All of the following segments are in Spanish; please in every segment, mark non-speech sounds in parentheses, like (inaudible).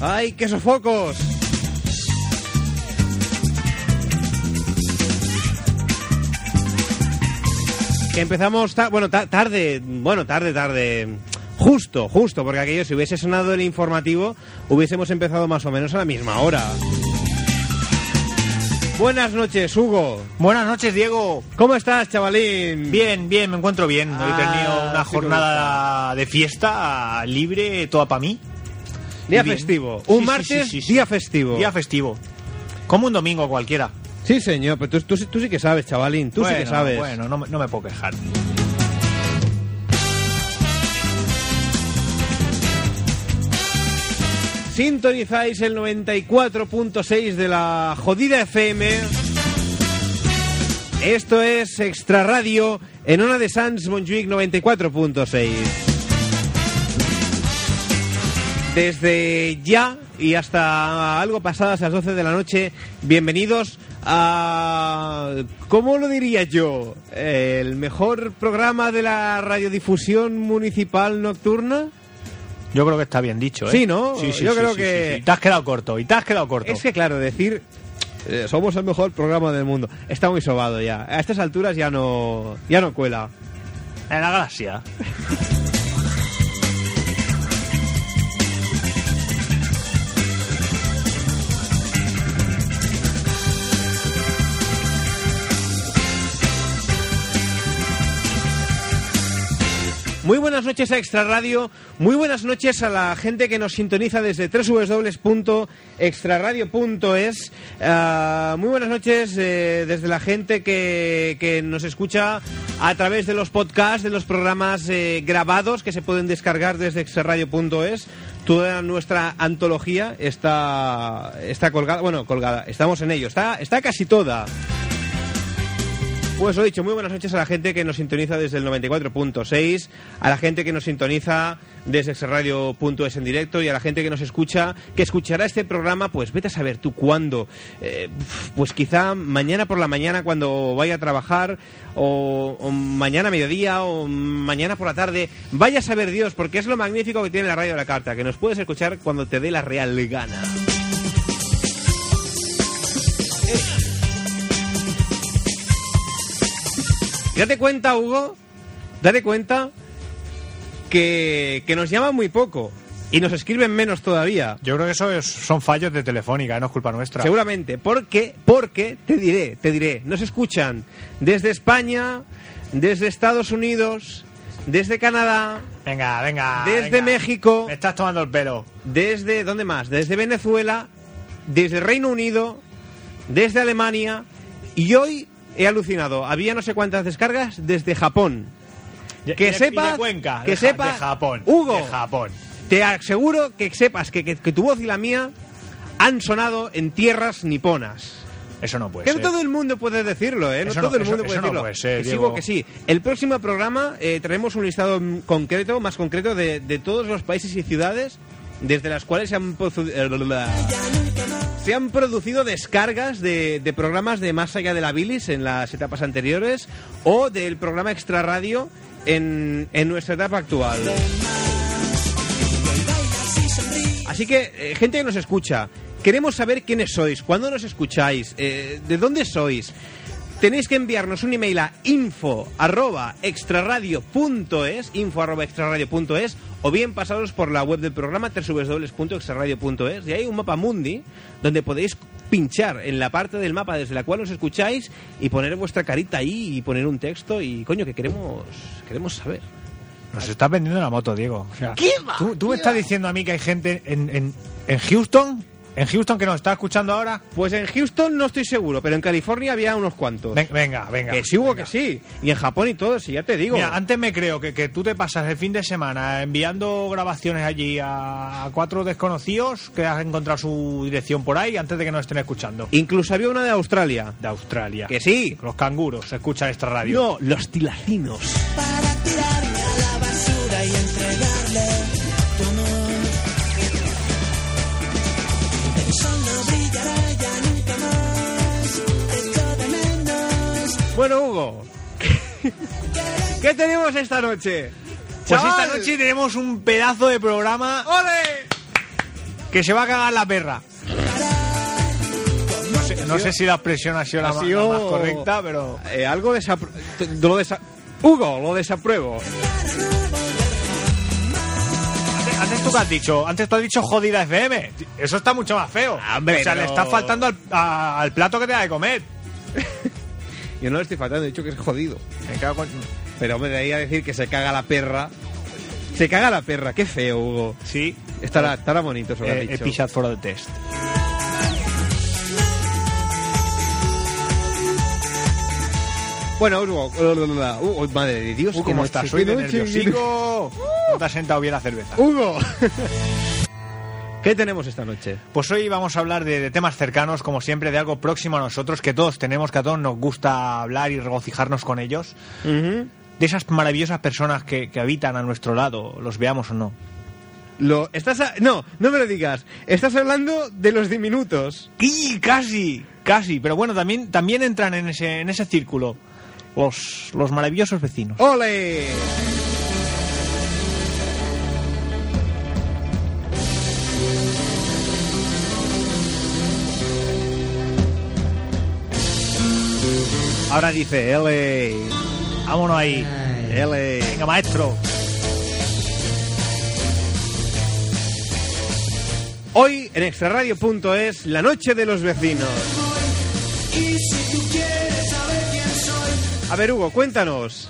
¡Ay, qué sofocos! Que empezamos, ta- bueno, ta- tarde, bueno, tarde, tarde. Justo, justo, porque aquello, si hubiese sonado el informativo, hubiésemos empezado más o menos a la misma hora. Buenas noches, Hugo. Buenas noches, Diego. ¿Cómo estás, chavalín? Bien, bien, me encuentro bien. Hoy he Ah, tenido una sí, jornada de fiesta ah, libre, toda para mí. Día Bien. festivo. Sí, Un sí, martes, sí, sí, sí. día festivo. Día festivo. Como un domingo cualquiera. sí, señor, pero tú, tú sí- tú sí que sabes, chavalín. Tú sí que Bueno, sabes. Bueno, no, me- no me puedo quejar. Sintonizáis el 94.6 de la jodida FM. Esto es Extra Radio en una de Sans Montjuic 94.6. Desde ya y hasta algo pasadas las 12 de la noche, bienvenidos a... ¿Cómo lo diría yo? ¿El mejor programa de la radiodifusión municipal nocturna? Yo creo que está bien dicho, ¿eh? Sí, ¿no? Sí, sí, Yo sí, creo sí, que- sí, sí. Te has quedado corto, y te has quedado corto. Es que claro, decir eh, somos el mejor programa del mundo está muy sobado ya. A estas alturas ya no ya no cuela. En la galaxia. Muy buenas noches a Extra Radio, muy buenas noches a la gente que nos sintoniza desde www.extraradio.es. Ah, muy buenas noches eh, desde la gente que, que nos escucha a través de los podcasts, de los programas eh, grabados que se pueden descargar desde extraradio.es. Toda nuestra antología está, está colgada, bueno, colgada, estamos en ello, está, está casi toda. Pues lo dicho, muy buenas noches a la gente que nos sintoniza desde el 94.6, a la gente que nos sintoniza desde exradio.es en directo y a la gente que nos escucha, que escuchará este programa, pues vete a saber tú cuándo. Eh, pues quizá mañana por la mañana cuando vaya a trabajar, o, o mañana a mediodía, o mañana por la tarde. Vaya a saber Dios, porque es lo magnífico que tiene la radio de la carta, que nos puedes escuchar cuando te dé la real gana. Y Date cuenta, Hugo, date cuenta que, que nos llaman muy poco y nos escriben menos todavía. Yo creo que eso es- son fallos de Telefónica, ¿eh? no es culpa nuestra. Seguramente, porque, porque, te diré, te diré, nos escuchan desde España, desde Estados Unidos, desde Canadá, Venga, venga. Desde venga. México. Me estás tomando el pelo. desde, ¿dónde más? Desde Venezuela, desde Reino Unido, desde Alemania y hoy he alucinado, había no sé cuántas descargas desde Japón. Y- Que y de- y sepas- De Cuenca, que de Ja- sepas- De Japón. Hugo. De Japón. Te aseguro que sepas que, que- que tu voz y la mía han sonado en tierras niponas. Eso no puede Que no ser. todo el mundo puede decirlo, ¿eh? No Eso no- todo el eso- mundo puede eso no decirlo. puede ser, que sí, Diego. Hugo, que sí. El próximo programa eh, traemos un listado mm, concreto, más concreto, de, de todos los países y ciudades desde las cuales se han, produ- eh, bla, bla, bla. se han producido descargas de, de programas de Más allá de la bilis en las etapas anteriores o del programa Extra Radio en, en nuestra etapa actual. Así que, eh, gente que nos escucha, queremos saber quiénes sois, cuándo nos escucháis, eh, de dónde sois. Tenéis que enviarnos un email a info arroba extraradio.es, info arroba extraradio.es, o bien pasaros por la web del programa www.extraradio.es y hay un mapa mundi donde podéis pinchar en la parte del mapa desde la cual os escucháis y poner vuestra carita ahí y poner un texto y coño que queremos queremos saber. Nos estás vendiendo la moto, Diego. O sea, ¿tú, tú me estás diciendo a mí que hay gente en, en- en Houston? ¿En Houston que nos está escuchando ahora? Pues en Houston no estoy seguro, pero en California había unos cuantos. Ven- Venga, venga. Que sí, Hugo, que sí. Y en Japón y todo, sí, ya te digo. Mira, antes me creo que, que tú te pasas el fin de semana enviando grabaciones allí a, a cuatro desconocidos que has encontrado su dirección por ahí antes de que nos estén escuchando. Incluso había una de Australia. De Australia. Que sí. Los canguros escuchan esta radio. No, los tilacinos. para tirarme a la basura y entregarle tu amor. El sol no brillará ya nunca más, echo de menos. Bueno, (laughs) Hugo. ¿Qué tenemos esta noche? Pues Chaval. esta noche tenemos un pedazo de programa ¡Ole! Que se va a cagar la perra. No sé, no sé si la expresión ha sido la, Ha ma- la sido- más correcta, pero. Eh, algo desapro- te- lo desa- Hugo, lo desapruebo. Antes, antes tú que has dicho, antes tú has dicho jodida FM. Eso está mucho más feo. Ah, hombre, o sea, le pero- está faltando al, a- al plato que te da de comer. Yo no le estoy faltando, he dicho que es jodido. Me cago en- Pero me daría decir que se caga la perra. Se caga la perra, qué feo, Hugo. Sí. Estará, estará bonito eso que has Eh, he dicho. pisado fuera de test. Pues Bueno, Hugo, uh, uh, madre de Dios, Uy, qué cómo noche, estás qué hoy de noche, qué nerviosico. No te has sentado bien la cerveza. Hugo. (laughs) ¿Qué tenemos esta noche? Pues hoy vamos a hablar de, de temas cercanos, como siempre, de algo próximo a nosotros, que todos tenemos, que a todos nos gusta hablar y regocijarnos con ellos. De esas maravillosas personas que, que habitan a nuestro lado, los veamos o no. Lo, estás a- no, no me lo digas. Estás hablando de los diminutos. ¡Y casi! Casi, pero bueno, también, también entran en ese, en ese círculo los, los maravillosos vecinos. ¡Ole! Ahora dice L. Vámonos ahí. L. Venga, maestro. Hoy en extraradio.es, la noche de los vecinos. A ver, Hugo, cuéntanos.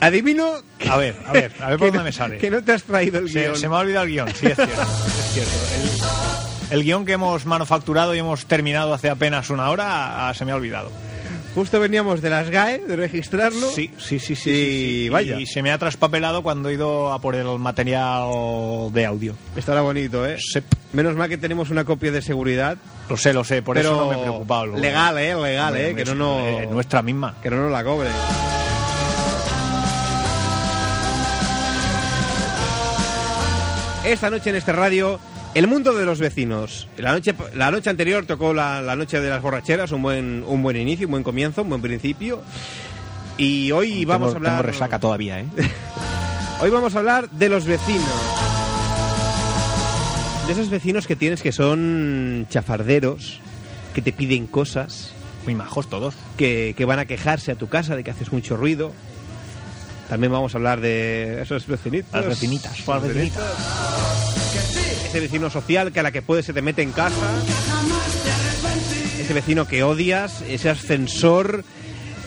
Adivino que- A ver, a ver, a (laughs) ver por que dónde no- me sale. Que no te has traído el Se, guión. se me ha olvidado el guión, sí, es cierto. es cierto. El, el guión que hemos manufacturado y hemos terminado hace apenas una hora ah, se me ha olvidado. Justo veníamos de las GAE, de registrarlo. Sí, sí, sí, sí. Y sí, sí. vaya. Y se me ha traspapelado cuando he ido a por el material de audio. Estará bonito, ¿eh? Sep. Menos mal que tenemos una copia de seguridad. Lo sé, lo sé, por pero eso no me he preocupado. luego. Legal, ¿eh? Legal, Bueno, ¿eh? Que no, es- no- eh, nuestra misma. que no nos la cobre. Esta noche en este radio, el mundo de los vecinos. La noche, la noche anterior tocó la, la noche de las borracheras, un buen, un buen inicio, un buen comienzo, un buen principio. Y hoy vamos Tengo- a hablar. Tengo resaca (laughs) todavía, ¿eh? Hoy vamos a hablar de los vecinos. De esos vecinos que tienes que son chafarderos, que te piden cosas, Muy majos todos. que, que van a quejarse a tu casa de que haces mucho ruido. También vamos a hablar de esos vecinitos. Las vecinitas. Las vecinitas. Ese vecino social que a la que puedes se te mete en casa. Ese vecino que odias, ese ascensor,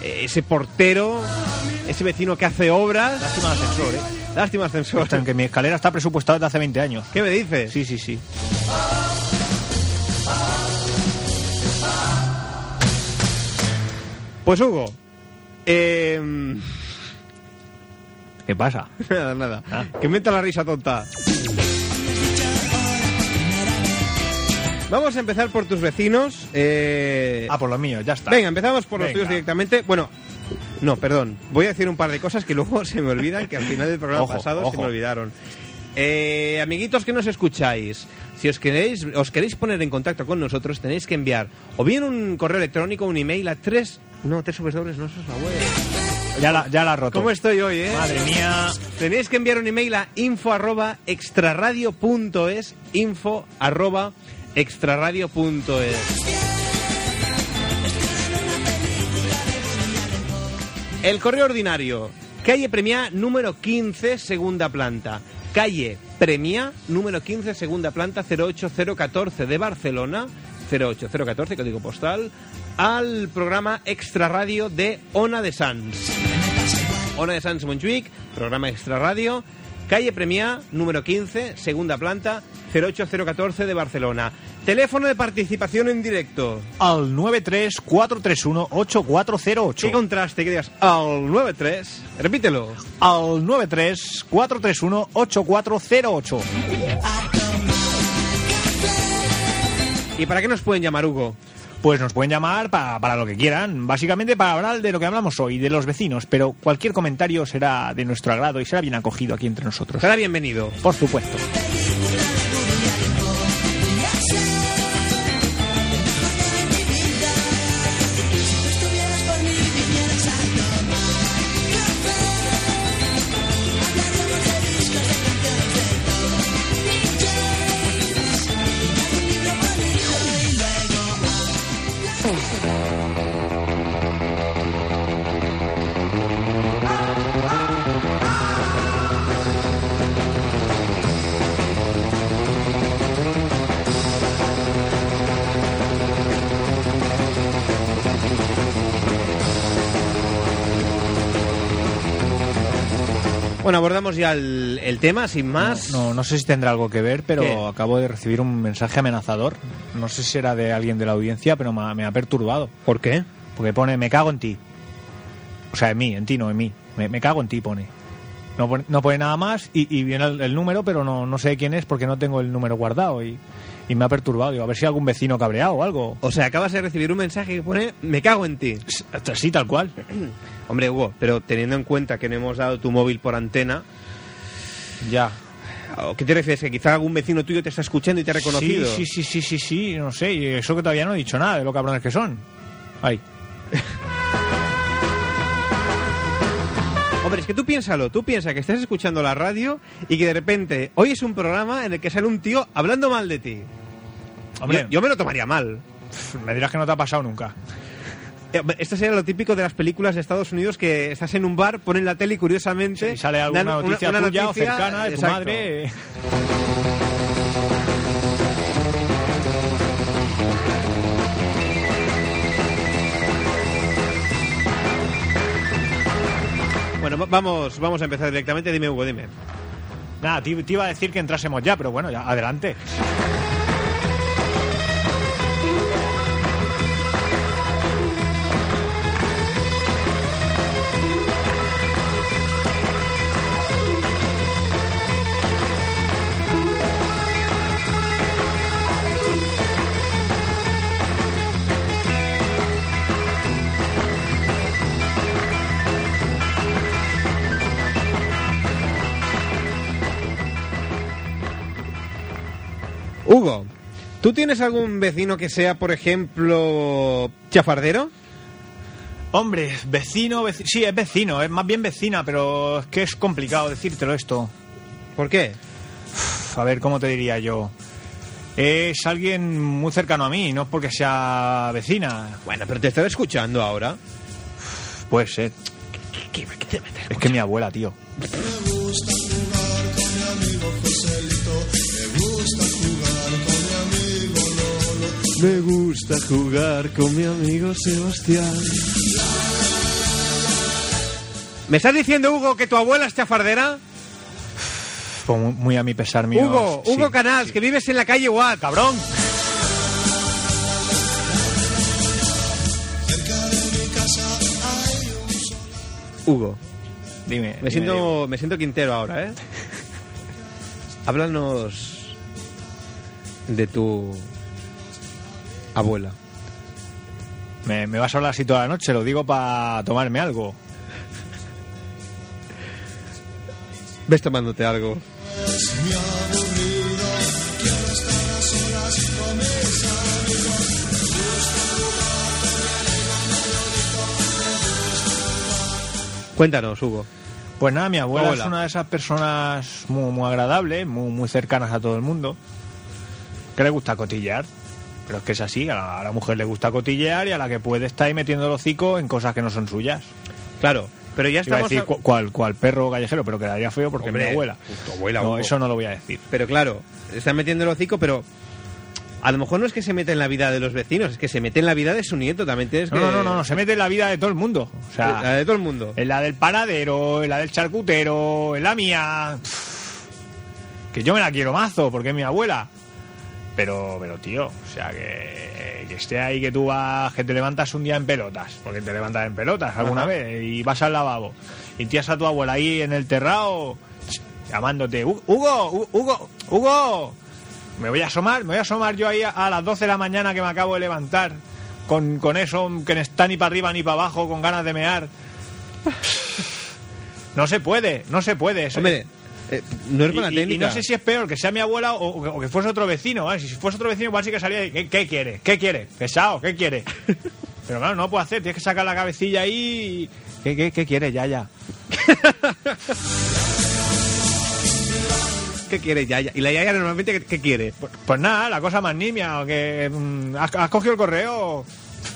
eh, ese portero, ese vecino que hace obras. Lástima el ascensor, ¿eh? (laughs) Lástima ascensor. Ostras, que mi escalera está presupuestada desde hace 20 años. ¿Qué me dices? Sí, sí, sí. Pues Hugo, eh, ¿Qué pasa? nada, nada, Ah. que meta la risa tonta. Vamos a empezar por tus vecinos. eh, Ah, por lo mío, ya está. venga, empezamos por los Venga. tuyos directamente. Bueno, no, perdón, voy a decir un par de cosas que luego (laughs) se me olvidan, que al final del programa Ojo, pasado se ojo. me olvidaron. Eh, amiguitos que nos escucháis, si os queréis, os queréis poner en contacto con nosotros, tenéis que enviar o bien un correo electrónico, un email a tres, no, tres dobles, no, eso es la web. Ya la, ya la he roto. ¿Cómo estoy hoy, eh? Madre mía. Tenéis que enviar un email a info arroba extraradio.es info arroba extraradio.es El correo ordinario, calle Premiá número 15, segunda planta. Calle Premiá número 15, segunda planta 08014 de Barcelona, 08014, código postal, al programa Extraradio de Ona de Sanz. Ona de Sans Montjuic, programa Extra Radio, calle Premiá, número 15, segunda planta, 08014 de Barcelona. Teléfono de participación en directo. Al 93431-8408. Qué contraste que digas al 93, repítelo. al 93431-8408. ¿Y para qué nos pueden llamar, Hugo? Pues nos pueden llamar pa- para lo que quieran, básicamente para hablar de lo que hablamos hoy, de los vecinos, pero cualquier comentario será de nuestro agrado y será bien acogido aquí entre nosotros. Será bienvenido. Por supuesto. Bueno, abordamos ya el, el tema, sin más. No, no sé si tendrá algo que ver, pero ¿Qué? acabo de recibir un mensaje amenazador. No sé si era de alguien de la audiencia, pero me ha, me ha perturbado. ¿Por qué? Porque pone, me cago en ti. O sea, en mí, en ti, no en mí. Me, me cago en ti, pone. No pone, no pone nada más y, y viene el, el número, pero no, no sé quién es porque no tengo el número guardado y, y me ha perturbado. Digo, a ver si algún vecino cabreado o algo. O sea, acabas de recibir un mensaje que pone me cago en ti. Sí, tal cual. Hombre, Hugo, pero teniendo en cuenta que no hemos dado tu móvil por antena, Ya. ¿o ¿qué te refieres? Que quizá algún vecino tuyo te está escuchando y te ha reconocido. Sí, sí, sí, sí, sí, sí, no sé. Y eso que todavía no he dicho nada de lo cabrones que son. Ay. Hombre, es que tú piénsalo, tú piensa que estás escuchando la radio y que de repente hoy es un programa en el que sale un tío hablando mal de ti. Hombre, Yo, yo me lo tomaría mal. pf, me dirás que no te ha pasado nunca. Eh, Esto sería lo típico de las películas de Estados Unidos que estás en un bar, ponen la tele y curiosamente... Si sale alguna dan una- noticia una tuya noticia- o cercana de tu exacto. madre. eh. Bueno, va- vamos, vamos a empezar directamente. Dime, Hugo, dime. Nada, te, te iba a decir que entrásemos ya, pero bueno, ya, adelante. Hugo, ¿tú tienes algún vecino que sea, por ejemplo, chafardero? Hombre, vecino, veci- sí, es vecino, es más bien vecina, pero es que es complicado decírtelo esto. ¿Por qué? Uf, a ver, ¿cómo te diría yo? Es alguien muy cercano a mí, no es porque sea vecina. Bueno, pero te estaba escuchando ahora. Puede ser. ¿Qué, qué te metes? Es que mi abuela, tío. Me gusta jugar con mi amigo Sebastián. ¿Me estás diciendo, Hugo, que tu abuela es chafardera? Fue muy, muy a mi pesar mío. Hugo, sí. Hugo Canals, que vives en la calle Watt. ¡Cabrón! Hugo, Dime. me dime, dime. siento, me siento Quintero ahora, (laughs) ¿eh? Háblanos de tu abuela. Me, me vas a hablar así toda la noche, lo digo para tomarme algo. Ves tomándote algo. Cuéntanos, Hugo. Pues nada, mi abuela Abuela. es una de esas personas muy, muy agradables, muy, muy cercanas a todo el mundo, que le gusta cotillar. Pero es que es así, a la, a la mujer le gusta cotillear y a la que puede está ahí metiendo el hocico en cosas que no son suyas. Claro, pero ya Iba a estamos... decir a- cu- cual, cual perro callejero, pero quedaría feo porque Hombre, pues es mi abuela. tu abuela, no, Hugo. eso no lo voy a decir. Pero claro, están metiendo el hocico, pero... A lo mejor no es que se mete en la vida de los vecinos, es que se mete en la vida de su nieto, también tienes No, que... eh, no, no, no, no, se mete en la vida de todo el mundo. O sea, La de todo el mundo. En la del panadero, en la del charcutero, en la mía. Que yo me la quiero mazo, porque es mi abuela. Pero, pero tío, o sea, que, que esté ahí, que tú vas, que te levantas un día en pelotas, porque te levantas en pelotas alguna Ajá. vez, y vas al lavabo, y tienes a tu abuela ahí en el terrao, llamándote, "Hu- Hugo, Hu- Hugo, Hugo, me voy a asomar, me voy a asomar yo ahí a, a las 12 de la mañana que me acabo de levantar, con, con eso que no está ni para arriba ni para abajo, con ganas de mear. (laughs) No se puede, no se puede. Eso, Hombre, eh, no es buena y- y- técnica. Y, no sé si es peor que sea mi abuela o, o que- o que fuese otro vecino. ¿vale? Si fuese otro vecino, igual sí que salía y, ¿qué, qué quiere? ¿Qué quiere? Pesado, (laughs) ¿qué quiere? Pero claro, no lo puedo hacer. Tienes que sacar la cabecilla ahí y... ¿Qué, qué, qué quiere? Ya, ya. ¿Qué quiere Yaya? ¿Y la Yaya normalmente qué, qué quiere? Pues, pues nada, la cosa más nimia. o Que, mm, has, has cogido el correo?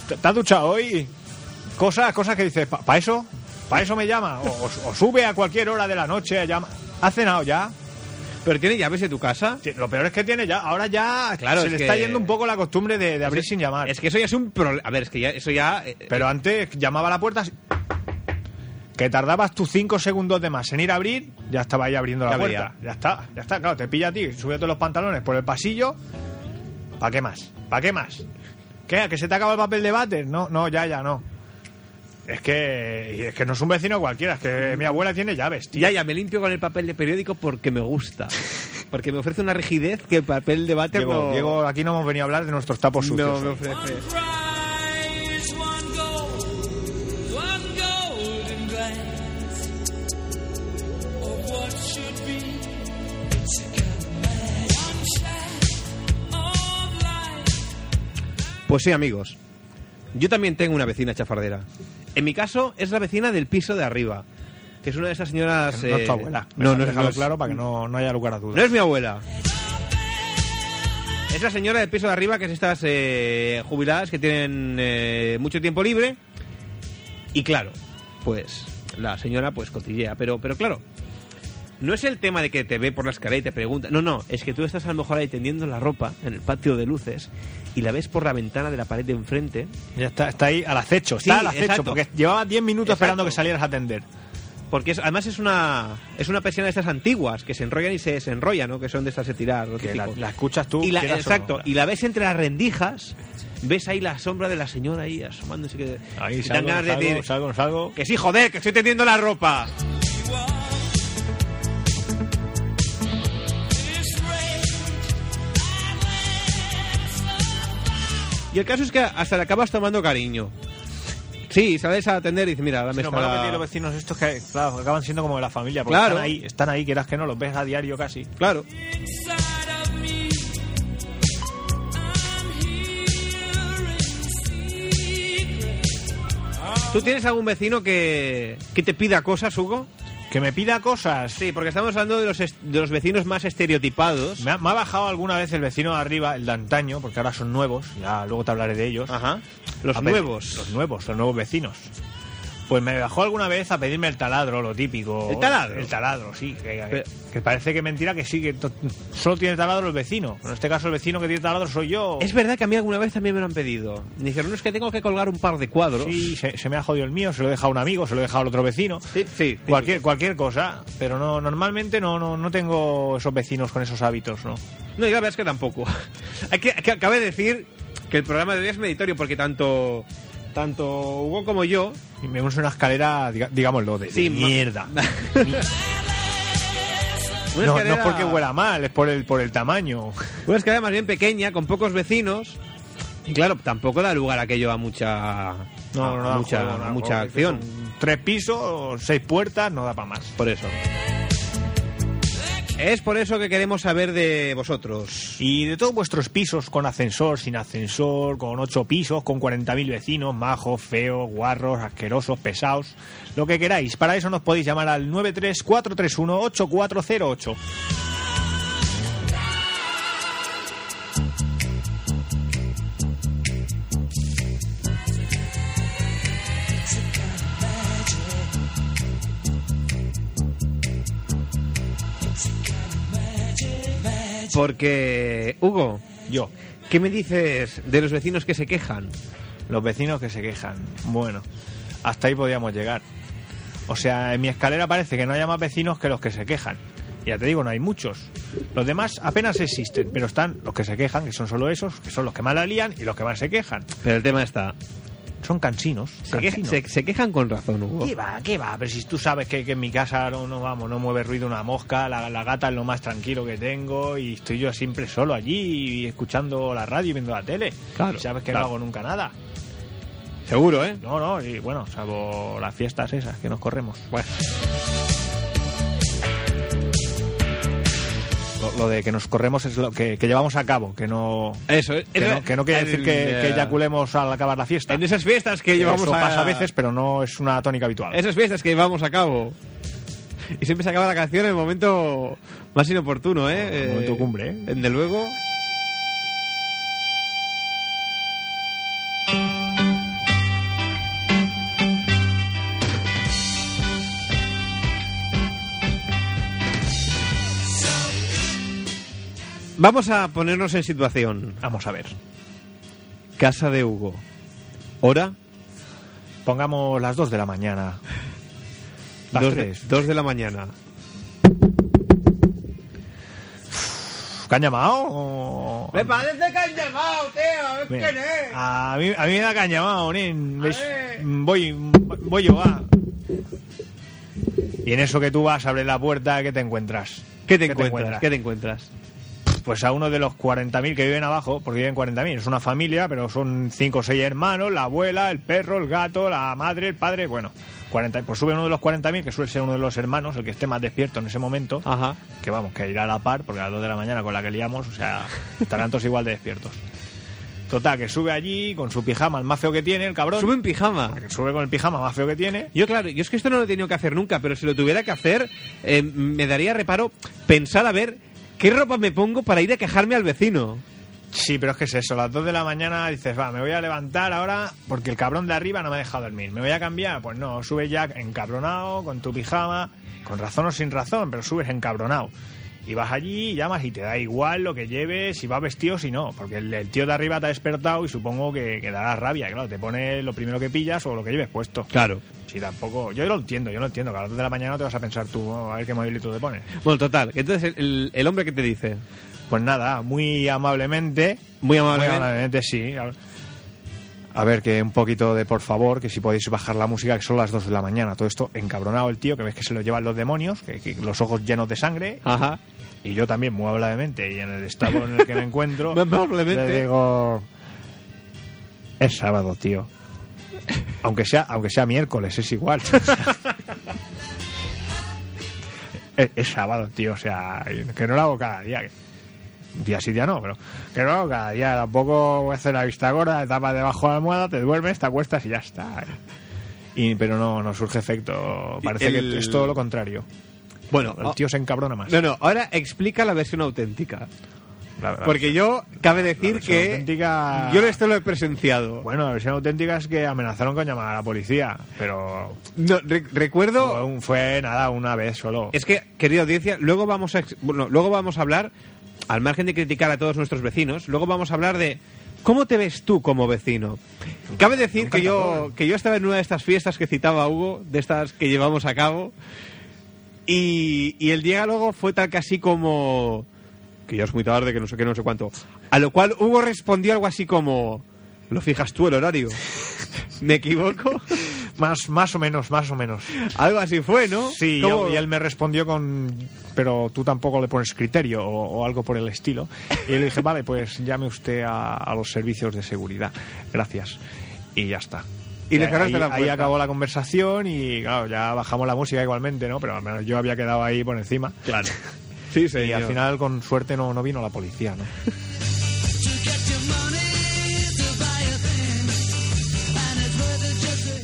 ¿Te, te has duchado hoy? Cosas, cosas que dices, ¿para eso? ¿Para eso me llama? O, o- o sube a cualquier hora de la noche, llama. ¿Has cenado ya? ¿Pero tiene llaves de tu casa? Sí, Lo peor es que tiene ya, ahora ya Claro, se es le que- está yendo un poco la costumbre de, de abrir sin llamar. Es que eso ya es un problema. A ver, es que ya, eso ya. eh, Pero antes llamaba a la puerta. así. Que tardabas tus 5 segundos de más en ir a abrir, ya estaba ahí abriendo la Ya abría. puerta. Ya está, ya está. Claro, te pilla a ti, súbete los pantalones por el pasillo. ¿Para qué más? ¿Para qué más? ¿Qué? ¿A que se te acaba el papel de váter? No, no, ya, ya, no. Es que, y es que no es un vecino cualquiera, es que mi abuela tiene llaves, tío. eh, Ya, ya, me limpio con el papel de periódico porque me (laughs) gusta. Porque me ofrece una rigidez que el papel de váter Diego, no, Diego, aquí no hemos venido a hablar de nuestros tapos no sucios. me ofrece. prize, one gold, one golden glance of what should be. It's a kind of match. One shot of light. Pues sí, amigos. Yo también tengo una vecina chafardera. En mi caso, es la vecina del piso de arriba. Que es una de esas señoras... No es eh, tu abuela. No, no es, Déjalo no es- claro para que no, no haya lugar a dudas. No es mi abuela. Es la señora del piso de arriba, que es estas eh, jubiladas que tienen eh, mucho tiempo libre. Y claro, pues la señora pues cotillea. Pero, pero claro, no es el tema de que te ve por la escalera y te pregunta. No, no, es que tú estás a lo mejor ahí tendiendo la ropa en el patio de luces y la ves por la ventana de la pared de enfrente. Ya está, está ahí al acecho, Sí, está al acecho, exacto. porque llevaba 10 minutos Exacto. esperando que salieras a atender. Porque es- además es una es una persiana de estas antiguas que se enrollan y se desenrollan, ¿no? Que son de estas de tirar. lo Que la, típico. la escuchas tú. y la, quieras o exacto, no. y la ves entre las rendijas, ves ahí la sombra de la señora ahí asomándose. Que, y Ahí te dan salgo, ganas de salgo, decir, salgo, salgo. Que sí, joder, que estoy tendiendo la ropa. Y el caso es que hasta le acabas tomando cariño. Sí, sales a atender y dices, mira, dame Lo esta... malo que tienen los pues. vecinos estos que, claro, acaban siendo como de la familia, porque Claro. están ahí, están ahí, quieras que no, los ves a diario casi. Claro. Inside of me, I'm here in secret. ¿Tú tienes algún vecino que, que te pida cosas, Hugo? Que me pida cosas. Sí, porque estamos hablando de los, est- de los vecinos más estereotipados. Me ha, me ha bajado alguna vez el vecino de arriba, el de antaño, porque ahora son nuevos, ya luego te hablaré de ellos. Ajá. Los A pe- nuevos. Los nuevos, los nuevos vecinos. Pues me bajó alguna vez a pedirme el taladro, lo típico. ¿El taladro? El taladro, sí. Que, Pero- que parece que mentira que sí, que to- solo tiene taladro el vecino. En este caso el vecino que tiene taladro soy yo. Es verdad que a mí alguna vez también me lo han pedido. Me dijeron, no, es que tengo que colgar un par de cuadros. Sí, se, se me ha jodido el mío, se lo he dejado a un amigo, se lo he dejado al otro vecino. sí. sí. Cualquier, cualquier cosa, pero no normalmente no, no, no tengo esos vecinos con esos hábitos, ¿no? No, y la verdad es que tampoco. (laughs) Hay que, que acabe de decir que el programa de hoy es meditorio, porque tanto, tanto Hugo como yo... Y me uso una escalera, diga- digámoslo, de, de Sí, ma- (laughs) mierda. Una No, no escalera- es porque huela mal, es por el, por el tamaño. Una escalera más bien pequeña, con pocos vecinos. Y claro, tampoco da lugar aquello a mucha... a No, no, da Ah, mucha, juego, no da mucha juego, porque acción. son Tres pisos, seis puertas, no da para más. Por eso. Es por eso que queremos saber de vosotros. Y de todos vuestros pisos, con ascensor, sin ascensor, con ocho pisos, con 40.000 vecinos, majos, feos, guarros, asquerosos, pesados, lo que queráis. Para eso nos podéis llamar al 934318408. Porque, Hugo, Yo, ¿qué me dices de los vecinos que se quejan? los vecinos que se quejan. Bueno, hasta ahí podíamos llegar. O sea, en mi escalera parece que no haya más vecinos que los que se quejan. Ya te digo, no hay muchos. Los demás apenas existen, pero están los que se quejan, que son solo esos, que son los que más la lían y los que más se quejan. Pero el tema está. Son cansinos. Se, queja- cansinos. Oh. se- se quejan con razón, Hugo. ¿Qué va? ¿Qué va? Pero si tú sabes que, que en mi casa no, no, vamos, no mueve ruido una mosca, la, la gata es lo más tranquilo que tengo y estoy yo siempre solo allí y escuchando la radio y viendo la tele. Claro, Y sabes que claro. no hago nunca nada. Seguro, ¿eh? No, no, y bueno, salvo las fiestas esas que nos corremos. Bueno, Lo, lo de que nos corremos es lo que, que llevamos a cabo, que no... eso ¿eh? es. Que no, que no quiere decir que, que eyaculemos al acabar la fiesta. eh, En esas fiestas que llevamos Eso a... pasa a veces, pero no es una tónica habitual. Esas fiestas que llevamos a cabo. Y siempre se acaba la canción en el momento más inoportuno, ¿eh? En el momento cumbre, ¿eh? Desde luego. Vamos a ponernos en situación. Vamos a ver. Casa de Hugo. ¿Hora? Pongamos las 2 de la mañana. Las dos, tres. de- dos de la mañana. ¿Que han llamado? o- parece que han llamado, tío. Mira, Ah, A mí, a mí me da que han llamado, nen. ¿Ves? ver. Voy, voy yo, va. Y en eso que tú vas, abres la puerta, ¿qué te encuentras? ¿Qué te encuentras? ¿Qué te encuentras? Pues a uno de los 40.000 que viven abajo, porque viven 40.000, es una familia, pero son cinco o seis hermanos, la abuela, el perro, el gato, la madre, el padre, bueno, 40, pues sube uno de los 40.000, que suele ser uno de los hermanos, el que esté más despierto en ese momento, Ajá. que vamos, que irá a la par, porque a las 2 de la mañana con la que liamos, o sea, estarán todos igual de despiertos. Total, que sube allí con su pijama, el más feo que tiene, el cabrón. Sube en pijama. que sube con el pijama más feo que tiene. Yo, claro, yo es que esto no lo he tenido que hacer nunca, pero si lo tuviera que hacer, eh, me daría reparo pensar a ver qué ropa me pongo para ir a quejarme al vecino. Sí, pero es que es eso, a las 2 de la mañana dices, va, me voy a levantar ahora porque el cabrón de arriba no me ha dejado dormir. ¿Me voy a cambiar? Pues no, subes ya encabronado, con tu pijama, con razón o sin razón, pero subes encabronado. Y vas allí, y llamas y te da igual lo que lleves, si vas vestido o si no, porque el, el tío de arriba te ha despertado y supongo que, que dará rabia, y claro, te pone lo primero que pillas o lo que lleves puesto. Claro. Sí, tampoco, yo lo entiendo, yo lo entiendo, que a las 2 de la mañana no te vas a pensar tú, "Oh, a ver qué movilito te pones. Bueno, total. Entonces, el, el hombre que te dice, Pues nada, muy amablemente. Muy amablemente. Muy amablemente, sí. A- A ver, que un poquito de por favor, que si podéis bajar la música, que son las 2 de la mañana. Todo esto encabronado el tío, que ves que se lo llevan los demonios, que, que los ojos llenos de sangre. ajá, Y yo también, muy amablemente, y en el estado en el que me (laughs) encuentro, Muy amablemente. le digo... Es sábado, tío. Aunque sea, aunque sea miércoles, es igual. (laughs) es, es sábado, tío, o sea, que no lo hago cada día. Día sí, día no, pero que no lo hago cada día. Tampoco voy a hacer la vista gorda, te tapas debajo de la almohada, te duermes, te acuestas y ya está. Y, pero no, no surge efecto. Parece El- que es todo lo contrario. Bueno, El tío se encabrona más. no, no, ahora explica la versión auténtica. La verdad. Porque yo, cabe La decir versión que auténtica- yo esto lo he presenciado. Bueno, la versión auténtica es que amenazaron con llamar a la policía, pero No, re- fue, recuerdo, un- fue nada, una vez solo. es que, querida audiencia, luego vamos a, ex- bueno, luego vamos a hablar, al margen de criticar a todos nuestros vecinos, luego vamos a hablar de cómo te ves tú como vecino. Cabe decir que yo, que yo estaba en una de estas fiestas que citaba Hugo, de estas que llevamos a cabo, y, y el diálogo fue tal que así como... que ya es muy tarde, que no sé qué, no sé cuánto. A lo cual Hugo respondió algo así como... ¿Lo fijas tú el horario? (laughs) ¿Me equivoco? Más, más o menos, más o menos. Algo así fue, ¿no? Sí, y Como- él, y él me respondió con, pero tú tampoco le pones criterio o, o algo por el estilo. Y yo le dije, vale, pues llame usted a, a los servicios de seguridad. Gracias. Y ya está. Y le ahí- cerraste la ahí puerta. acabó la conversación y claro, ya bajamos la música igualmente, ¿no? Pero al menos yo había quedado ahí por encima. Claro. Sí, señor. Y al final, con suerte, no, no vino la policía, ¿no?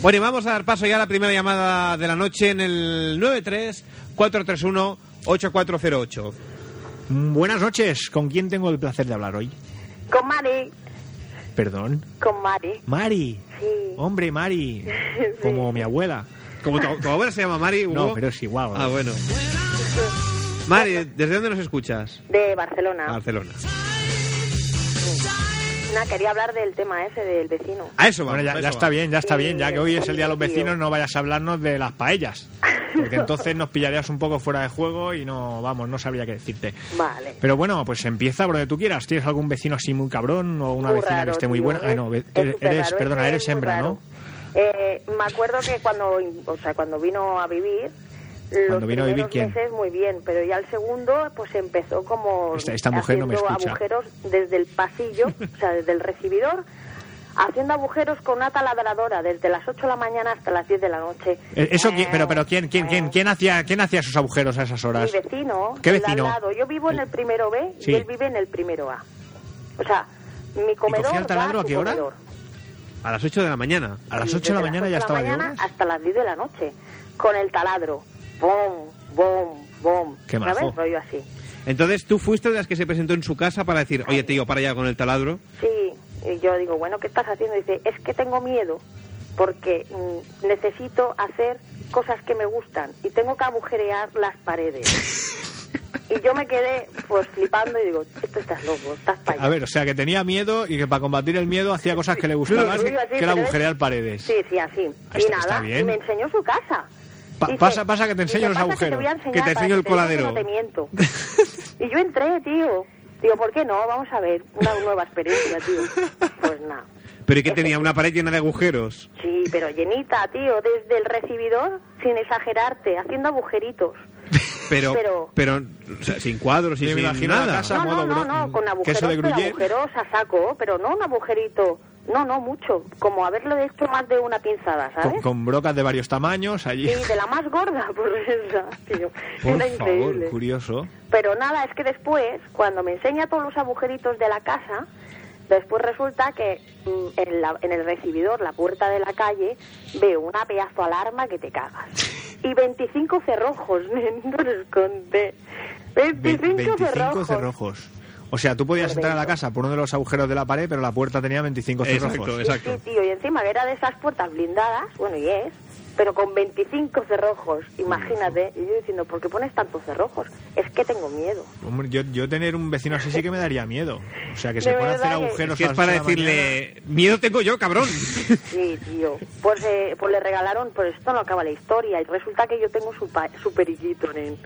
Bueno, y vamos a dar paso ya a la primera llamada de la noche en el 93-431-8408. Mm, Buenas noches. ¿Con quién tengo el placer de hablar hoy? Con Mari, Perdón. con Mari, Mari. sí. Hombre, Mari. (laughs) Como mi abuela. Como tu, tu abuela se llama Mari, Hugo. No, pero es igual. Ah, bueno. Mari, ¿desde dónde nos escuchas? De Barcelona. Ah. Barcelona. Nada, quería hablar del tema ese del vecino. Ah. A eso vamos. Bueno, a ya, eso ya está vamos. bien, ya está bien. Ya que hoy es el día de los vecinos, no vayas a hablarnos de las paellas. Porque entonces nos pillarías un poco fuera de juego y no, vamos, no sabría qué decirte. Vale. Pero bueno, pues empieza por donde tú quieras. ¿Tienes algún vecino así muy cabrón o una Muy vecina que raro, esté muy tío, ¿eh? buena? Ah, es- no, ve- es eres, súper raro, perdona, es eres muy hembra, raro. ¿no? Eh, me acuerdo que cuando, o sea, cuando vino a vivir, Cuando los vino a vivir, primeros ¿quién? meses muy bien, pero ya el segundo pues empezó como Esta- esta mujer no me haciendo escucha. agujeros desde (laughs) el pasillo, o sea, desde el recibidor, haciendo agujeros con una taladradora desde las 8 de la mañana hasta las 10 de la noche. Eh, Eso, qui- Eh, pero, pero ¿quién, quién, quién, eh. quién hacía, quién hacía sus agujeros a esas horas? Mi vecino. ¿Qué el de al vecino? lado. Yo vivo en el primero B Sí. y él vive en el primero A. O sea, mi comedor. cogía el da taladro a su qué hora? comedor. A las 8 de la mañana. A las Y 8 de la desde mañana ya las ocho estaba de la yo. mañana Hasta las 10 de la noche. Con el taladro. Bom, bom, bom. Qué ¿Sabes? majo. Rollo así. Entonces, ¿tú fuiste de las que se presentó en su casa para decir, oye, tío, para allá con el taladro? Sí, y yo digo, bueno, ¿qué estás haciendo? dice, es que tengo miedo porque mm, necesito hacer cosas que me gustan y tengo que agujerear las paredes. (laughs) y yo me quedé pues flipando y digo, esto estás loco, estás para A ver, o sea, que tenía miedo y que para combatir el miedo hacía cosas que le gustaban, Sí, sí, que pero era es- agujerear paredes. Sí, sí, así. Ah, y está- nada, está bien. y me enseñó su casa. Pa- Dice, pasa, pasa que te enseño los dice, pasa que te agujeros. voy a enseñar Que te para enseño el que veas que coladero. no te (laughs) miento. y yo entré, tío. Digo, ¿por qué no? Vamos a ver, una nueva experiencia, (laughs) tío. Pues nada. Pero ¿y qué tenía? ¿Una pared llena de agujeros? Sí, pero llenita, tío, desde el recibidor, sin exagerarte, haciendo agujeritos. Pero, pero, Pero- o sea, sin cuadros y Me sin imagino la nada. casa. A no, modo no, no, gro- no, con agujeros, queso de pero Gruyère. agujeros a saco, pero no un agujerito, no, no, mucho, como haberlo hecho más de una pinzada, ¿sabes? Con, con brocas de varios tamaños allí. Sí, de la más gorda, (laughs) por esa, tío. Por Era favor, increíble. curioso. Pero nada, es que después, cuando me enseña todos los agujeritos de la casa, después resulta que mm, en, la- en el recibidor, la puerta de la calle, veo una pedazo alarma que te cagas. Y 25 cerrojos, (laughs) no los conté. 25, Ve- 25 cerrojos. cerrojos. O sea, tú podías entrar a la casa por uno de los agujeros de la pared, pero la puerta tenía 25 Exacto, cerrojos. Sí, sí, tío, y encima que era de esas puertas blindadas, bueno, y es, pero con 25 cerrojos, imagínate. Y yo diciendo, ¿por qué pones tantos cerrojos? Es que tengo miedo. Hombre, yo, yo tener un vecino así sí que me daría miedo. O sea, que se De pueden hacer verdad que- agujeros. Es que es a las para ocho de la mañana. decirle, miedo tengo yo, cabrón. Sí, tío. Pues, eh, pues le regalaron, pues esto no acaba la historia. Y resulta que yo tengo su, pa- su periquito, nen.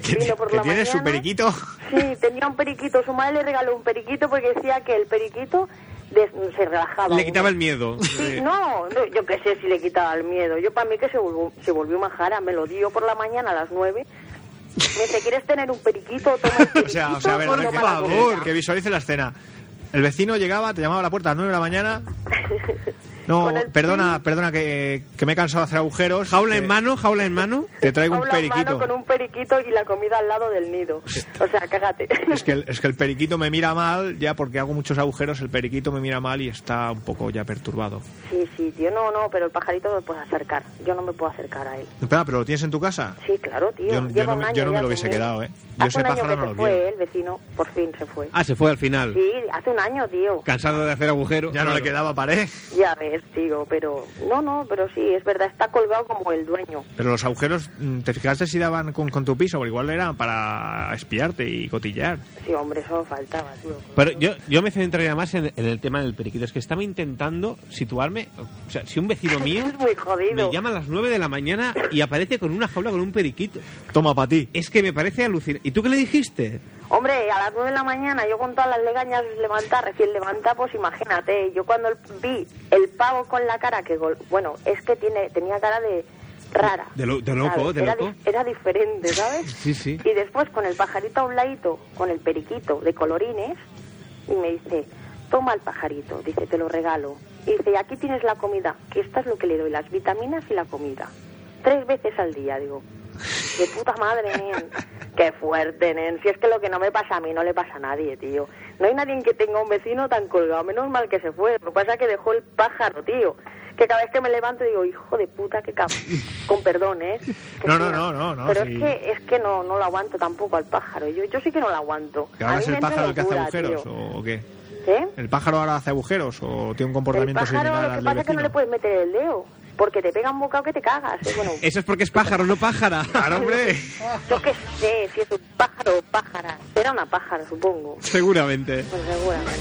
¿Que, Vino por que la tienes su mañana. periquito? Sí, tenía un periquito. Su madre le regaló un periquito porque decía que el periquito des- se relajaba. Le quitaba el miedo. Sí, no, no, yo qué sé si le quitaba el miedo. Yo para mí que se volvió, se volvió majara. Me lo dio por la mañana a las nueve. Me dice, ¿quieres tener un periquito? Toma un (laughs) periquito. O sea, o sea, a ver, ponlo a ver, que- para favor. comer". Que visualice la escena. El vecino llegaba, te llamaba a la puerta a las 9 de la mañana. No, Con el perdona, perdona, que, que me he cansado de hacer agujeros. Jaula que en mano, jaula en mano. Te traigo un Habla humano periquito. con un periquito y la comida al lado del nido. O sea, cágate. (laughs) Es que, el, es que el periquito me mira mal, ya porque hago muchos agujeros, el periquito me mira mal y está un poco ya perturbado. Sí, sí, tío, no, no, pero el pajarito me puede acercar. Yo no me puedo acercar a él. Espera, pero lo tienes en tu casa. Sí, claro, tío. Yo- yo Lleva no me- un año yo no me ya lo hubiese conmigo. quedado, ¿eh? Yo ese Hace un año pájaro que no se lo fue, quiero. ¿eh? el vecino, por fin se fue. Ah, se fue al final. Sí, hace un año, tío. Cansado de hacer agujeros. Ya no le quedaba pared. Ya ves, tío, pero... No, no, pero sí, es verdad, está colgado como el dueño. Pero los agujeros, mm, ¿te fijaste si daban con, con tu piso? Porque igual eran para espiarte y cotillar. Sí, hombre, eso faltaba, tío. Pero yo, yo me centraría más en, en el tema del periquito. Es que estaba intentando situarme. O sea, si un vecino mío Es muy jodido. me llama a las 9 de la mañana y aparece con una jaula con un periquito. Toma para ti. Es que me parece alucinante. ¿Y tú qué le dijiste? Hombre, a las nueve de la mañana, yo con todas las legañas levantar, recién levanta, pues imagínate. Yo cuando el- vi el pavo con la cara que, gol- bueno, es que tiene tenía cara de rara. De lo- de loco, ¿sabes? de era, loco. di- Era diferente, ¿sabes? Sí, sí. Y después con el pajarito a un ladito, con el periquito de colorines, y me dice, toma el pajarito, dice, te lo regalo. Y dice, aquí tienes la comida, que esta es lo que le doy, las vitaminas y la comida. Tres veces al día, digo. De puta madre, nen. Qué fuerte, nen. Si es que lo que no me pasa a mí no le pasa a nadie, tío. No hay nadie que tenga un vecino tan colgado. Menos mal que se fue. Lo que pasa es que dejó el pájaro, tío. Que cada vez que me levanto digo, hijo de puta, qué cabrón. Con perdón, ¿eh? Que No, no, sí, no, no, no, Pero sí. es que, es que no, no lo aguanto tampoco al pájaro. Yo, yo sí que no lo aguanto. ¿Que ahora A mí es me el entra pájaro el que hace locura, agujeros tío. o qué? ¿Eh? ¿El pájaro ahora hace agujeros o tiene un El comportamiento pájaro similar lo que al pasa del es que no vecino? le puedes meter el dedo. Porque te pega un bocado que te cagas. ¿eh? Bueno, Eso es porque es pájaro, no pájara. (laughs) Claro, (laughs) hombre. yo qué sé si es un pájaro o pájara. Era una pájara, supongo. Seguramente. Pues seguramente.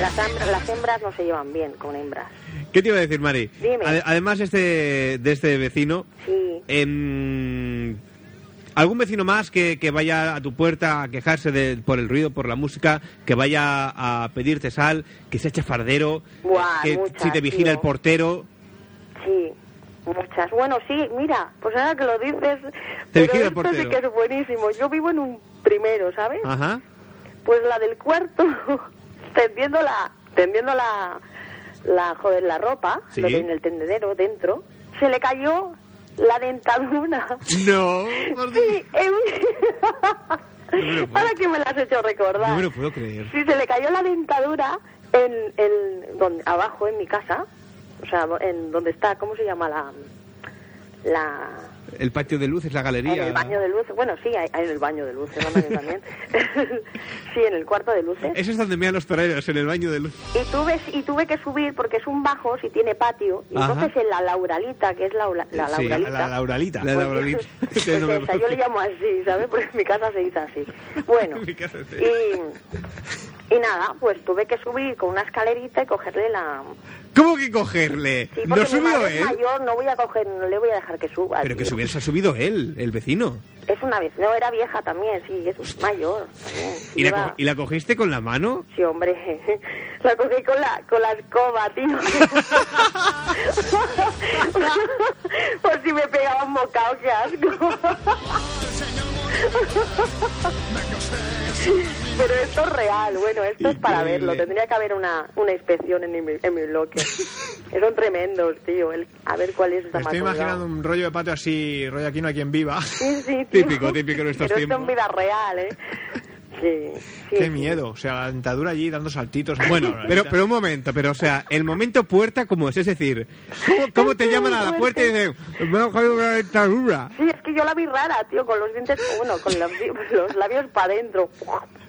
Las, hem- las hembras no se llevan bien con hembras. ¿Qué te iba a decir, Mari? Dime. Ade- además este, de este vecino, Sí. em, ¿algún vecino más que, que vaya a tu puerta a quejarse de- por el ruido, por la música, que vaya a pedirte sal, que se eche fardero, Buah, que muchas, si te vigila tío. el portero? Sí, muchas. Bueno, sí, mira, pues ahora que lo dices, Te vigila el pero esto portero. Ah. sí que es buenísimo. Yo vivo en un primero, ¿sabes? Ajá. Pues la del cuarto, (laughs) tendiendo la, tendiendo la, la, joder, la ropa, Sí. lo de- en el tendedero dentro, se le cayó la No. dentadura. (laughs) Sí, me lo en... puedo- (laughs) ahora que me las has hecho recordar. No me lo puedo creer. Sí, se le cayó la dentadura en, en donde, abajo en mi casa, o sea, en donde está, ¿cómo se llama la la El patio de luces, la galería. en el baño de luces? Bueno, sí, hay, hay en el baño de luces, ¿no? (laughs) también. (laughs) sí, en el cuarto de luces. Eso es donde miran los toreros, en el baño de luces. Y tuve, y tuve que subir porque es un bajo, si tiene patio, y Ajá. entonces en la lauralita, que es la, la, la Sí, La, lauralita. la Lauralita. La- Pues, lauralita. (laughs) pues No me (laughs) esa, yo le llamo así, ¿sabes? Porque en mi casa se dice así. Bueno, En mi casa se y, Y nada, pues tuve que subir con una escalerita y cogerle la... ¿Cómo que cogerle? Sí, ¿No porque mi subió madre es él? mayor, no voy a coger, no le voy a dejar que suba. Pero que tío. se hubiese subido él, el vecino. Es una vez, no, era vieja también, sí, es mayor. también, sí, ¿Y la, lleva- co- y la cogiste con la mano? Sí, hombre, (laughs) la cogí con la, con la escoba, tío. Por si me pegaba un bocado, qué asco. Pero esto es real, bueno, esto es para Increíble. verlo. Tendría que haber una, una inspección en mi, en mi bloque. Son tremendos, tío. El- a ver cuál es esa Me estoy madrugada. imaginando un rollo de patio así, rollo aquí no hay quien viva. (laughs) Sí, sí, tío. Típico, típico en estos Pero esto en tiempos. vida real, ¿eh? Sí, sí, Qué sí. miedo, o sea, la dentadura allí dando saltitos. Bueno, pero, pero un momento, pero o sea, el momento puerta como es, es decir, ¿cómo, cómo te llaman a la puerta y dicen, me ha caído una dentadura? Sí, es que yo la vi rara, tío, con los dientes, bueno, con los, los labios para adentro.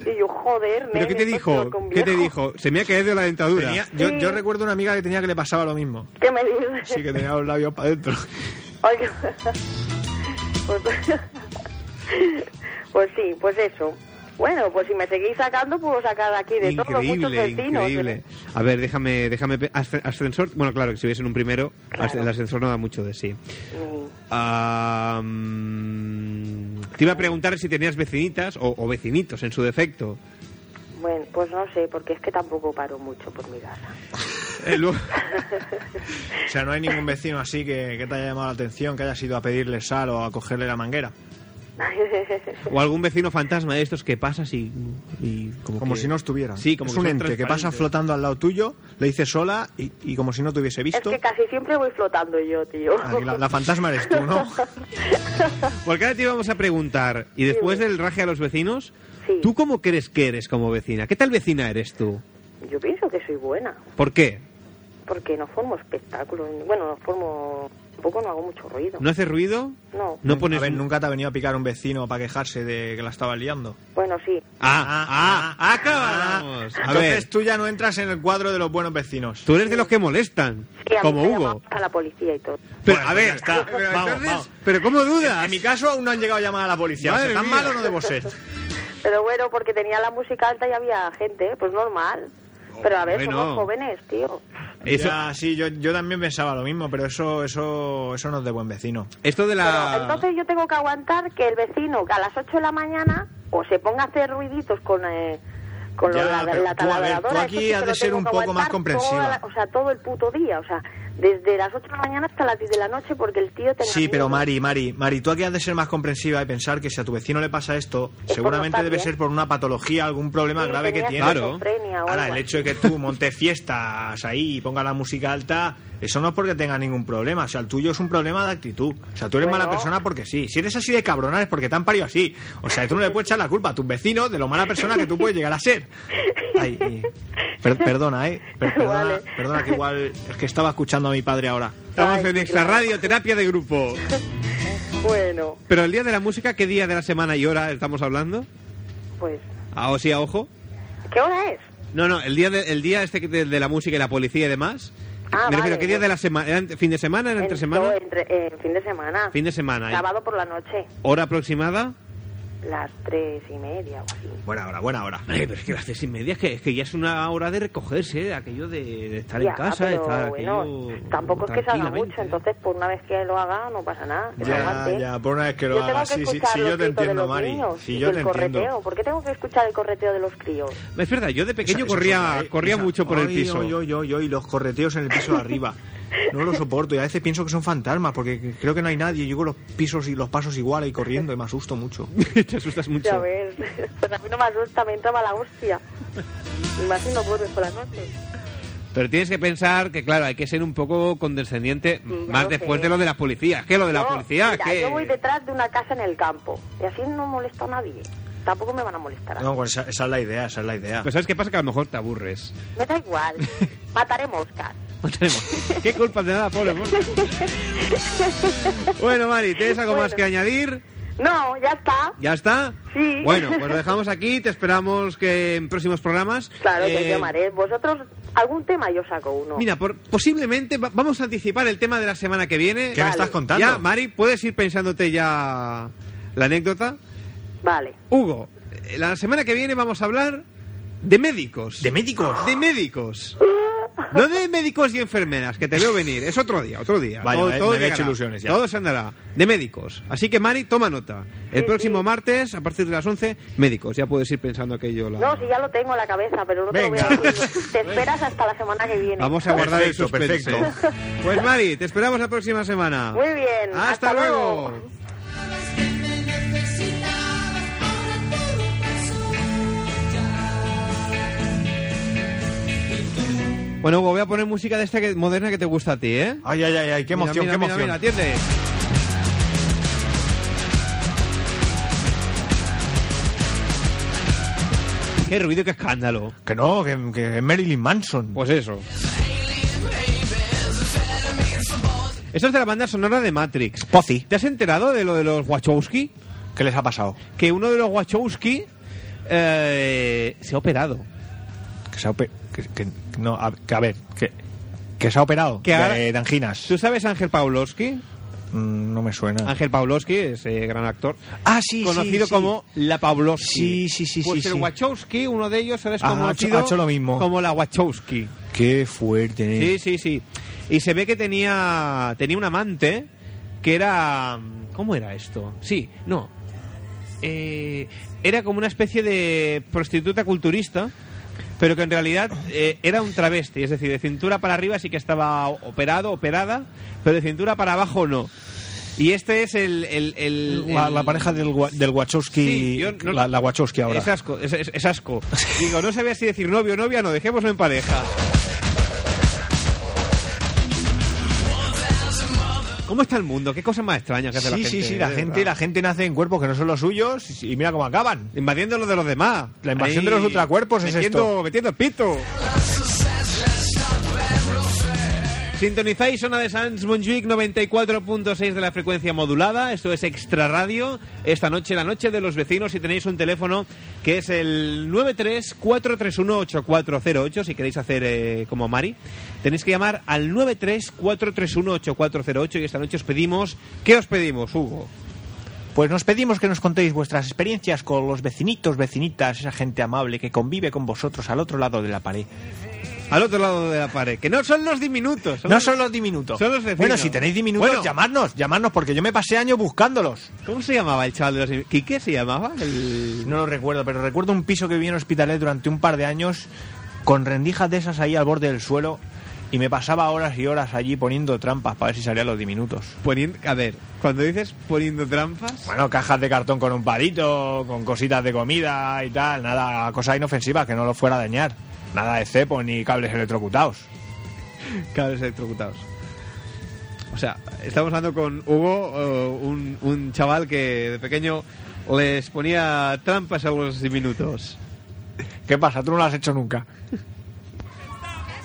Y yo, joder, ¿Pero nene, qué te esto dijo? lo con ¿Qué te viejo. dijo? Se me ha caído la dentadura. Tenía- yo, yo Sí. recuerdo una amiga que tenía que le pasaba lo mismo. ¿Qué me dices? Sí, que tenía los labios para adentro. Oye, pues, pues sí, pues eso. Bueno, pues si me seguís sacando, puedo sacar aquí de todo, muchos Increíble, vecinos. ¿eh? increíble. A ver, déjame, déjame pe- asc- ascensor. Bueno, claro, que si hubiese en un primero, as- Claro. el ascensor no da mucho de sí. Mm, Ah, mm, te iba a preguntar si tenías vecinitas o, o vecinitos en su defecto. Bueno, pues no sé, porque es que tampoco paro mucho por mi casa. Eh, luego- O sea, no hay ningún vecino así que, que te haya llamado la atención, que hayas ido a pedirle sal o a cogerle la manguera. o algún vecino fantasma de estos que pasas y, y como, Como que- si no estuviera. Sí, como es que un son ente que pasa transparentes. flotando al lado tuyo, le dices sola y, y como si no te hubiese Es visto. que casi siempre voy flotando yo, tío. Aquí la, la fantasma eres tú, (laughs) ¿no? Porque ahora te íbamos a preguntar, y después del raje a los vecinos, Sí. ¿tú cómo crees que eres como vecina? ¿Qué tal vecina eres tú? Yo pienso que soy buena. ¿Por qué? Porque no formo espectáculos. Bueno, no formo. Tampoco no hago mucho ruido. ¿No haces ruido? No. No pones... A ver, nunca te ha venido a picar un vecino para quejarse de que la estaba liando. Bueno, sí. Ah, ah, ah, acabamos. Ah, A entonces ver, tú ya no entras en el cuadro de los buenos vecinos. tú eres de los que molestan, Sí, a mí como me Hugo. llamaban A la policía y todo. Pero, Bueno, a pues ver, ya está. pero Vamos, entonces, vamos. pero ¿cómo dudas? En mi caso aún no han llegado a llamar a la policía. Madre o sea, tan mía. malo no debo (laughs) ser. Pero bueno, porque tenía la música alta y había gente, pues normal. Pero a ver, Hombre, somos no. jóvenes, tío. Eso- Ya, sí, yo, yo también pensaba lo mismo, pero eso, eso, eso no es de buen vecino. Esto de la... Pero entonces yo tengo que aguantar que el vecino a las 8 de la mañana o se ponga a hacer ruiditos con, eh, con Ya, lo- la, pero la tú, a ver, taladradora, tú eso aquí sí que has de lo ser tengo un que poco más aguantar comprensiva. toda la- o sea, todo el puto día, o sea, desde las 8 de la mañana hasta las 10 de la noche porque el tío tenía Sí, pero miedo. Mari, Mari, Mari, tú aquí has de ser más comprensiva y pensar que si a tu vecino le pasa esto, por seguramente notar debe bien. ser por una patología, algún problema Sí, grave que tenía tiene. esquizofrenia o Ahora, algo el así. hecho de que tú montes fiestas ahí y pongas la música alta, eso no es porque tengas ningún problema. O sea, el tuyo es un problema de actitud. O sea, tú eres Bueno. mala persona porque sí. Si eres así de cabrona es porque te han parido así. O sea, tú no le puedes echar la culpa a tus vecinos de lo mala persona que tú puedes llegar a ser. Ay, y- per- perdona, ¿eh? (laughs) Per- perdona, Vale. perdona, que igual es que estaba escuchando a mi padre ahora. Estamos Ay, en sí, extra claro. radio, terapia de grupo. Bueno, Pero el día de la música, ¿qué día de la semana y hora estamos hablando? pues, Ah, o sí, a ojo. ¿qué hora es? No, no, el día, de- el día este que de, de la música y la policía y demás. Ah, me refiero, vale, ¿qué día bueno. de la semana? ¿Era ent- fin de semana? ¿Era entre En- semana? no, entre- en fin de semana. Fin de semana. ¿eh? Sábado por la noche, ¿Hora aproximada? las tres y media o así. Buena hora, buena hora. Ay, pero es que las tres y media es que, es que ya es una hora de recogerse, ¿eh? aquello de, de estar Ya, en casa, de pero estar bueno, aquello tampoco es que se haga tranquilamente. mucho, entonces por una vez que lo haga no pasa nada. que lo Ya, aguante. ya, por una vez que lo yo tengo hagas. que Sí, sí, escuchar sí, yo los te gritos de entiendo, los Mari. niños Sí, y yo el te correteo. entiendo. ¿Por qué tengo que escuchar el correteo de los críos? Es verdad, yo de pequeño Esa- esa corría, cosa, eh, corría esa- mucho por el Ay, piso. Ay, ay, ay, ay, los correteos en el piso de arriba. No lo soporto y a veces pienso que son fantasmas porque creo que no hay nadie. Yo con los pisos y los pasos iguales y corriendo y me asusto mucho. (laughs) Te asustas Ya mucho. ves, (laughs) pues a mí no me asusta, me entra mala hostia. Y más si no vuelves por la noche. Pero tienes que pensar que, claro, hay que ser un poco condescendiente Sí, ya más lo después sé. de lo de la policía. Es que lo de la No, policía, mira, es que... Yo voy detrás de una casa en el campo y así no molesto a nadie. Tampoco me van a molestar. a mí. No, pues esa, esa es la idea, esa es la idea. Pues ¿sabes qué pasa? Que a lo mejor te aburres. Me da (laughs) igual, mataré moscas. No Pues (laughs) tenemos. ¿Qué culpa de nada, pobre mosca? bueno, Mari, ¿tienes algo más Bueno. que añadir? No, ya está. ¿Ya está? Sí. Bueno, pues lo dejamos aquí. Te esperamos que en próximos programas. Claro, eh, te llamaré. Vosotros, algún tema yo saco uno. Mira, por- posiblemente va- vamos a anticipar el tema de la semana que viene. ¿Qué me vale. estás contando? Ya, Mari, puedes ir pensándote ya la anécdota. Vale. Hugo, eh, la semana que viene vamos a hablar De médicos. ¿De médicos? De médicos. No de médicos y enfermeras, que te veo venir. Es otro día, otro día. Vale, me- me había llegará. hecho ilusiones ya. Todo se andará. De médicos. Así que, Mari, toma nota. El Sí, próximo sí. martes, a partir de las 11, médicos. Ya puedes ir pensando aquello. La... No, si ya lo tengo en la cabeza, pero no te lo voy a Venga. decir. (laughs) Te esperas hasta la semana que viene. Vamos a guardar el Perfecto, suspense. perfecto. (laughs) Pues, Mari, te esperamos la próxima semana. Muy bien, Hasta, hasta luego. luego. que me necesitabas ahora todo pasó Bueno, Hugo, voy a poner música de esta que, moderna que te gusta a ti, ¿eh? Ay, ay, ay, ay, qué emoción, mira, mira, qué mira, emoción. mira, atiende. Qué ruido, qué escándalo. Que no, que, que Marilyn Manson. Pues eso. Esto es de la banda sonora de Matrix. Pozzi. ¿Te has enterado de lo de los Wachowski? ¿Qué les ha pasado? Que uno de los Wachowski eh, se ha operado. Que se ha ope- que, que- no, a, que a ver, que, que se ha operado Que de, ahora- de anginas. ¿Tú sabes a Ángel Pawlowski? Mm, No me suena. Ángel Pawlowski, ese gran actor. Ah, sí, sí, Conocido sí. como la Pawlowski. Sí, sí, sí, Pues sí, el sí. Wachowski, uno de ellos, ahora es Ah, ha conocido hecho- ha hecho lo mismo. como la Wachowski. Qué fuerte. Sí, sí, sí. Y se ve que tenía, tenía un amante que era... ¿Cómo era esto? Sí, no. Eh, era como una especie de prostituta culturista, pero que en realidad eh, era un travesti. Es decir, de cintura para arriba sí que estaba operado, operada, pero de cintura para abajo no. Y este es el... el- el- La, el- la pareja del, gua- del Wachowski, Sí, yo no- la, la Wachowski ahora. Es asco, es, es- es asco. Digo, no sabía si decir novio o novia, no, dejémoslo en pareja. ¿Cómo está el mundo? ¿Qué cosa más extraña que hace la sí, gente? sí, sí, la de gente, la verdad. gente nace en cuerpos que no son los suyos y y mira cómo acaban. Invadiendo lo de los demás. La invasión de los ultracuerpos es metiendo, esto. Metiendo el pito. Sintonizáis zona de Sans Montjuic 94.6 de la frecuencia modulada. Esto es Extra Radio. Esta noche, la noche de los vecinos, si tenéis un teléfono que es el 934318408, si queréis hacer eh, como Mari, tenéis que llamar al 934318408 y esta noche os pedimos... ¿Qué os pedimos, Hugo? Pues nos pedimos que nos contéis vuestras experiencias con los vecinitos, vecinitas, esa gente amable que convive con vosotros al otro lado de la pared. Al otro lado de la pared, que no son los diminutos. son No los- son los diminutos. Son los vecinos. bueno, si tenéis diminutos, Bueno. llamadnos, llamadnos, porque yo me pasé años buscándolos. ¿Cómo se llamaba el chaval de los... ¿Quique se llamaba? El... No lo recuerdo, pero recuerdo un piso que viví en Hospitalet durante un par de años con rendijas de esas ahí al borde del suelo y me pasaba horas y horas allí poniendo trampas para ver si salían los diminutos. Poniendo... A ver, cuando dices poniendo trampas... Bueno, cajas de cartón con un palito, con cositas de comida y tal, nada, cosas inofensivas que no los fuera a dañar. Nada de cepo ni cables electrocutados. Cables electrocutados. O sea, estamos hablando con Hugo, eh, un, un chaval que de pequeño les ponía trampas a los diminutos. ¿Qué pasa? Tú no lo has hecho nunca. Can't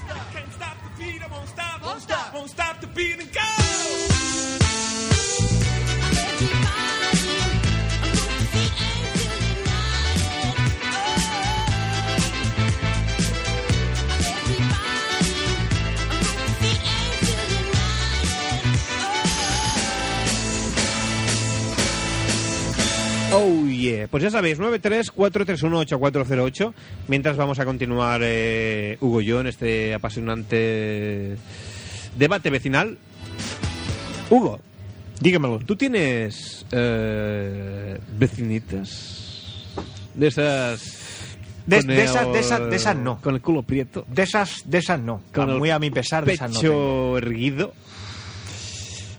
stop the beat, I won't stop, won't stop, won't stop the beat and go. everybody i'm gonna be angel united oh everybody i'm gonna be angel united Oh yeah. Pues ya sabéis, 934318408. Mientras vamos a continuar eh, Hugo y yo en este apasionante debate vecinal. Hugo, Dígamelo. ¿Tú tienes eh, vecinitas? De esas... De- con de esas- de esas- de esas no. Con el culo prieto. De esas, de esas no. Con el muy a mi pesar, de esas no. tengo. Pecho erguido.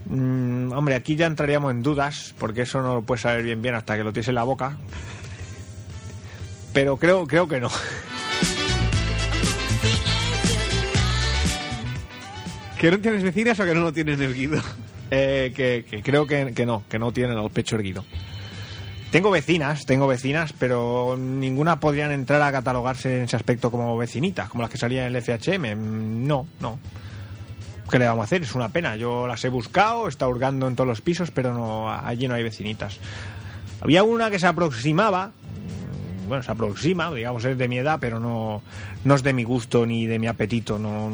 Mm, hombre, aquí ya entraríamos en dudas, porque eso no lo puedes saber bien bien hasta que lo tienes en la boca. Pero creo, creo que no. ¿Que no tienes vecinas o que no lo tienes erguido? Eh, que, que creo que, que no, que no tienen el pecho erguido. Tengo vecinas, tengo vecinas, pero ninguna podrían entrar a catalogarse en ese aspecto como vecinitas, como las que salían en el FHM. Mm, No, no. ¿Qué le vamos a hacer? Es una pena. Yo las he buscado, he estado hurgando en todos los pisos, pero no, allí no hay vecinitas. Había una que se aproximaba, mm, bueno, se aproxima, digamos, es de mi edad, pero no, no es de mi gusto ni de mi apetito. No,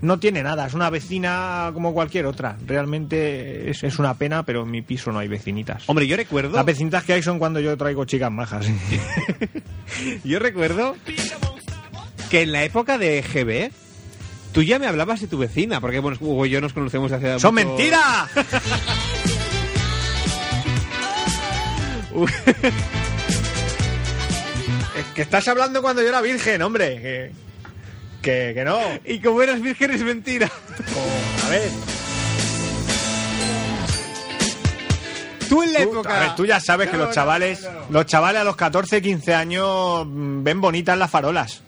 no tiene nada, es una vecina como cualquier otra. Realmente es, es una pena, pero en mi piso no hay vecinitas. Hombre, yo recuerdo... (laughs) Las vecinitas que hay son cuando yo traigo chicas majas. Yo recuerdo que en la época de EGB tú ya me hablabas de tu vecina, porque bueno, Hugo y yo nos conocemos hace ¡Son mucho- (laughs) mentiras! Es que estás hablando cuando yo era virgen, hombre. Que, que, que no. Y como eras virgen es mentira. O, a ver, Tú en (laughs) la tú, época... a ver, tú ya sabes que No, los no, chavales, no, no. los chavales a los 14, 15 años mm, ven bonitas las (laughs) farolas.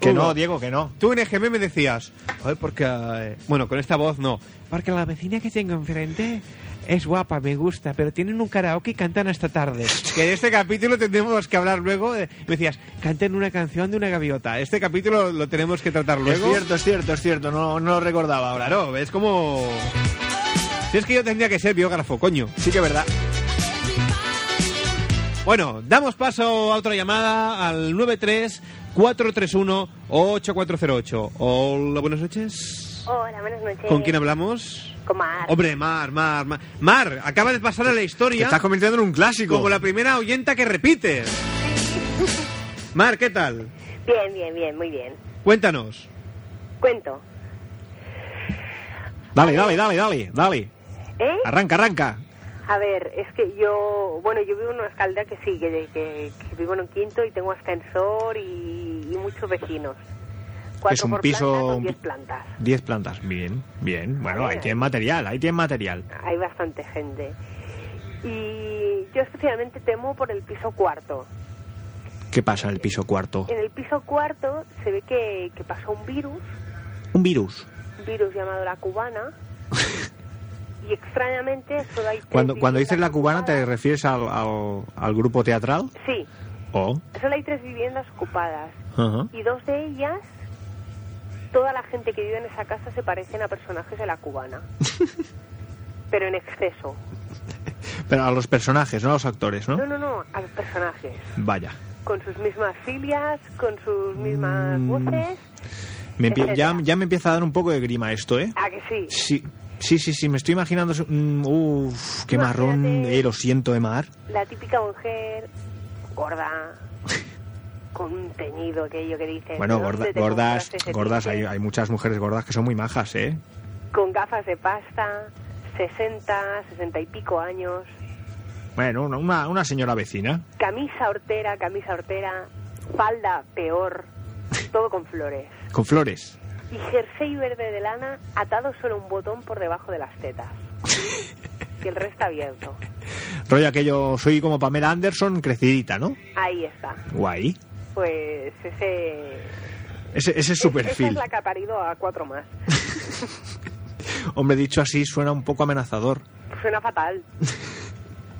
que Hugo. no, Diego, que no. Tú en EGB me decías, "Joder, porque... eh, Bueno, con esta voz no. Porque la vecina que tengo enfrente es guapa, me gusta, pero tienen un karaoke y cantan hasta tarde. Que en este capítulo tendremos que hablar luego. de- Me decías, canten una canción de una gaviota. Este capítulo lo tenemos que tratar luego. Es cierto, es cierto, es cierto. No, no lo recordaba ahora. ¿no? Claro, es como... Si es que yo tendría que ser biógrafo, coño. Sí que es verdad. Bueno, damos paso a otra llamada al 93-431-8408. Hola, buenas noches. Hola, buenas noches. ¿Con quién hablamos? Con Eh, Mar. Hombre, Mar, Mar, Mar. Mar, acaba de pasar a la Te historia estás convirtiendo en un clásico. como la primera oyenta que repite. Mar, ¿qué tal? Bien, bien, bien, muy bien. Cuéntanos. Cuento. Dale, dale, dale, dale, dale. ¿Eh? Ah. Arranca, arranca. A ver, es que yo, bueno, yo vivo en una escalda que sí, que, que- que vivo en un quinto y tengo ascensor y, y muchos vecinos. Cuatro Es un por piso- planta con diez plantas. 10 plantas. Bien, bien. Bueno, ahí tienen material, ahí tienen material. Hay bastante gente. Y yo especialmente temo por el piso cuarto. ¿Qué pasa en el piso cuarto? En el piso cuarto se ve que, que pasó un virus, Un virus. un virus llamado (laughs) la cubana. y extrañamente solo hay tres Cuando, cuando dices la viviendas cubana, ¿te ocupadas. refieres al, al, al grupo teatral? Sí, Oh. solo hay tres viviendas ocupadas. ajá. y dos de ellas, toda la gente que vive en esa casa se parecen a personajes de (laughs) la cubana. Pero en exceso. Pero a los personajes, no a los actores, ¿no? No, no, no, a los personajes. Vaya. Con sus mismas filias, con sus mismas Mm. voces. Me empie- ya, ya me empieza a dar un poco de grima esto, ¿eh? Ah, que sí. Sí, sí, sí, sí. Me estoy imaginando... su- mm, Uf, qué marrón. Imagínate. Eh, lo siento, de mar. La típica mujer (laughs) gorda, con un teñido aquello que dicen. Bueno, "¿Dónde gorda- te gordas, compraste ese gordas, hay, ticket?". hay muchas mujeres gordas que son muy majas, ¿eh? Con gafas de pasta, 60, 60 y pico años. Bueno, una- una, una señora vecina. Camisa hortera, camisa hortera, falda peor, (laughs) todo con flores. Con flores. Y jersey verde de lana atado solo un botón por debajo de las tetas. Y el resto abierto. Rollo aquello, soy como Pamela Anderson, crecidita, ¿no? Ahí está. Guay. Pues ese... Ese, ese es su Esa es perfil. la que ha parido a cuatro más. Hombre, dicho así, suena un poco amenazador. Suena fatal.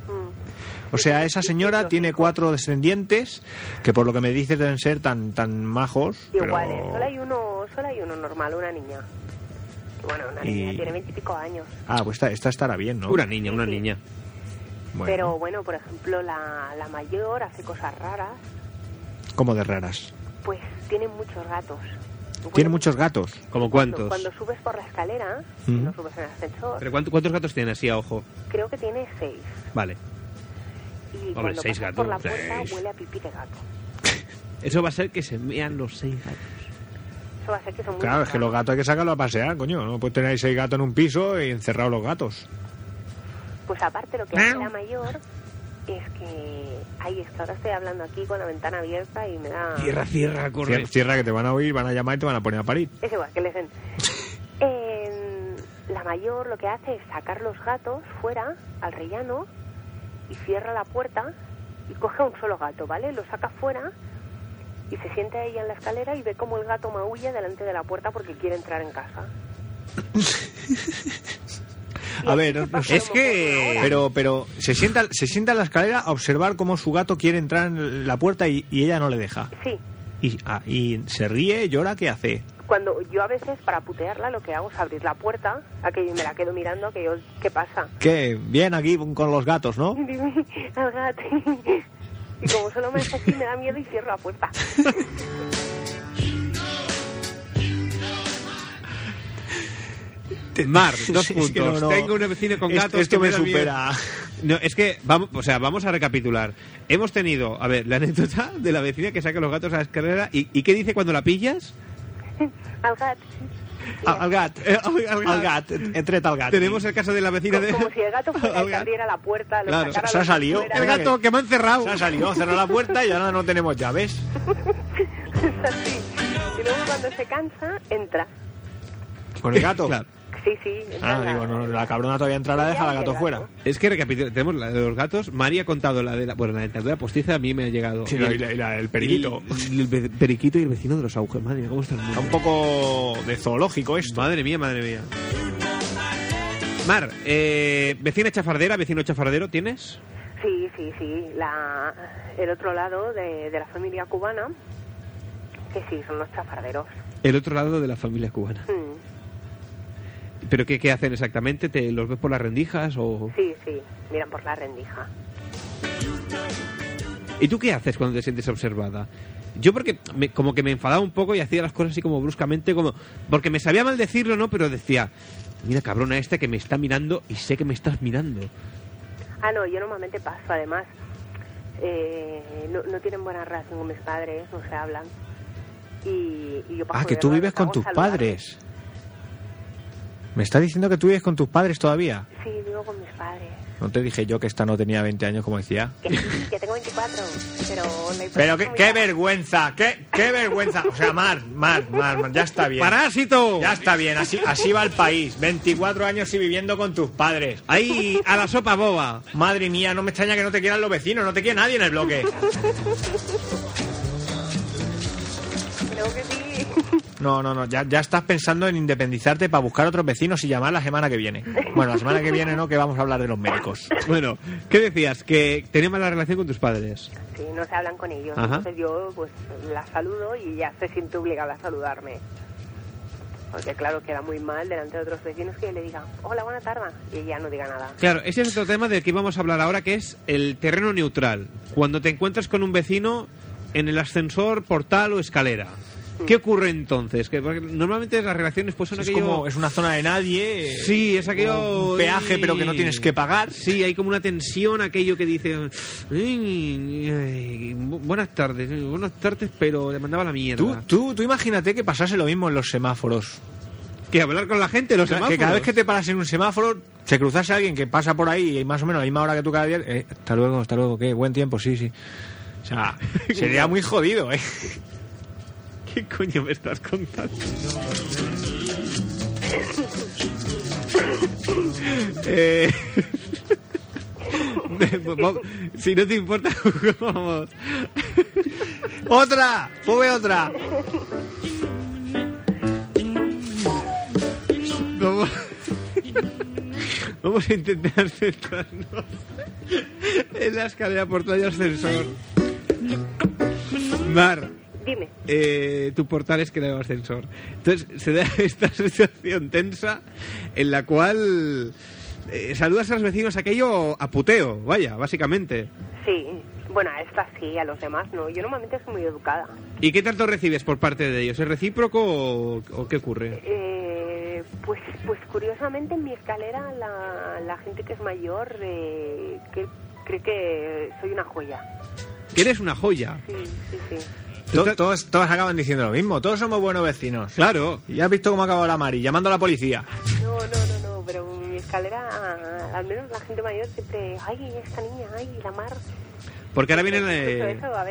Mm. O sea, esa señora tiene cuatro descendientes, que por lo que me dices deben ser tan, tan majos. pero- Iguales. ¿eh? Solo hay uno, solo hay uno normal, una niña. Bueno, una Y- niña, tiene veintipico años. Ah, pues esta, esta estará bien, ¿no? Una niña, una Sí, sí. niña. Bueno, Pero bueno, por ejemplo, la, la mayor hace cosas raras. Como de raras. Pues tiene muchos gatos. Tiene Huele- muchos gatos. ¿Como Cuando, cuántos? cuando subes por la escalera, Mm. no subes en el ascensor, ¿Pero cuánto- ¿Cuántos gatos tiene así a ojo? creo que tiene seis. Vale. Y Hombre, cuando seis pasas gatos, por la puerta seis. huele a pipí de gato. Eso va a ser que se mean los seis gatos. Ah. Eso va a ser que son muy Claro, es que los gatos hay que sacarlos a pasear, coño. No puedes tener ahí seis gatos en un piso y encerrados los gatos. Pues aparte lo que hace la mayor es que... Ay, es que ahora estoy hablando aquí con la ventana abierta y me da... cierra, Cier- Cierra que te van a oír, van a llamar y te van a poner a parir. Es igual, que les den. Em, la mayor lo que hace es sacar los gatos fuera al rellano y cierra la puerta y coge a un solo gato, ¿vale? Lo saca fuera y se sienta ella en la escalera y ve como el gato maulla delante de la puerta porque quiere entrar en casa. Y A así ver, se no- pasa es a lo mejor que- una hora. Pero, pero se sienta, se sienta en la escalera a observar cómo su gato quiere entrar en la puerta y, y ella no le deja. Sí, Y, ah, y se ríe, llora, ¿qué hace? cuando yo a veces para putearla lo que hago es abrir la puerta, a que me la quedo mirando, a que yo, ¿qué pasa? (laughs) ¿Qué? Bien aquí con los gatos, ¿no? al gato. (laughs) Y como solo me hace así, me da miedo y cierro la puerta. Mar, dos Es que puntos. no, no. Tengo una vecina con Es- gatos Esto que me, me da miedo. supera. No, es que, vamos, o sea, vamos a recapitular. Hemos tenido, a ver, la anécdota de la vecina que saca los gatos a la escalera. ¿Y, y qué dice cuando la pillas? Al gat. Al, al gat. Eh, al- al gat. Al gat. Entret al gat. Tenemos el caso de la vecina de... Co- Como si el (laughs) gato (laughs) fuera, Al que gat. abriera la puerta, lo Claro, sacara se ha los salido. fuera. El gato que me ha encerrado. (laughs) Se ha salido, cerró la puerta y ahora no tenemos llaves. Es así. Y luego cuando se cansa, entra. Con el gato. Claro. Sí, sí. entra Ah, la- digo, no, la cabrona todavía entrará, deja al gato fuera. Es que recapitulamos, tenemos la de los gatos. María ha contado la de la. Bueno, la dentadura postiza a mí me ha llegado. Sí, no, y la- y la- el periquito. El, el pe- periquito y el vecino de los agujeros. Madre mía, ¿cómo está el mundo? Está un poco de zoológico esto. Madre mía, madre mía. Mar, eh, vecina chafardera, vecino chafardero, ¿tienes? Sí, sí, sí. La, el otro lado de, de la familia cubana, que sí, son los chafarderos. El otro lado de la familia cubana. Mm, ¿Pero qué, qué hacen exactamente? ¿Te los ves por las rendijas o...? Sí, sí, miran por la rendija. ¿Y tú qué haces cuando te sientes observada? Yo porque me- como que me enfadaba un poco y hacía las cosas así como bruscamente, como... Porque me sabía mal decirlo, ¿no? Pero decía, mira cabrona esta que me está mirando y sé que me estás mirando. Ah, no, yo normalmente paso, además. Eh, no, no tienen buena relación con mis padres, no se hablan. Y, y yo paso Ah, que de tú raro, vives les con hago tus saludar. padres. ¿Me estás diciendo que tú vives con tus padres todavía? Sí, vivo con mis padres. No te dije yo que esta no tenía 20 años, como decía. Que, sí, que tengo 24, pero... la Pero qué, qué hiperactividad- vergüenza, qué, qué vergüenza. O sea, Mar, Mar, Mar, Mar, ya está bien. ¡Parásito! Ya está bien, así, así va el país. 24 años y viviendo con tus padres. Ahí, a la sopa boba. Madre mía, no me extraña que no te quieran los vecinos, no te quiere nadie en el bloque. Creo que sí. No, no, no, ya, ya estás pensando en independizarte para buscar otros vecinos y llamar la semana que viene. Bueno, la semana que viene no, que vamos a hablar de los médicos. Bueno, ¿qué decías? Que tenías mala relación con tus padres. Sí, no se hablan con ellos. Ajá. Entonces yo pues la saludo y ya se siente obligada a saludarme. Porque claro, queda muy mal delante de otros vecinos que yo le diga, hola, buena tarde. Y ella no diga nada. Claro, ese es otro tema del que íbamos a hablar ahora, que es el terreno neutral. Cuando te encuentras con un vecino en el ascensor, portal o escalera. ¿Qué ocurre entonces? Que porque normalmente las relaciones pues son Es aquello- como, es una zona de nadie. eh, Sí, es aquello... Un peaje, pero que no tienes que pagar. Sí, hay como una tensión, aquello que dice... "Ay, ay, bu- buenas tardes, eh, buenas tardes, pero le mandaba la mierda. Tú, tú, tú imagínate que pasase lo mismo en los semáforos. Que hablar con la gente, los Ca- semáforos. Que cada vez que te paras en un semáforo, se cruzase alguien que pasa por ahí y más o menos a la misma hora que tú cada día. eh, hasta luego, hasta luego, qué buen tiempo, sí, sí. O sea, sería muy jodido, ¿eh? ¿Qué coño me estás contando? (laughs) Eh, (laughs) vamos, si no te importa, (laughs) vamos. ¡Otra! ¡Sube otra! Vamos, (laughs) vamos a intentar centrarnos en la escalera portal y ascensor. Mar, Dime, eh, tu portal es que era el ascensor. Entonces se da (laughs) esta situación tensa en la cual eh, saludas a los vecinos aquello a puteo, vaya, básicamente. sí. Bueno, a esta sí, a los demás no. Yo normalmente soy muy educada. ¿Y qué tanto recibes por parte de ellos? ¿Es recíproco o, o qué ocurre? Eh, pues, pues curiosamente en mi escalera la, la gente que es mayor eh, que cree que soy una joya. Que eres una joya. Sí, sí, sí. To- Todos, todos acaban diciendo lo mismo, todos somos buenos vecinos. Claro. Y has visto cómo ha acabado la Mari, llamando a la policía. No, no, no, no, pero mi escalera, al menos la gente mayor siempre, ay, esta niña, ay, la mar. Porque ahora viene Eh. Incluso la, Eso a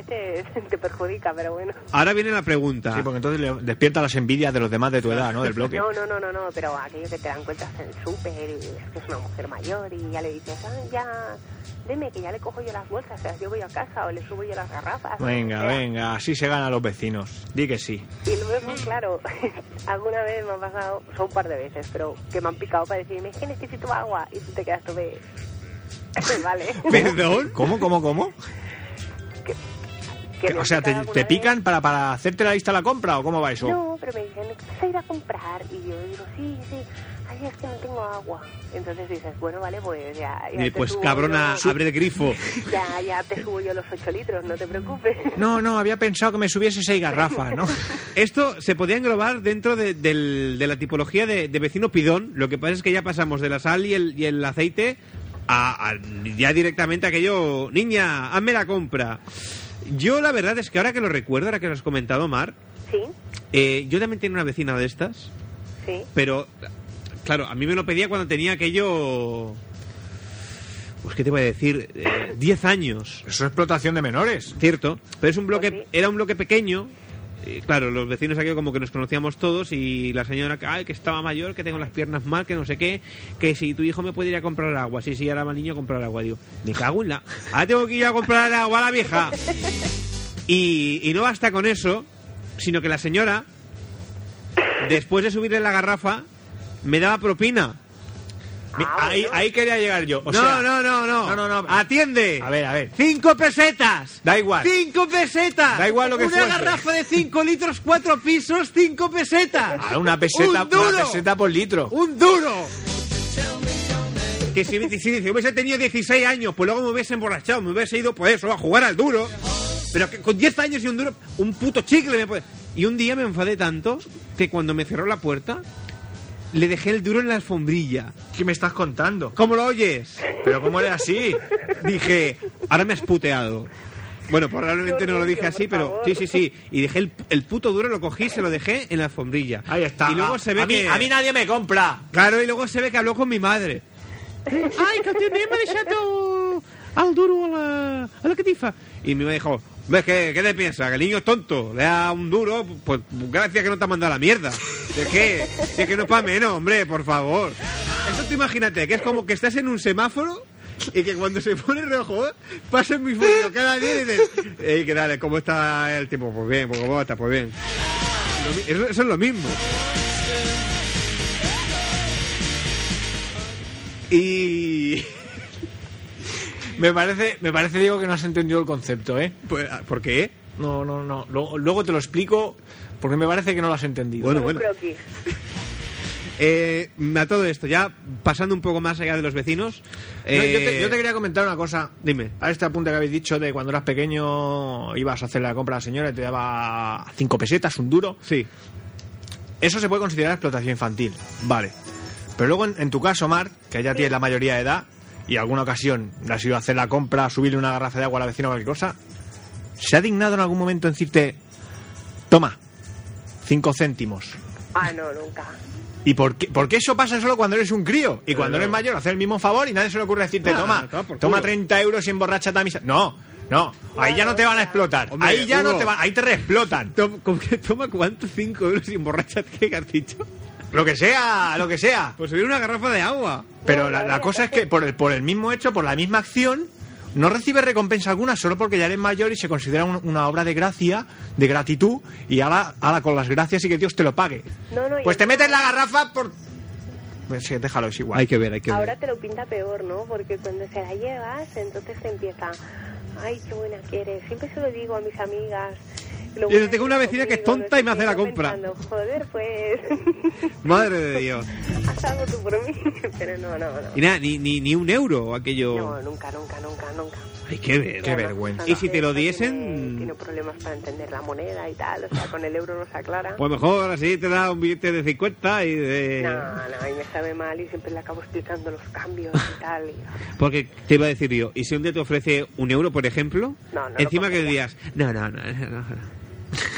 veces (laughs) te perjudica, pero bueno. ahora viene la pregunta. Sí, porque entonces le despierta las envidias de los demás de tu edad, ¿no? Del bloque. No, no, no, no, no, pero aquello que te dan cuenta en el súper, y es que es una mujer mayor y ya le dices, ah, ya, deme que ya le cojo yo las bolsas, se las llevo yo a casa o le subo yo las garrafas. o Venga, lo que sea. venga, así se gana a los vecinos. Di que sí. Y luego, claro, (laughs) alguna vez me ha pasado, son un par de veces, pero que me han picado para decirme, es que necesito agua y tú te quedas tú de... (laughs) vale. ¿Perdón? ¿Cómo, cómo, cómo? Que me O han sea, ¿te, te picado alguna vez. pican para, para hacerte la lista a la compra o cómo va eso? No, pero me dicen, ¿vas a ir a comprar? Y yo digo, sí, sí. Ay, es que no tengo agua. Entonces dices, bueno, vale, pues ya. ya Eh, te pues subo cabrona, yo- abre el grifo. (laughs) Ya, ya te subo yo los 8 litros, no te preocupes. (laughs) No, no, había pensado que me subiese seis garrafas, ¿no? (laughs) Esto se podía englobar dentro de, del- de la tipología de, de vecino pidón. Lo que pasa es que ya pasamos de la sal y el, y el aceite a- a- ya directamente aquello, niña, hazme la compra. Yo la verdad es que ahora que lo recuerdo, ahora que lo has comentado, Mar, Sí, eh, yo también tenía una vecina de estas, sí. pero claro, a mí me lo pedía cuando tenía aquello... Pues qué te voy a decir, Eh, 10 años. Eso es explotación de menores. Cierto, pero es un bloque, Pues sí. era un bloque pequeño. y, claro, los vecinos aquí como que nos conocíamos todos y la señora que, "Ay, que estaba mayor, que tengo las piernas mal, que no sé qué, que si tu hijo me puede ir a comprar agua, sí, sí, ahora va el niño a comprar agua. Digo, me cago en la... Ahora tengo que ir a comprar agua a la vieja. Y, y no basta con eso, sino que la señora, después de subirle la garrafa, me daba propina. Mi- Ahí, ahí quería llegar yo. no, O sea, no, no, no, Ah, No, no, no. Atiende. A ver, a ver. Cinco pesetas. Da igual. Cinco pesetas. Da igual lo que Una fuese. garrafa de cinco litros, cuatro pisos, cinco pesetas. Ah, Una peseta, Un duro. una peseta por litro. Un duro. Que si, si- si hubiese tenido 16 años, pues luego me hubiese emborrachado, me hubiese ido por eso a jugar al duro. Pero que con 10 años y un duro, un puto chicle me puede... Y un día me enfadé tanto que cuando me cerró la puerta, le dejé el duro en la alfombrilla. ¿Qué me estás contando? ¿Cómo lo oyes? ¿Pero cómo era así? dije, ahora me has puteado. Bueno, probablemente no lo dije así, pero sí, sí, sí. Y dejé el, el puto duro, lo cogí, se lo dejé en la alfombrilla. Ahí está. Y luego se ve a, mí, que... a mí nadie me compra. Claro, y luego se ve que habló con mi madre. Ai, que te anem a deixar el, el duro a la, a la catifa. Y mi madre dijo, "Hombre, ¿qué, ¿qué te piensas? Que el niño es tonto, le da un duro, pues gracias que no te ha mandado a la mierda. Es que, es que no es para menos, hombre, por favor. Eso tú imagínate, que es como que estás en un semáforo y que cuando se pone rojo, ¿eh? pasa muy fuerte cada día y dices, "Ey, ¿qué tal? ¿Cómo está el tiempo? Pues bien, ¿cómo está? Pues bien. Lo mi- Eso, eso es lo mismo. Y... Me parece, me parece, Diego, que no has entendido el concepto, ¿eh? Pues, ¿Por qué? No, no, no. Luego, luego te lo explico porque me parece que no lo has entendido. Bueno, Un bueno. croquis. Eh, a todo esto, ya pasando un poco más allá de los vecinos. No, yo, eh, te, yo te quería comentar una cosa. Dime. A este apunte que habéis dicho de cuando eras pequeño ibas a hacer la compra a la señora y te daba cinco pesetas, un duro. Sí. Eso se puede considerar explotación infantil. Vale. Pero luego, en, en tu caso, Mar, que ya tienes la mayoría de edad y alguna ocasión has ido a hacer la compra, subirle una garrafa de agua a la vecina o cualquier cosa, ¿se ha dignado en algún momento en decirte, toma, cinco céntimos? Ah, no, nunca. ¿Y por qué, porque eso pasa solo cuando eres un crío? Y cuando eres mayor, hacer el mismo favor y nadie se le ocurre decirte, Ah, toma, toma por toma culo". 30 euros y emborracha a misa. No, no, ahí ya no te van a explotar. Hombre, ahí ya no Hugo. te van, ahí te reexplotan. Tom- ¿con qué toma cuánto? ¿Cinco euros sin borracha? ¿Qué has dicho? Lo que sea, lo que sea. Pues subir una garrafa de agua. Pero la, la cosa es que por el, por el mismo hecho, por la misma acción, no recibes recompensa alguna solo porque ya eres mayor y se considera un- una obra de gracia, de gratitud, y ahora, ahora con las gracias y que Dios te lo pague. No, no, y Pues te encima- metes la garrafa por... Pues sí, déjalo, es igual. Hay que ver, hay que ver. Ahora te lo pinta peor, ¿no? Porque cuando se la llevas, entonces te empieza, ay, qué buena que eres. Siempre se lo digo a mis amigas. Lo Y yo buena tengo una eres vecina que es conmigo, no tonta y sé me hace qué, la yo compra. pensando, Joder, pues, (laughs) Madre de Dios. haz algo tú por mí. (laughs) Pero no, no, no. Y nada, ni, ni, ni un euro aquello. No, nunca, nunca, nunca, nunca. Hay que ver. Qué vergüenza. Y si te lo Esa diesen- Tiene, tiene problemas para entender la moneda y tal, o sea, con el euro no se aclara. Pues mejor así te da un billete de 50 y de... No, no, y me sabe mal y siempre le acabo explicando los cambios y tal. y- Porque te iba a decir yo, y si un día te ofrece un euro, por ejemplo, No, no lo encima que cogería. dirías, no, no, no, no, no, (laughs)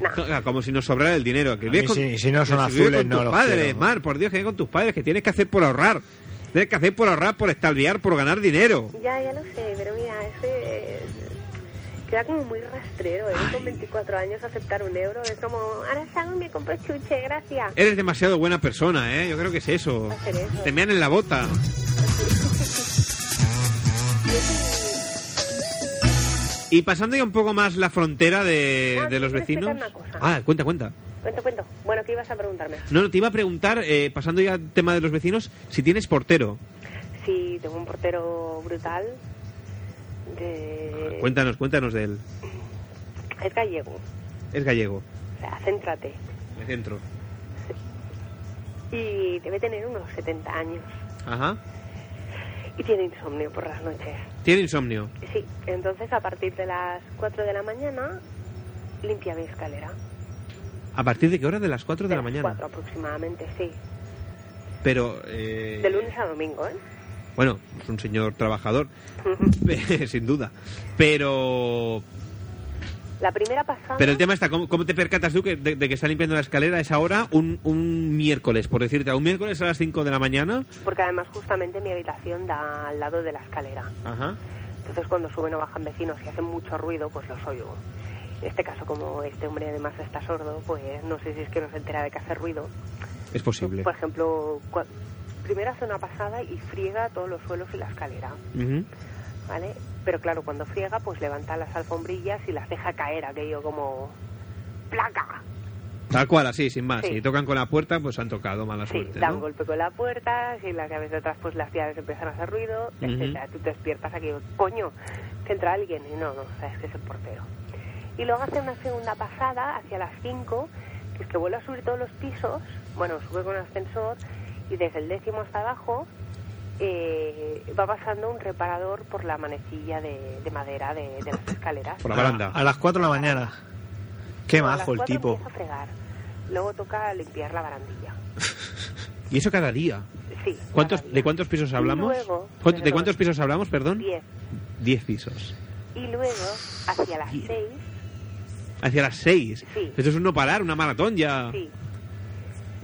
No. Claro, Como si nos sobrara el dinero. Que A vives con- mí sí, si no son que vives azules, con no tus los padres, quiero. Mar, por Dios, que vives con tus padres, que tienes que hacer por ahorrar. Tienes que hacer por ahorrar, por estalviar, por ganar dinero. Ya, ya lo sé, pero mira, ese eh, queda como muy rastrero, ¿eh? Con 24 años aceptar un euro es como, ahora salgo y me compro chuche, gracias. Eres demasiado buena persona, ¿eh? Yo creo que es eso. Hacer eso. Te mean en la (laughs) bota. Y pasando ya un poco más la frontera de, Ah, de los te quiero vecinos. explicar una cosa. Ah, cuenta, cuenta. Cuento, cuento. Bueno, ¿qué ibas a preguntarme? No, no, te iba a preguntar, eh, pasando ya al tema de los vecinos, si tienes portero. Sí, tengo un portero brutal de... Cuéntanos, cuéntanos de él. Es gallego, Es gallego, o sea, céntrate. de centro. Y debe tener unos 70 años Ajá. y tiene insomnio por las noches. Tiene insomnio. Sí, entonces a partir de las 4 de la mañana limpia mi escalera. ¿A partir de qué hora? De las 4 de, la las mañana. 4 aproximadamente, sí. Pero... eh, (laughs) De lunes a domingo, ¿eh? Bueno, es un señor trabajador, (laughs) sin duda. Pero La primera pasada. pero el tema está, ¿cómo, cómo te percatas tú que, de, de que está limpiando la escalera a esa hora un, un miércoles, por decirte, un miércoles a las 5 de la mañana? Porque además justamente mi habitación da al lado de la escalera. Ajá. Entonces cuando suben o bajan vecinos y hacen mucho ruido, pues los oigo. En este caso, como este hombre además está sordo, pues no sé si es que no se entera de que hace ruido. Es posible. Por ejemplo, cua- primero hace una pasada y friega todos los suelos y la escalera, Ujú. ¿vale? Pero claro, cuando friega, pues levanta las alfombrillas y las deja caer, aquello como placa. Tal cual, así, sin más. Sí. Si tocan con la puerta, pues han tocado, mala Sí, suerte. da un ¿no? golpe con la puerta, si la cabeza atrás pues las llaves empiezan a hacer ruido, Ujú. etcétera. Tú te despiertas aquí, coño, que entra alguien y no, no, sabes que es el portero. Y luego hace una segunda pasada hacia las 5, que es que vuelve a subir todos los pisos, bueno, sube con ascensor y desde el décimo hasta abajo eh, va pasando un reparador por la manecilla de, de madera de, de (laughs) las escaleras. Por la baranda. A, a las 4 de la mañana. Qué Luego a las majo el cuatro tipo. empieza a fregar. Luego toca limpiar la barandilla. Y eso cada día. Sí. ¿Cuántos, cada día. ¿De cuántos pisos Y hablamos? luego, ¿Cuánto- ¿De perdón, cuántos pisos hablamos, perdón? Diez. Diez pisos. Y luego, hacia las Diez. seis, Hacia las seis. Sí. Esto es un no parar, una maratón ya. sí.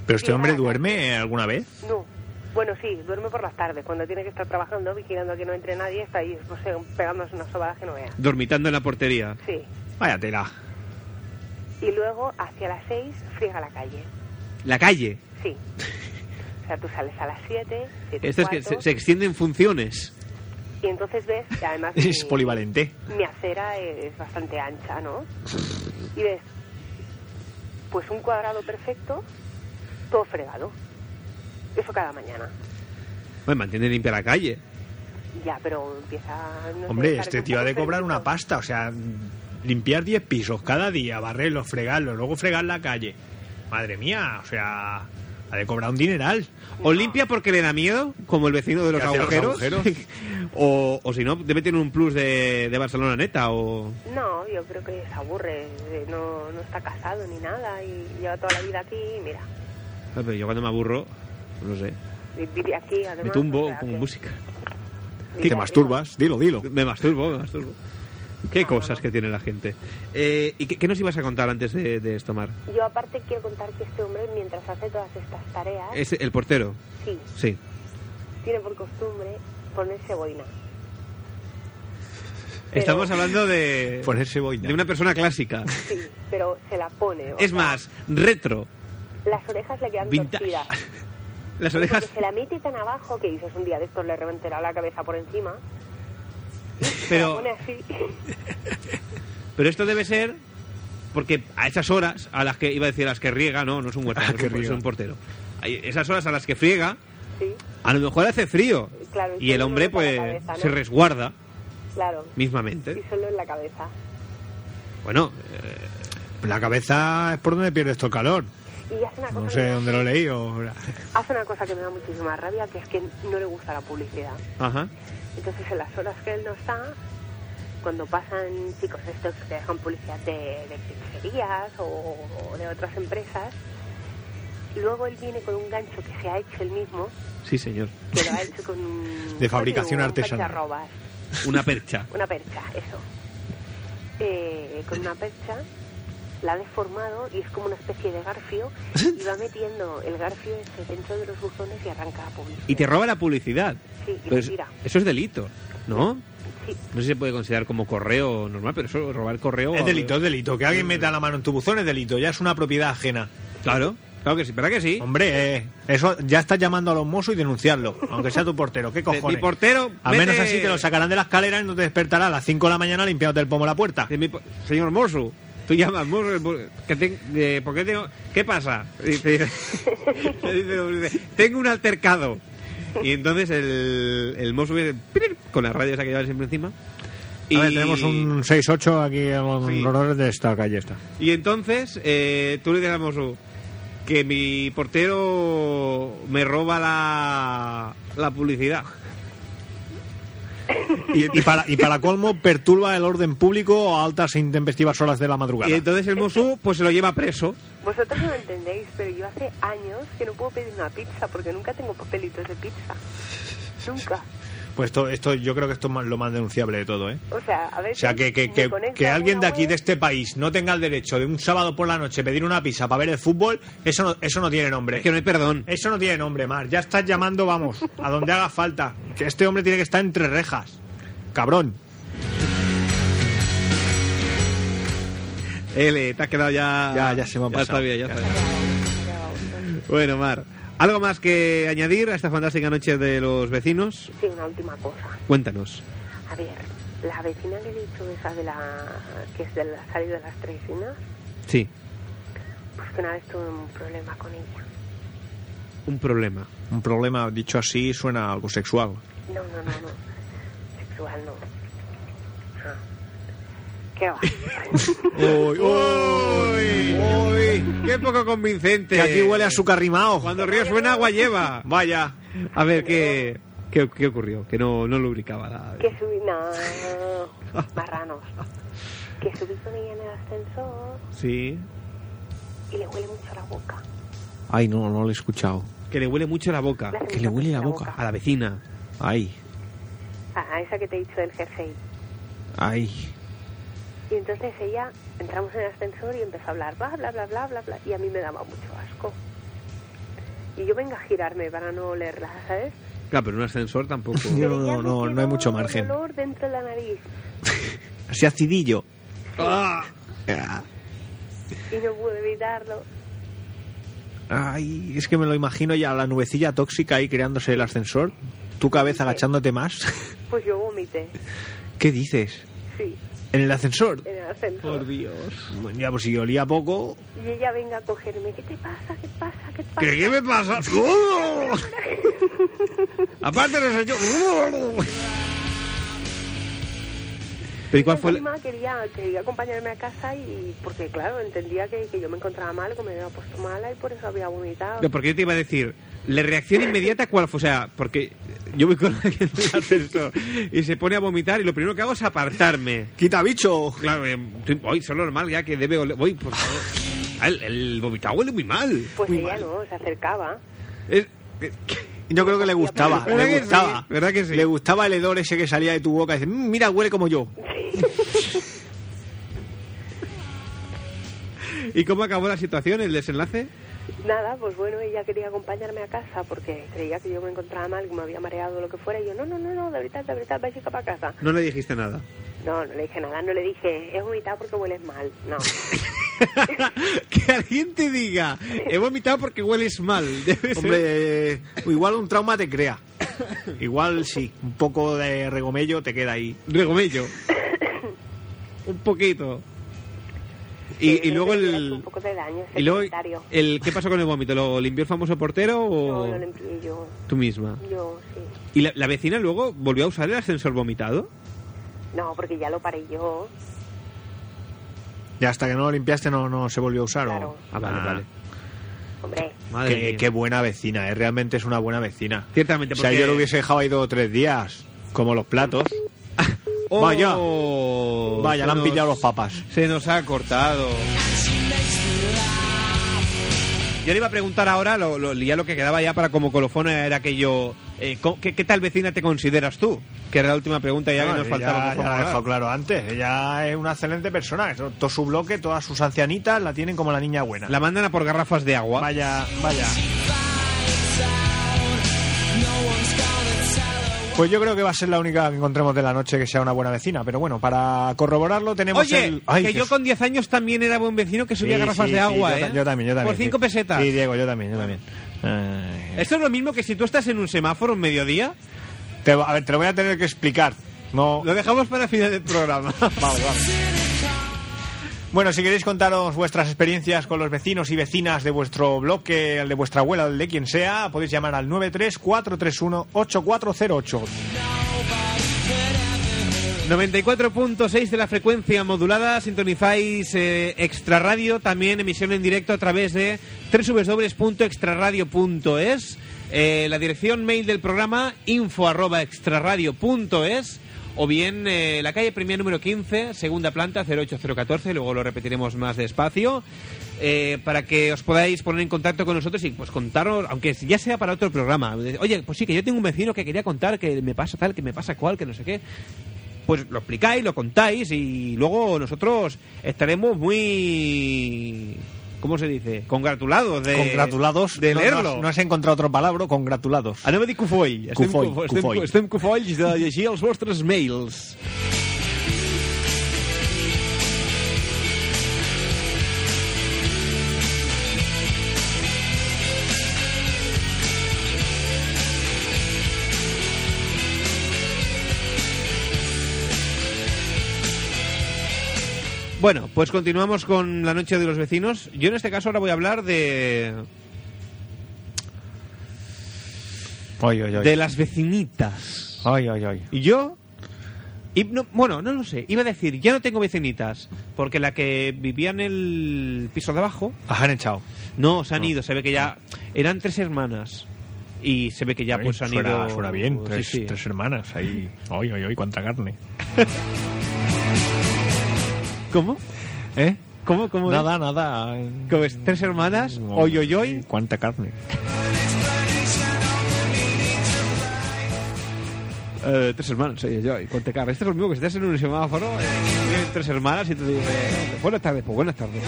¿Pero este Llega hombre a la duerme alguna (laughs) vez? No. Bueno, sí, duerme por las tardes, cuando tiene que estar trabajando, vigilando que no entre nadie, está ahí no sé, pegándose unas sobadas que no vea. Dormitando en la portería. Sí. Vaya tela. Y luego, hacia las seis, friega la calle. La calle. (laughs) Sí. O sea, tú sales a las siete, siete y Esto es que se, cuarto, se extienden funciones. y entonces ves que (laughs) además... Es mi- polivalente. mi acera es bastante ancha, ¿no? Y ves, pues un cuadrado perfecto, todo fregado. Eso cada mañana. Bueno, mantiene limpia la calle. Ya, pero empieza... no sé, Hombre, parece este un tío ha poco de cobrar una enfermizo. pasta, o sea, limpiar 10 pisos cada día, barrerlos, fregarlos, luego fregar la calle. Madre mía, o sea, ha de cobrar un dineral. O limpia porque le da miedo, como el vecino de los Que hace los agujeros. agujeros. (laughs) o o si no, debe tener un plus de, de Barcelona neta. O... No, yo creo que se aburre, eh, no, no está casado ni nada y lleva toda la vida aquí y mira, Ah, pero yo cuando me aburro, no sé, vi- vive aquí además. me o tumbo sea como que- música. mira, Te digo, masturbas, dilo, dilo. Me masturbo, me masturbo. Qué cosas que tiene la gente. Eh, ¿Y qué, qué nos ibas a contar antes de, de esto, Mar? Yo aparte quiero contar que este hombre, mientras hace todas estas tareas, Es el portero, sí, sí. tiene por costumbre ponerse boina. Estamos hablando de, Ponerse boina. de una persona clásica. Sí, pero se la pone. o Es sea, más, retro. Las orejas le quedan Vintage. (laughs) torcidas. Las Porque orejas, Se la mete tan abajo que dices un día de estos le reventará la cabeza por encima. Se pero, la pone así. (laughs) pero esto debe ser porque a esas horas a las que iba a decir a las que riega, no, no es un huertero, Ah, es, que un, es riega. un portero. Hay- Esas horas a las que friega, Sí, a lo mejor hace frío Claro, y y el solo hombre le toca la pues cabeza, ¿no? se resguarda claro. mismamente. Y solo en la cabeza. Bueno, eh, La cabeza es por donde pierdes todo el calor. Y hace una cosa, No que sé me da- dónde lo leí (laughs) o... hace una cosa que me da muchísima rabia, que es que no le gusta la publicidad. ajá. Entonces en las horas que él no está, cuando pasan chicos estos que dejan publicidad de, de pizzerías o, o de otras empresas, luego él viene con un gancho que se ha hecho él mismo, Sí, señor. que lo ha hecho con... un- De fabricación un artesanal. cacharrobas. Una percha. Una percha, eso. Eh, con una percha la ha deformado y es como una especie de garfio y va metiendo el garfio ese dentro de los buzones y arranca la publicidad. Y te roba Pues la publicidad. Sí, y Pero lo es- tira. eso es delito, ¿no? Sí, No sé si se puede considerar como correo normal, pero eso, robar correo... Es delito, es delito. Que alguien meta la mano en tu buzón es delito, ya es una propiedad ajena. Claro, claro que sí, ¿verdad que sí? Hombre, eh, eso ya estás llamando a los mozos y denunciarlo, aunque sea tu portero. ¿Qué (laughs) De- cojones? Mi portero... Al vete- menos así te lo sacarán de la escalera y no te despertará a las 5 de la mañana limpiándote el pomo a la puerta. de mi po- Señor Mosu, tú llamas Mosu... el- que te- eh, ¿Por qué tengo...? ¿Qué pasa? Y te- (laughs) le dice- dice, tengo un altercado. Y entonces el, el Mosu viene "Pirir", con las radios que llevan siempre encima. A ver, tenemos un 6-8 aquí en Sí. los horrores de esta calle. Esta. Y entonces eh, tú le dices a Mosu que mi portero me roba la, la publicidad. Y, Y, ent- para, y para colmo, perturba el orden público a altas e intempestivas horas de la y madrugada. entonces el Mosu pues se lo lleva preso. vosotros no lo entendéis, pero yo hace años que no puedo pedir una pizza porque nunca tengo papelitos de pizza. Nunca. Pues esto, esto yo creo que esto es más- lo más denunciable de todo, ¿eh? O sea, a ver. O sea, que, que, que- que alguien de aquí, de este país, no tenga el derecho de un sábado por la noche pedir una pizza para ver el fútbol, eso no, eso no tiene nombre. Es que no hay perdón. Eso no tiene nombre, Mar. Ya estás llamando, vamos, a donde haga falta. Que este hombre tiene que estar entre rejas. Cabrón. L, eh, te has quedado ya. Ya, ya se me ha pasado. está bien, ya está bien. Bueno, Mar. ¿Algo más que añadir a esta fantástica noche de los vecinos? Sí, una última cosa. Cuéntanos. A ver, la vecina que he dicho, esa de la. que es de la salida de las tresinas, Sí, pues que una vez tuve un problema con ella. un problema. Un problema dicho así suena algo sexual. No, no, no, no. Sexual no. Ah. ¿Qué va? Uy, ¡Uy! ¡Uy! ¡Qué poco convincente! Que aquí huele a su carrimao. Eh, Cuando río suena, agua lleva. Vaya. A ver, ¿qué, qué, qué ocurrió? Que no, no lubricaba la... que subí. No. Marranos. Que subí con ella en el ascensor Sí. y le huele mucho la boca. Ay, no, no lo he escuchado. Que le huele mucho la boca. hace Ah, que mucho le huele mucho la boca. A la vecina. Ay, A, Ah, a esa que te he dicho del jersey. ay. Y entonces ella, entramos en el ascensor y empezó a hablar, bla, bla, bla, bla, bla, bla, y a mí me daba mucho asco. Y yo venga a girarme para no olerla, ¿sabes? Claro, pero un ascensor tampoco. No, Pero ya no, no, me no hay quedó mucho el margen. olor dentro de la nariz Así acidillo. ¡Ah! y no pude evitarlo. Ay, es que me lo imagino ya la nubecilla tóxica ahí creándose el ascensor. Tu cabeza agachándote más. Pues yo vomité, ¿Qué dices? sí, ¿En el ascensor? en el ascensor. Dios. Ya, pues si olía poco. Y ella venga a cogerme, ¿qué te pasa? ¿Qué pasa? ¿Qué pasa? ¿Qué, qué me pasa? ¡Oh! Aparte no (laughs) soy yo. ¡Oh! Pero ¿y cuál fue? Mi la- prima quería, quería acompañarme a casa y porque claro, entendía que, que yo me encontraba mal, que me había puesto mala y por eso había vomitado. No, porque yo te iba a decir, la reacción inmediata cuál fue, o sea, porque yo voy con alguien del ascensor y se pone a vomitar y lo primero que hago es apartarme. ¡Quita bicho! Claro, eh, tú- hoy es lo normal ya que debe oler, voy, por favor. Ah, El, el vomitado huele muy mal. Pues muy ella mal. no, se acercaba. Es- eh, Yo creo que le gustaba. ¿Verdad que Le sí? gustaba. ¿Verdad que sí? Le gustaba el hedor ese que salía de tu boca. Dice, "Mm, mira, huele como yo. (laughs) ¿Y cómo acabó la situación, el desenlace? Nada, pues bueno, ella quería acompañarme a casa porque creía que yo me encontraba mal, que me había mareado o lo que fuera. Y yo, no, no, no, no, de ahorita, de ahorita, vais para casa. No le dijiste nada. No, no le dije nada, no le dije, he vomitado porque hueles mal. (laughs) No, que alguien te diga, he vomitado porque hueles mal. Debe ser- Hombre, eh, igual un trauma te crea. Igual sí, un poco de regomello te queda ahí. (laughs) Regomello. un poquito. Y, y Yo luego creo que hace Un el. poco de daño, ese Y luego comentario. el ¿Qué pasó con el vómito? ¿Lo limpió el famoso portero No, o no lo limpié yo, tú misma? yo sí. ¿Y la, la vecina luego volvió a usar el ascensor vomitado? No, porque ya lo paré yo, Ya hasta que no lo limpiaste no, no se volvió a usar. ¿o? Claro. Ah, vale, Ah, vale. hombre. Madre qué, mía. qué buena vecina, ¿eh? realmente es una buena vecina. Ciertamente, O sea, porque- yo lo hubiese dejado ahí dos o tres días, como los platos. ¡Oh! Vaya. Se Oh, Vaya, le han nos- pillado los papas. Se nos ha cortado. Yo le iba a preguntar ahora, lo, lo- ya lo que quedaba ya para como colofón era aquello, eh, co- ¿qué, qué tal vecina te consideras tú? Que era la última pregunta ya que nos Ella faltaba. por Ah, ya lo he favor. dejado claro antes. Ella es una excelente persona. Todo todo su bloque, todas sus ancianitas la tienen como la niña buena. La mandan a por garrafas de agua. Vaya, vaya. Pues yo creo que va a ser la única que encontremos de la noche que sea una buena vecina. Pero bueno, para corroborarlo tenemos Oye, el... Ay, que yo Jesús. con 10 años también era buen vecino que subía Sí, garrafas sí, de sí, agua, yo, ta- ¿eh? yo también, yo también. Por 5 Sí. pesetas. Sí, Diego, yo también, yo también. Ay. Esto es lo mismo que si tú estás en un semáforo en mediodía, Te- a ver, te lo voy a tener que explicar. No. lo dejamos para el final del (laughs) programa. Vale, vale. Bueno, si queréis contaros vuestras experiencias con los vecinos y vecinas de vuestro bloque, el de vuestra abuela, el de quien sea, podéis llamar al 934318408. 94.6 de la frecuencia modulada, sintonizáis eh, Extra Radio, también emisión en directo a través de www.extraradio.es, eh, la dirección mail del programa info arroba extraradio punto es o bien eh, la calle Premier número 15, segunda planta 08014, luego lo repetiremos más despacio, eh, para que os podáis poner en contacto con nosotros y pues contaros, aunque ya sea para otro programa, de, oye, pues sí, que yo tengo un vecino que quería contar que me pasa tal, que me pasa cual, que no sé qué, pues lo explicáis, lo contáis y luego nosotros estaremos muy... ¿Cómo se dice? Congratulados de, congratulados. de No, no leerlo. has- No, has encontrado otra palabra, congratulados. Anem a dir cofoi. Estem, Cofoi, cofoi, estem, cofoi. estem cofolls de llegir els vostres mails. Bueno, pues continuamos con la noche de los vecinos. Yo en este caso ahora voy a hablar de, Oy, oy, oy. de las vecinitas. Oy, oy, oy. Y yo. y no- bueno, no lo sé. Iba a decir, ya no tengo vecinitas. Porque la que vivía en el piso de abajo. Las han echado. No, Ah. se han ido. Se ve que ya. Eran tres hermanas. Y se ve que ya pues Oy, han suena, ido. Suena bien, Sí, tres, sí. tres hermanas ahí. Oy, oy, oy, cuánta carne. ¿Cómo? ¿Eh? ¿Cómo? ¿Cómo? es? Nada, nada. ¿Cómo es? Tres hermanas. Hoy, hoy, hoy. Cuánta carne. Eh, tres hermanas, oye, yo, y con tecar. Este es lo mismo que si estás en un semáforo, eh, tienes tres hermanas y te dices, buenas tardes, pues buenas tardes.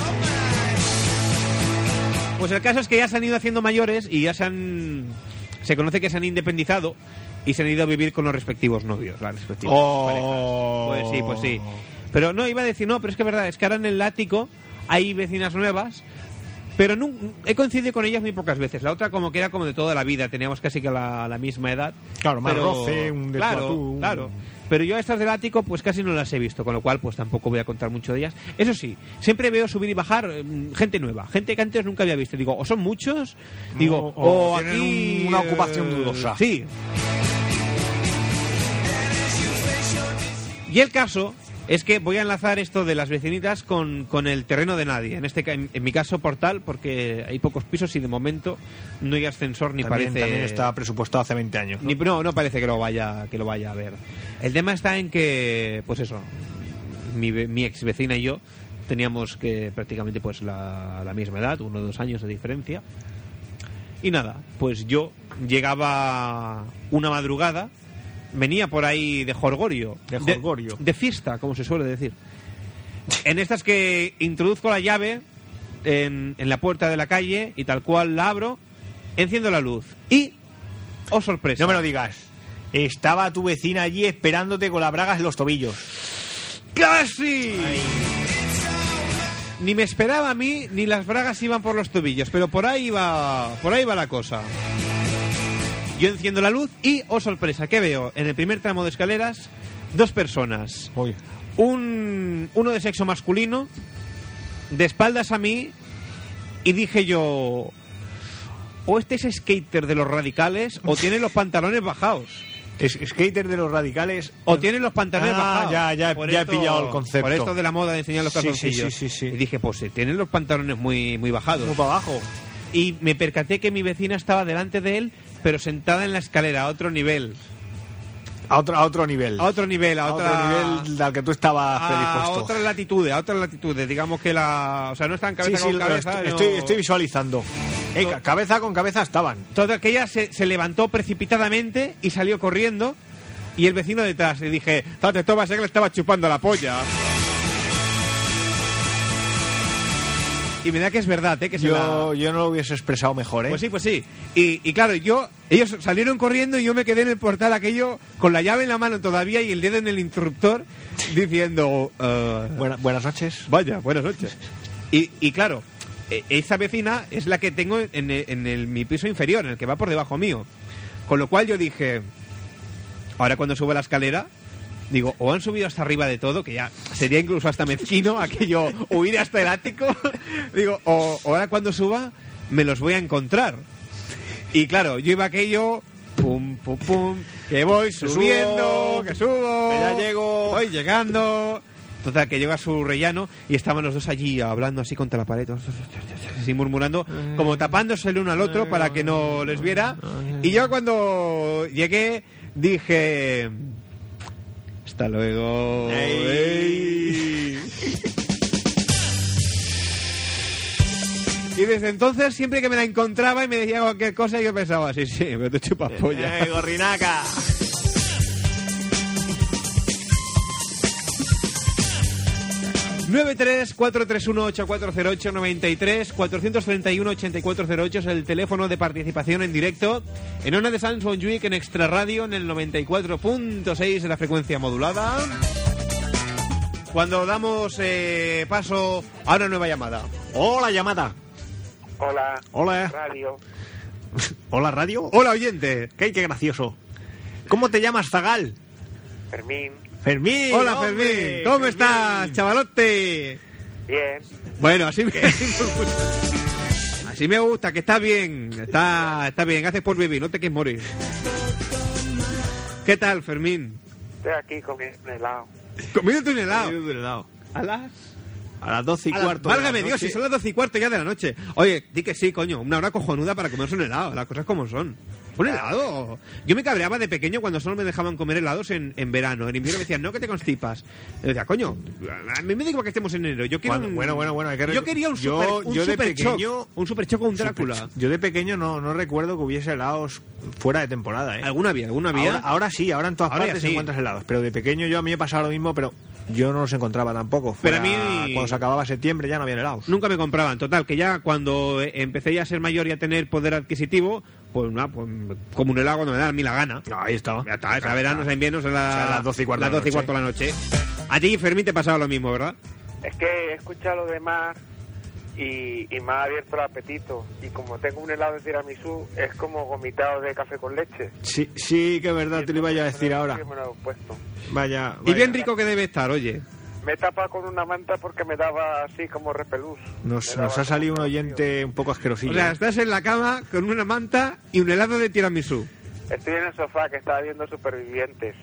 Pues el caso es que ya se han ido haciendo mayores y ya se han. Se conoce que se han independizado y se han ido a vivir con los respectivos novios, las respectivas Oh. parejas. Pues sí, pues sí. Pero no, iba a decir, no, pero es que es verdad, es que ahora en el ático hay vecinas nuevas pero nun- he coincidido con ellas muy pocas veces. La otra como que era como de toda la vida, teníamos casi que la, la misma edad. Claro, más Pero- roce, un de tú a Claro, tú, un- claro. Pero yo a estas del ático pues casi no las he visto, con lo cual pues tampoco voy a contar mucho de ellas. Eso sí, siempre veo subir y bajar mm, gente nueva, gente que antes nunca había visto. Digo, o son muchos, digo, O- o, o tienen aquí, un- una eh, ocupación dudosa. Sí. Y el caso es que voy a enlazar esto de las vecinitas con, con el terreno de nadie. En este ca- en, en mi caso portal, porque hay pocos pisos y de momento no hay ascensor ni también, parece también está presupuestado hace 20 años. ¿no? ni- no, no parece que lo vaya que lo vaya a ver. El tema está en que, pues eso, mi, ve- mi ex vecina y yo teníamos que prácticamente pues la, la misma edad, uno o dos años de diferencia. Y nada, pues yo llegaba una madrugada, venía por ahí de jorgorio. De jorgorio. De, fiesta, como se suele decir. En estas que introduzco la llave en, en la puerta de la calle y tal cual la abro, enciendo la luz. Y, oh sorpresa, No me lo digas. Estaba tu vecina allí esperándote con las bragas en los tobillos. ¡Casi! Ni me esperaba a mí, ni las bragas iban por los tobillos, pero por ahí iba, por ahí va la cosa. Yo enciendo la luz y, oh sorpresa, ¿qué veo? En el primer tramo de escaleras, dos personas. Un, uno de sexo masculino, de espaldas a mí, y dije yo, o este es skater de los radicales, o tiene los pantalones bajados. Es, skater de los radicales. O tienen los pantalones Ah, bajados. ya, ya, Por ya he pillado el concepto. Por esto de la moda de enseñar los Sí, sí, calzoncillos. sí, sí, sí. Y dije, pues eh, tienen los pantalones muy, muy bajados. Como para abajo. Y me percaté que mi vecina estaba delante de él, pero sentada en la escalera, a otro nivel. A otro, a otro nivel. A otro nivel, a, A otro otra... nivel al que tú estabas a predispuesto. otras latitudes, a otras latitudes, digamos que la, o sea, no están Sí, cabeza sí, con lo cabeza. estoy, no- estoy, estoy visualizando. Eh, ca- cabeza con cabeza estaban. Total, que ella se, se levantó precipitadamente y salió corriendo. Y el vecino detrás, y dije, Tate, esto va a ser que le estaba chupando la polla. Y me da que es verdad, ¿eh? Que se la- Yo, yo no lo hubiese expresado mejor, ¿eh? Pues sí, pues sí. Y, y claro, yo, ellos salieron corriendo y yo me quedé en el portal aquello con la llave en la mano todavía y el dedo en el interruptor diciendo, "Eh, Buena- buenas noches. Vaya, buenas noches. Y, y claro, e- esa vecina es la que tengo en, e- en el- mi piso inferior, en el que va por debajo mío. Con lo cual yo dije, ahora cuando subo la escalera, digo, o han subido hasta arriba de todo, que ya sería incluso hasta mezquino aquello, huir hasta el ático, (laughs) digo, o o ahora cuando suba, me los voy a encontrar. Y claro, yo iba aquello, pum, pum, pum, que voy subiendo, que subo, que ya llego. voy llegando. Total, que llega su rellano y estaban los dos allí hablando así contra la pared, así murmurando, como tapándose el uno al otro para que no les viera. Y yo cuando llegué dije, Hasta luego. Y desde entonces, siempre que me la encontraba y me decía cualquier cosa, yo pensaba, sí, sí, pero te chupas Eh, polla. gorrinaca! ocho 93 431 8408 es el teléfono de participación en directo en una de Sans Bonjuic en Extra Radio en el 94.6 de la frecuencia modulada. Cuando damos eh, paso a una nueva llamada. ¡Hola, llamada! Hola, ¡Hola! radio. (laughs) ¿Hola, radio? Oh, Hola oyente. ¡Qué, qué gracioso! ¿Cómo te llamas, Zagal? Fermín, Fermín. Hola hombre, Fermín, ¿cómo Fermín. estás, chavalote? bien. Bueno, así me, (laughs) así me gusta, que está bien, está, está bien, haces por vivir, no te quieres morir. ¿Qué tal, Fermín? Estoy aquí con un helado. Comiéndote un helado. Fermín, helado. A las... A las 12 y a las- cuarto. de la Válgame Dios, noche. si son las doce y cuarto ya de la noche. Oye, di que sí, coño, una hora cojonuda para comerse un helado, las cosas como son. Un helado. Yo me cabreaba de pequeño cuando solo me dejaban comer helados en, en verano. En invierno me decían, no, que te constipas. Yo decía, coño, a mí me da igual que estemos en enero. Yo quiero Cuando- un- bueno, bueno, bueno, hay que rec- Yo quería un Yo- super, un yo de super pequeño- choc. Un super choc con un Drácula. Yo de pequeño no, no recuerdo que hubiese helados fuera de temporada, ¿eh? Alguna había, alguna había. Ahora, ahora sí, ahora en todas Ahora ya partes sí. encuentras helados. Pero de pequeño yo a mí me pasaba lo mismo, pero yo no los encontraba tampoco. Pero a Fuera- mí- Cuando se acababa septiembre ya no había helados. Nunca me compraban. Total, que ya cuando eh, empecé ya a ser mayor y a tener poder adquisitivo, pues, na, pues como un helado cuando me da a mí la gana. Ahí estaba. Ya está, es a verano, es a invierno, es a la- Ah, O sea, a las 12 y cuarto las de la 12 y cuarto de la noche. A ti, Fermín, te pasaba lo mismo, ¿verdad? Es que he escuchado lo de Mar y, y me ha abierto el apetito. Y como tengo un helado de tiramisú, es como vomitado de café con leche. Sí, sí, que es verdad, te lo iba yo a decir ahora. Me lo he puesto. Vaya. Y vaya. bien rico que debe estar, oye. Me he tapado con una manta porque me daba así como repelús. Nos, Me daba nos ha como salido un frío. oyente un poco asquerosillo. ¿eh? O sea, estás en la cama con una manta y un helado de tiramisú. Estoy en el sofá que estaba viendo Supervivientes.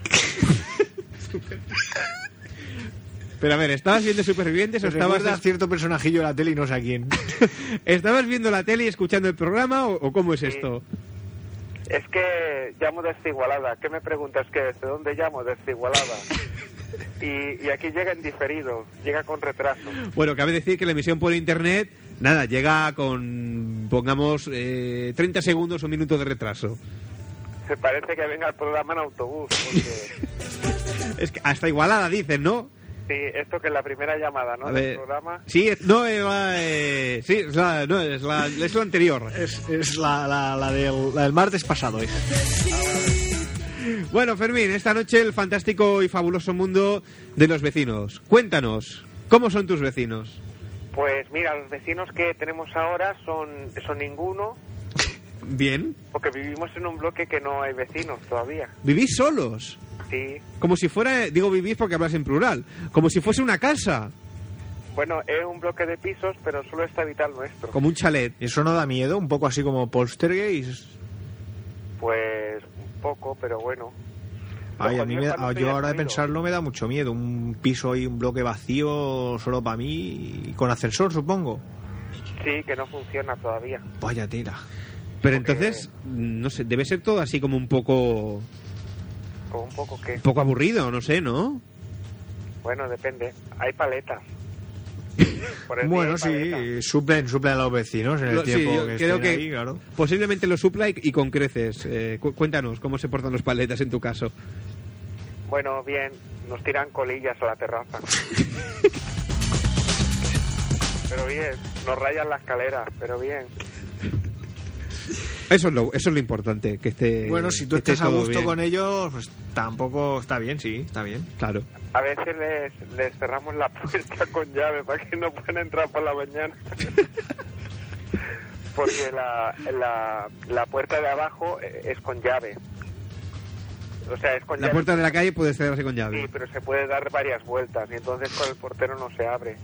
Pero a ver, ¿estabas viendo Supervivientes o Me estabas, recuerda a cierto personajillo de la tele y no sé a (laughs) quién. (laughs) estabas viendo la tele y escuchando el programa o, o cómo es esto? Es que llamo desde Igualada. ¿Qué me preguntas? ¿Que desde dónde llamo? (laughs) Desde Igualada. Y, y aquí llega en diferido, llega con retraso. Bueno, cabe decir que la emisión por internet, nada, llega con, pongamos, eh, 30 segundos o un minuto de retraso. Se parece que venga el programa en autobús. Porque, Es que hasta igualada dicen, ¿no? sí, esto que es la primera llamada, ¿no? A Del ver, programa. Sí, es- no, eh, va, eh, sí, es la, no, es la, es la (laughs) anterior. Es, es la, la- la del, la del martes pasado. ¿eh? Bueno, Fermín, esta noche el fantástico y fabuloso mundo de los vecinos. Cuéntanos, ¿cómo son tus vecinos? Pues mira, los vecinos que tenemos ahora son, son ninguno, Bien, porque vivimos en un bloque que no hay vecinos todavía. vivís solos. Sí. Como si fuera, digo vivís porque hablas en plural, como si fuese una casa, Bueno, es un bloque de pisos, pero solo está vital nuestro. como un chalet. ¿Eso no da miedo? Un poco así como poltergeist. Pues un poco, pero bueno. Ay, Lo a mí jodido me es da- cuando yo ya ahora de salido. pensarlo me da mucho miedo. Un piso y un bloque vacío solo para mí y con ascensor, supongo. Sí, que no funciona todavía. Vaya tira. Pero Porque- entonces, no sé, debe ser todo así como un poco, un Con un poco que. poco aburrido, no sé, ¿no? Bueno, depende. Hay paletas. Por el día Bueno, hay paletas. sí, suplen, suplen a los vecinos en el Lo- sí, tiempo yo que creo estén que ahí, claro. posiblemente lo supla y, y con creces. Eh, cu- cuéntanos cómo se portan los paletas en tu caso. Bueno, bien. Nos tiran colillas a (laughs) la terraza. pero bien. Nos rayan la escalera, pero bien. Eso es lo, eso es lo importante, que esté. Bueno, si tú que esté estás a todo gusto bien. con ellos, pues tampoco está bien, sí, está bien. Claro. A veces les, les cerramos la (laughs) puerta con llave para que no puedan entrar por (laughs) la mañana. Porque la, la, la puerta de abajo eh, es con llave. O sea, es con La llave. puerta de la calle puede cerrarse con Sí, llave. pero se puede dar varias vueltas y entonces con el portero no se abre.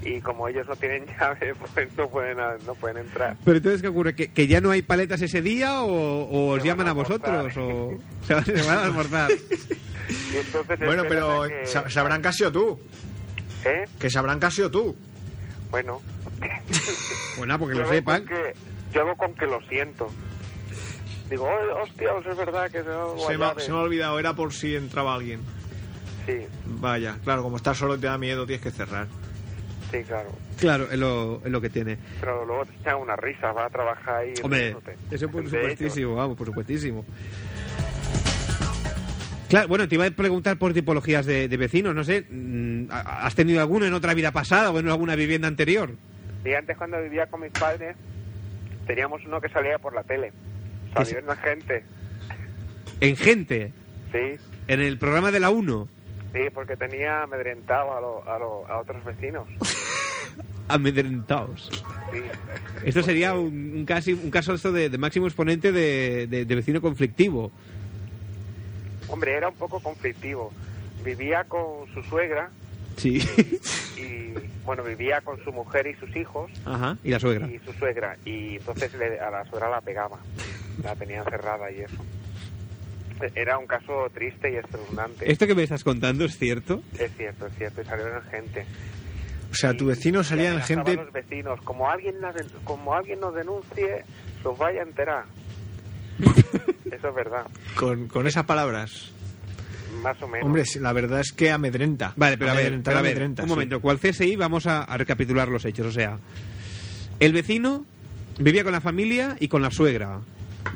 Y como ellos no tienen (laughs) llave, pues no pueden, no pueden entrar. Pero entonces, ¿qué ocurre? ¿Que, que ya no hay paletas ese día o, o os Se van llaman a a vosotros? almorzar. O (laughs) se van, se van a almorzar. Y entonces Bueno, esperan pero a que- sa- sabrán que has sido tú. ¿Eh? Que sabrán que has sido tú. Bueno. Bueno, porque yo lo hago sepan. con que- yo hago con que lo siento. Digo, "Oh, hostia, pues es verdad que se, Se me, ha- se me ha olvidado, era por si entraba alguien. Sí, Vaya, claro, como estás solo te da miedo, tienes que cerrar. sí, claro. Claro, es lo, es lo que tiene. Pero luego te echan una risa, vas a trabajar ahí. Hombre, riéndote. eso por (laughs) De supuestísimo, vamos, por supuestísimo. Claro, bueno, te iba a preguntar por tipologías de, de vecinos, no sé, mm, ¿ha- ¿has tenido alguno en otra vida pasada o en alguna vivienda anterior? ellos. Y antes cuando vivía con mis padres, teníamos uno que salía por la tele. Sí. Salía una gente. En gente, Sí, en el programa de la 1, sí, porque tenía amedrentado a, lo- a, lo- a otros vecinos. amedrentados. Sí. Esto sería un, un casi, un caso esto de, de máximo exponente de, de- de vecino conflictivo. Hombre, era un poco conflictivo. Vivía con su suegra Sí. (laughs) y, bueno, vivía con su mujer y sus hijos. Ajá, y la suegra. y su suegra y entonces le- a la suegra la pegaba la tenían cerrada y eso era un caso triste y espeluznante ¿Esto que me estás contando es cierto? es cierto es cierto y salieron gente O sea, tu Y- vecino y salía en amenazaba gente... a los vecinos como alguien nos den- como alguien nos denuncie se os vaya a (laughs) enterar eso es verdad Con, con esas palabras. más o menos Hombre, sí, la verdad es que amedrenta. Vale, pero a ver, Amedrentar pero a ver, amedrenta, un sí. momento. ¿Cuál CSI? Vamos a, a recapitular los hechos. O sea, el vecino vivía con la familia y con la suegra.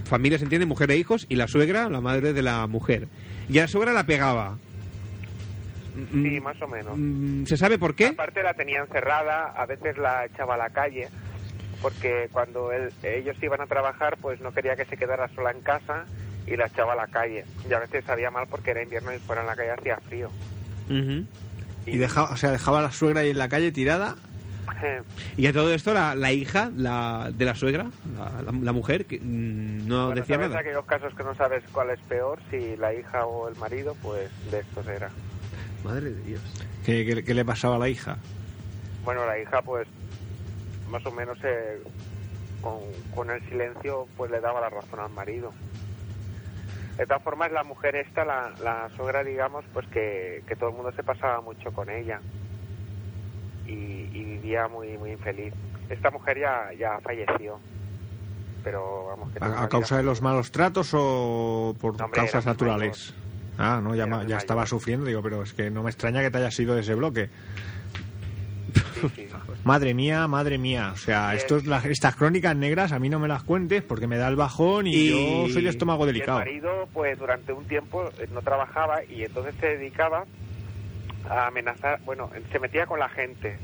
Familia se entiende, mujer e hijos, y la suegra, la madre de la mujer. Y a la suegra la pegaba. Mm, sí más o menos mm, ¿Se sabe por qué? Aparte la tenían cerrada, a veces la echaba a la calle, porque cuando él- ellos iban a trabajar, pues no quería que se quedara sola en casa y la echaba a la calle. Y a veces sabía mal porque era invierno y fuera en la calle hacía frío. (laughs) Ujú. Y dejaba, o sea, dejaba a la suegra ahí en la calle tirada. Y a todo esto, la, la hija la, de la suegra, la, la- la mujer, que, mm, no Bueno, decía sabes nada. aquellos casos que no sabes cuál es peor, si la hija o el marido, pues de estos era. Madre de Dios. ¿Qué, qué- qué le pasaba a la hija? Bueno, la hija pues más o menos eh, con, con el silencio pues le daba la razón al marido. De todas formas, la mujer esta, la, la suegra, digamos, pues que, que todo el mundo se pasaba mucho con ella y, y vivía muy muy infeliz. Esta mujer ya, ya falleció, pero vamos que... tenía ¿A, una a causa vida- de los malos tratos o por No, hombre, causas era muy naturales? Ah, no, ya, Era ma- muy ya mayor. estaba sufriendo, digo, pero es que no me extraña que te hayas ido de ese bloque. sí, sí. Madre mía, madre mía. O sea, Bien. estos, la- estas crónicas negras a mí no me las cuentes porque me da el bajón y, Y- yo soy de estómago Y el delicado. marido, pues durante un tiempo eh, no trabajaba y entonces se dedicaba a amenazar, bueno, se metía con la gente.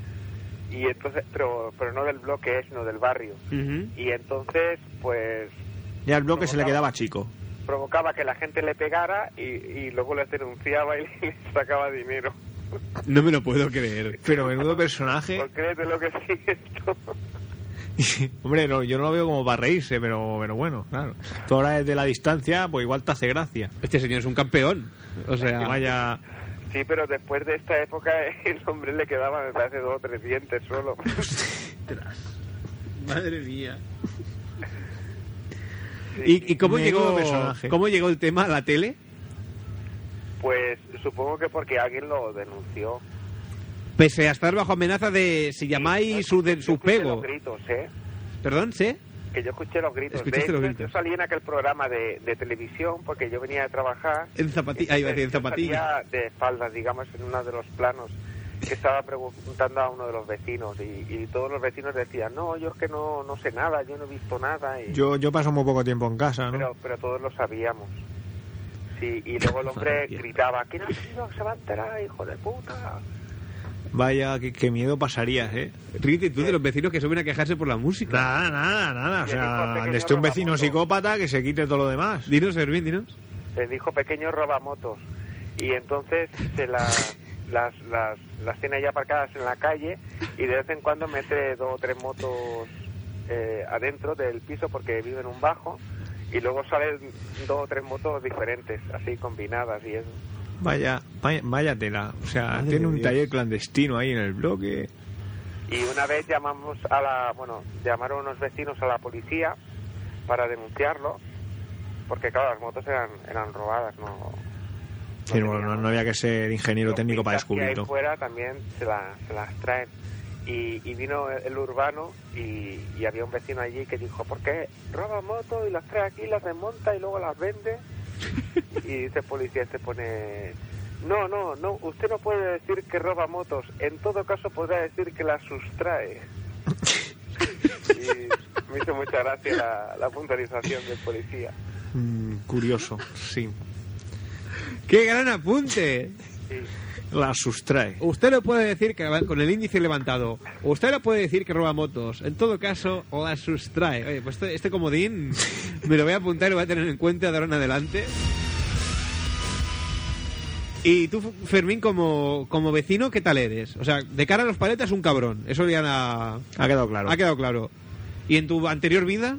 Y entonces, pero, pero no del bloque, eh, sino del barrio. Y entonces, pues Ya el bloque se le provocaba. quedaba chico. provocaba que la gente le pegara y, y luego les denunciaba y (laughs) les sacaba dinero. No me lo puedo creer. Pero menudo personaje. Pues créete lo que (laughs) sí esto. Hombre, no, yo no lo veo como para reírse, pero, pero bueno, claro. Tú ahora desde la distancia, pues igual te hace gracia. Este señor es un campeón. O sea, Vaya. Sí, pero después de esta época (laughs) el hombre le quedaba, me parece, dos o tres dientes solo. Madre mía. ¿Y, y cómo, Menudo llegó, personaje. cómo llegó el tema a la tele? Pues supongo que porque alguien lo denunció. Pese a estar bajo amenaza de si llamáis su, de, Yo su escuché pego. Los gritos, ¿eh? Perdón, ¿sí? Que yo escuché los gritos. Escuchaste de los hecho, gritos. Yo salí en aquel programa de, de televisión porque yo venía de trabajar. En zapatilla. Ahí va a decir en Yo zapatilla. salía Este de espaldas, digamos, en uno de los planos que estaba preguntando a uno de los vecinos y, y todos los vecinos decían, no, yo es que no, no sé nada, yo no he visto nada. Y, Yo, yo paso muy poco tiempo en casa, ¿no? pero, pero todos lo sabíamos. Sí, y luego (laughs) el Madre hombre mía. gritaba, ¿quién ha sido? Se va a enterar, hijo de puta. Vaya, qué, qué miedo pasarías, ¿eh? Ríete tú de los vecinos que suben a quejarse por la música. Nada, nada, nada. O Y el hijo sea, pequeño desde un roba vecino moto. psicópata que se quite todo lo demás. Dinos, Fermín, dinos. le dijo pequeño robamotos y entonces se la- las, las, las tiene ahí aparcadas en la calle y de vez en cuando mete dos o tres motos eh, adentro del piso porque vive en un bajo y luego salen dos o tres motos diferentes, así combinadas y eso. Vaya, vaya, vaya tela. O sea, Madre tiene de un Dios. taller clandestino ahí en el bloque. Y una vez llamamos a la, bueno, llamaron unos vecinos a la policía para denunciarlo porque claro, las motos eran, eran robadas, no... no Pero bueno, no, teníamos- no había que ser ingeniero Los técnico para pintas que hay descubrirlo. fuera también se, la- se las traen. Y, y vino el urbano y, y había un vecino allí que dijo, ¿por qué roba motos y las (laughs) trae aquí, las desmonta y luego las vende? y dice el policía, se este pone, No, no, no, usted no puede decir que roba motos. En todo caso podrá decir que las (laughs) sustrae. Y me hizo mucha gracia la, la puntualización del policía. Mm, curioso, sí. ¡Qué gran apunte! Sí. La sustrae. Usted lo puede decir que va con el índice levantado. Usted lo puede decir que roba motos. En todo caso, o la sustrae. Oye, pues este, este (laughs) comodín me lo voy a apuntar y lo voy a tener en cuenta de ahora en adelante. Y tú, Fermín, como, como vecino, ¿qué tal eres? O sea, de cara a los paletas, un cabrón. Eso ya na- Ha quedado claro. ha quedado claro. ¿Y en tu anterior vida?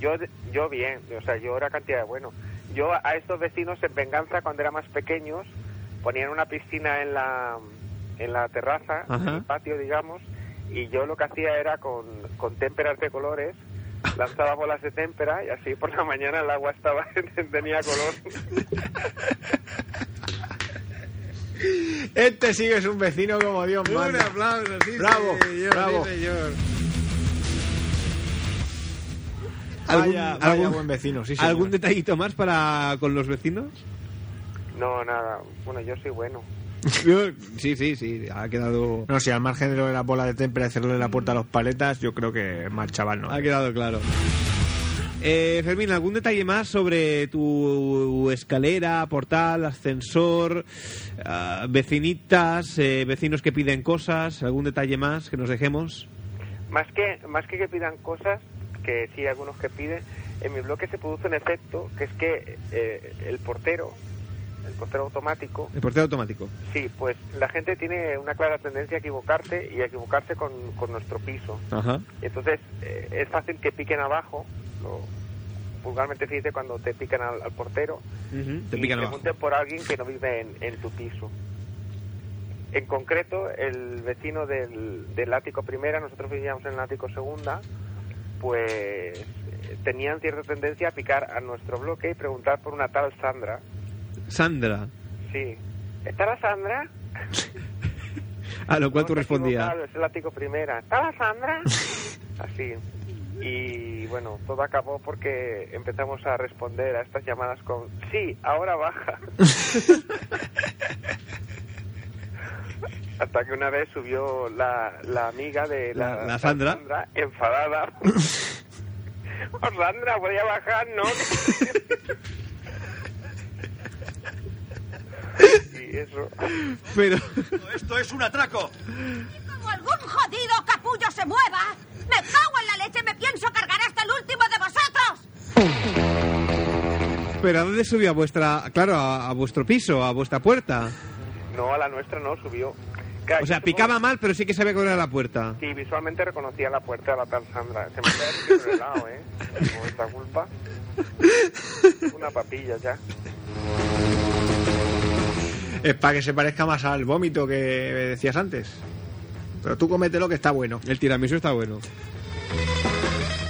Yo, yo bien, o sea, yo era cantidad de bueno. Yo a estos vecinos en venganza cuando eran más pequeños ponían una piscina en la, en la terraza, en Ajá. el patio, digamos, y yo lo que hacía era con, con témperas de colores, lanzaba bolas de témpera y así por la mañana el agua estaba (laughs) tenía color. Este sí que es un vecino como Dios manda. aplauso, sí, Bravo, señor, bravo. sí, ¿Algún, Vaya, vaya algún- buen vecino, sí, señor. ¿Algún detallito más para con los vecinos? No, nada, bueno, yo soy bueno. sí, sí, sí, ha quedado, No, si al margen de lo de la bola de témpera y cerrarle la puerta a los paletas, yo creo que mal chaval no. ha quedado claro. Eh, Fermín, ¿algún detalle más sobre tu escalera, portal, ascensor, ah, vecinitas, eh, vecinos que piden cosas? ¿Algún detalle más que nos dejemos? Más que, más que que pidan cosas, que sí, algunos que piden, en mi bloque se produce un efecto que es que eh, el portero, el portero automático, El portero automático. sí, pues la gente tiene una clara tendencia a equivocarse y a equivocarse con, con nuestro piso. Ajá. Entonces eh, es fácil que piquen abajo, lo, vulgarmente se dice cuando te pican al, al portero, Te y pican abajo. pregunten por alguien que no vive en, en tu piso. En concreto, el vecino del, del ático primera, nosotros vivíamos en el ático segunda, pues eh, tenían cierta tendencia a picar a nuestro bloque y preguntar por una tal Sandra. Sandra, Sí. ¿Está la Sandra? a lo cual tú No, está respondías. equivocado, Es el ático primera. ¿Está la Sandra? (laughs) Así. Y bueno, todo acabó porque empezamos a responder a estas llamadas con sí, (laughs) ahora baja. Hasta que una vez subió la, la amiga de la, La- la Sandra. (laughs) enfadada. Oh, Sandra, voy a bajar, (laughs) ¿no? (laughs) y eso. Pero, Esto es un atraco. ¡Como algún jodido capullo se mueva! ¡Me cago en la leche! ¡Me pienso cargar hasta el último de vosotros! pero ¿a dónde subió a vuestra, claro, a, a vuestro piso, a vuestra puerta? No, a la nuestra no subió. O sea, picaba mal, pero sí que sabía que era la puerta. Sí, visualmente reconocía la puerta de la tal Sandra. Se me cae el libro de lado, ¿eh? Con esta culpa. Una papilla ya. Es para que se parezca más al vómito que decías antes. Pero tú comete lo que está bueno. El tiramisú está bueno.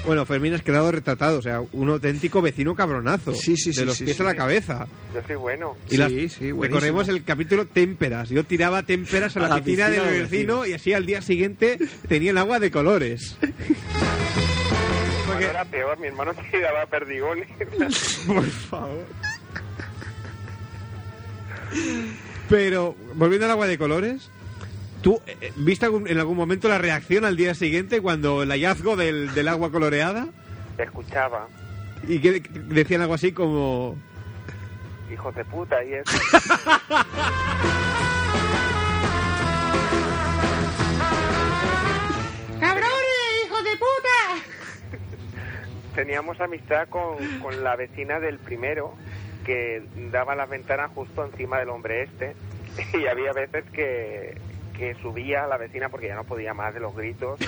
Bueno, Fermín has quedado retratado, o sea, un auténtico vecino cabronazo. Sí, sí, sí, De los sí, pies sí. a la cabeza. Yo soy bueno. Y Sí, las- sí, buenísimo. Recorremos el capítulo témperas. Yo tiraba témperas a la, piscina, del vecino y así al día siguiente tenía el agua de colores. (laughs) Mi hermano era peor, mi hermano (laughs) tiraba perdigones. Por favor. Pero, volviendo al agua de colores, ¿tú eh, eh, viste algún- en algún momento la reacción al día siguiente cuando el hallazgo del, del agua coloreada? Te escuchaba. Y que que decían algo así como... Hijos de puta, y eso. ¡Cabrones, hijo de puta! Teníamos amistad con, con la vecina del primero, que daba las ventanas justo encima del hombre este. (laughs) Y había veces que, que subía la vecina porque ya no podía más de los gritos. Y,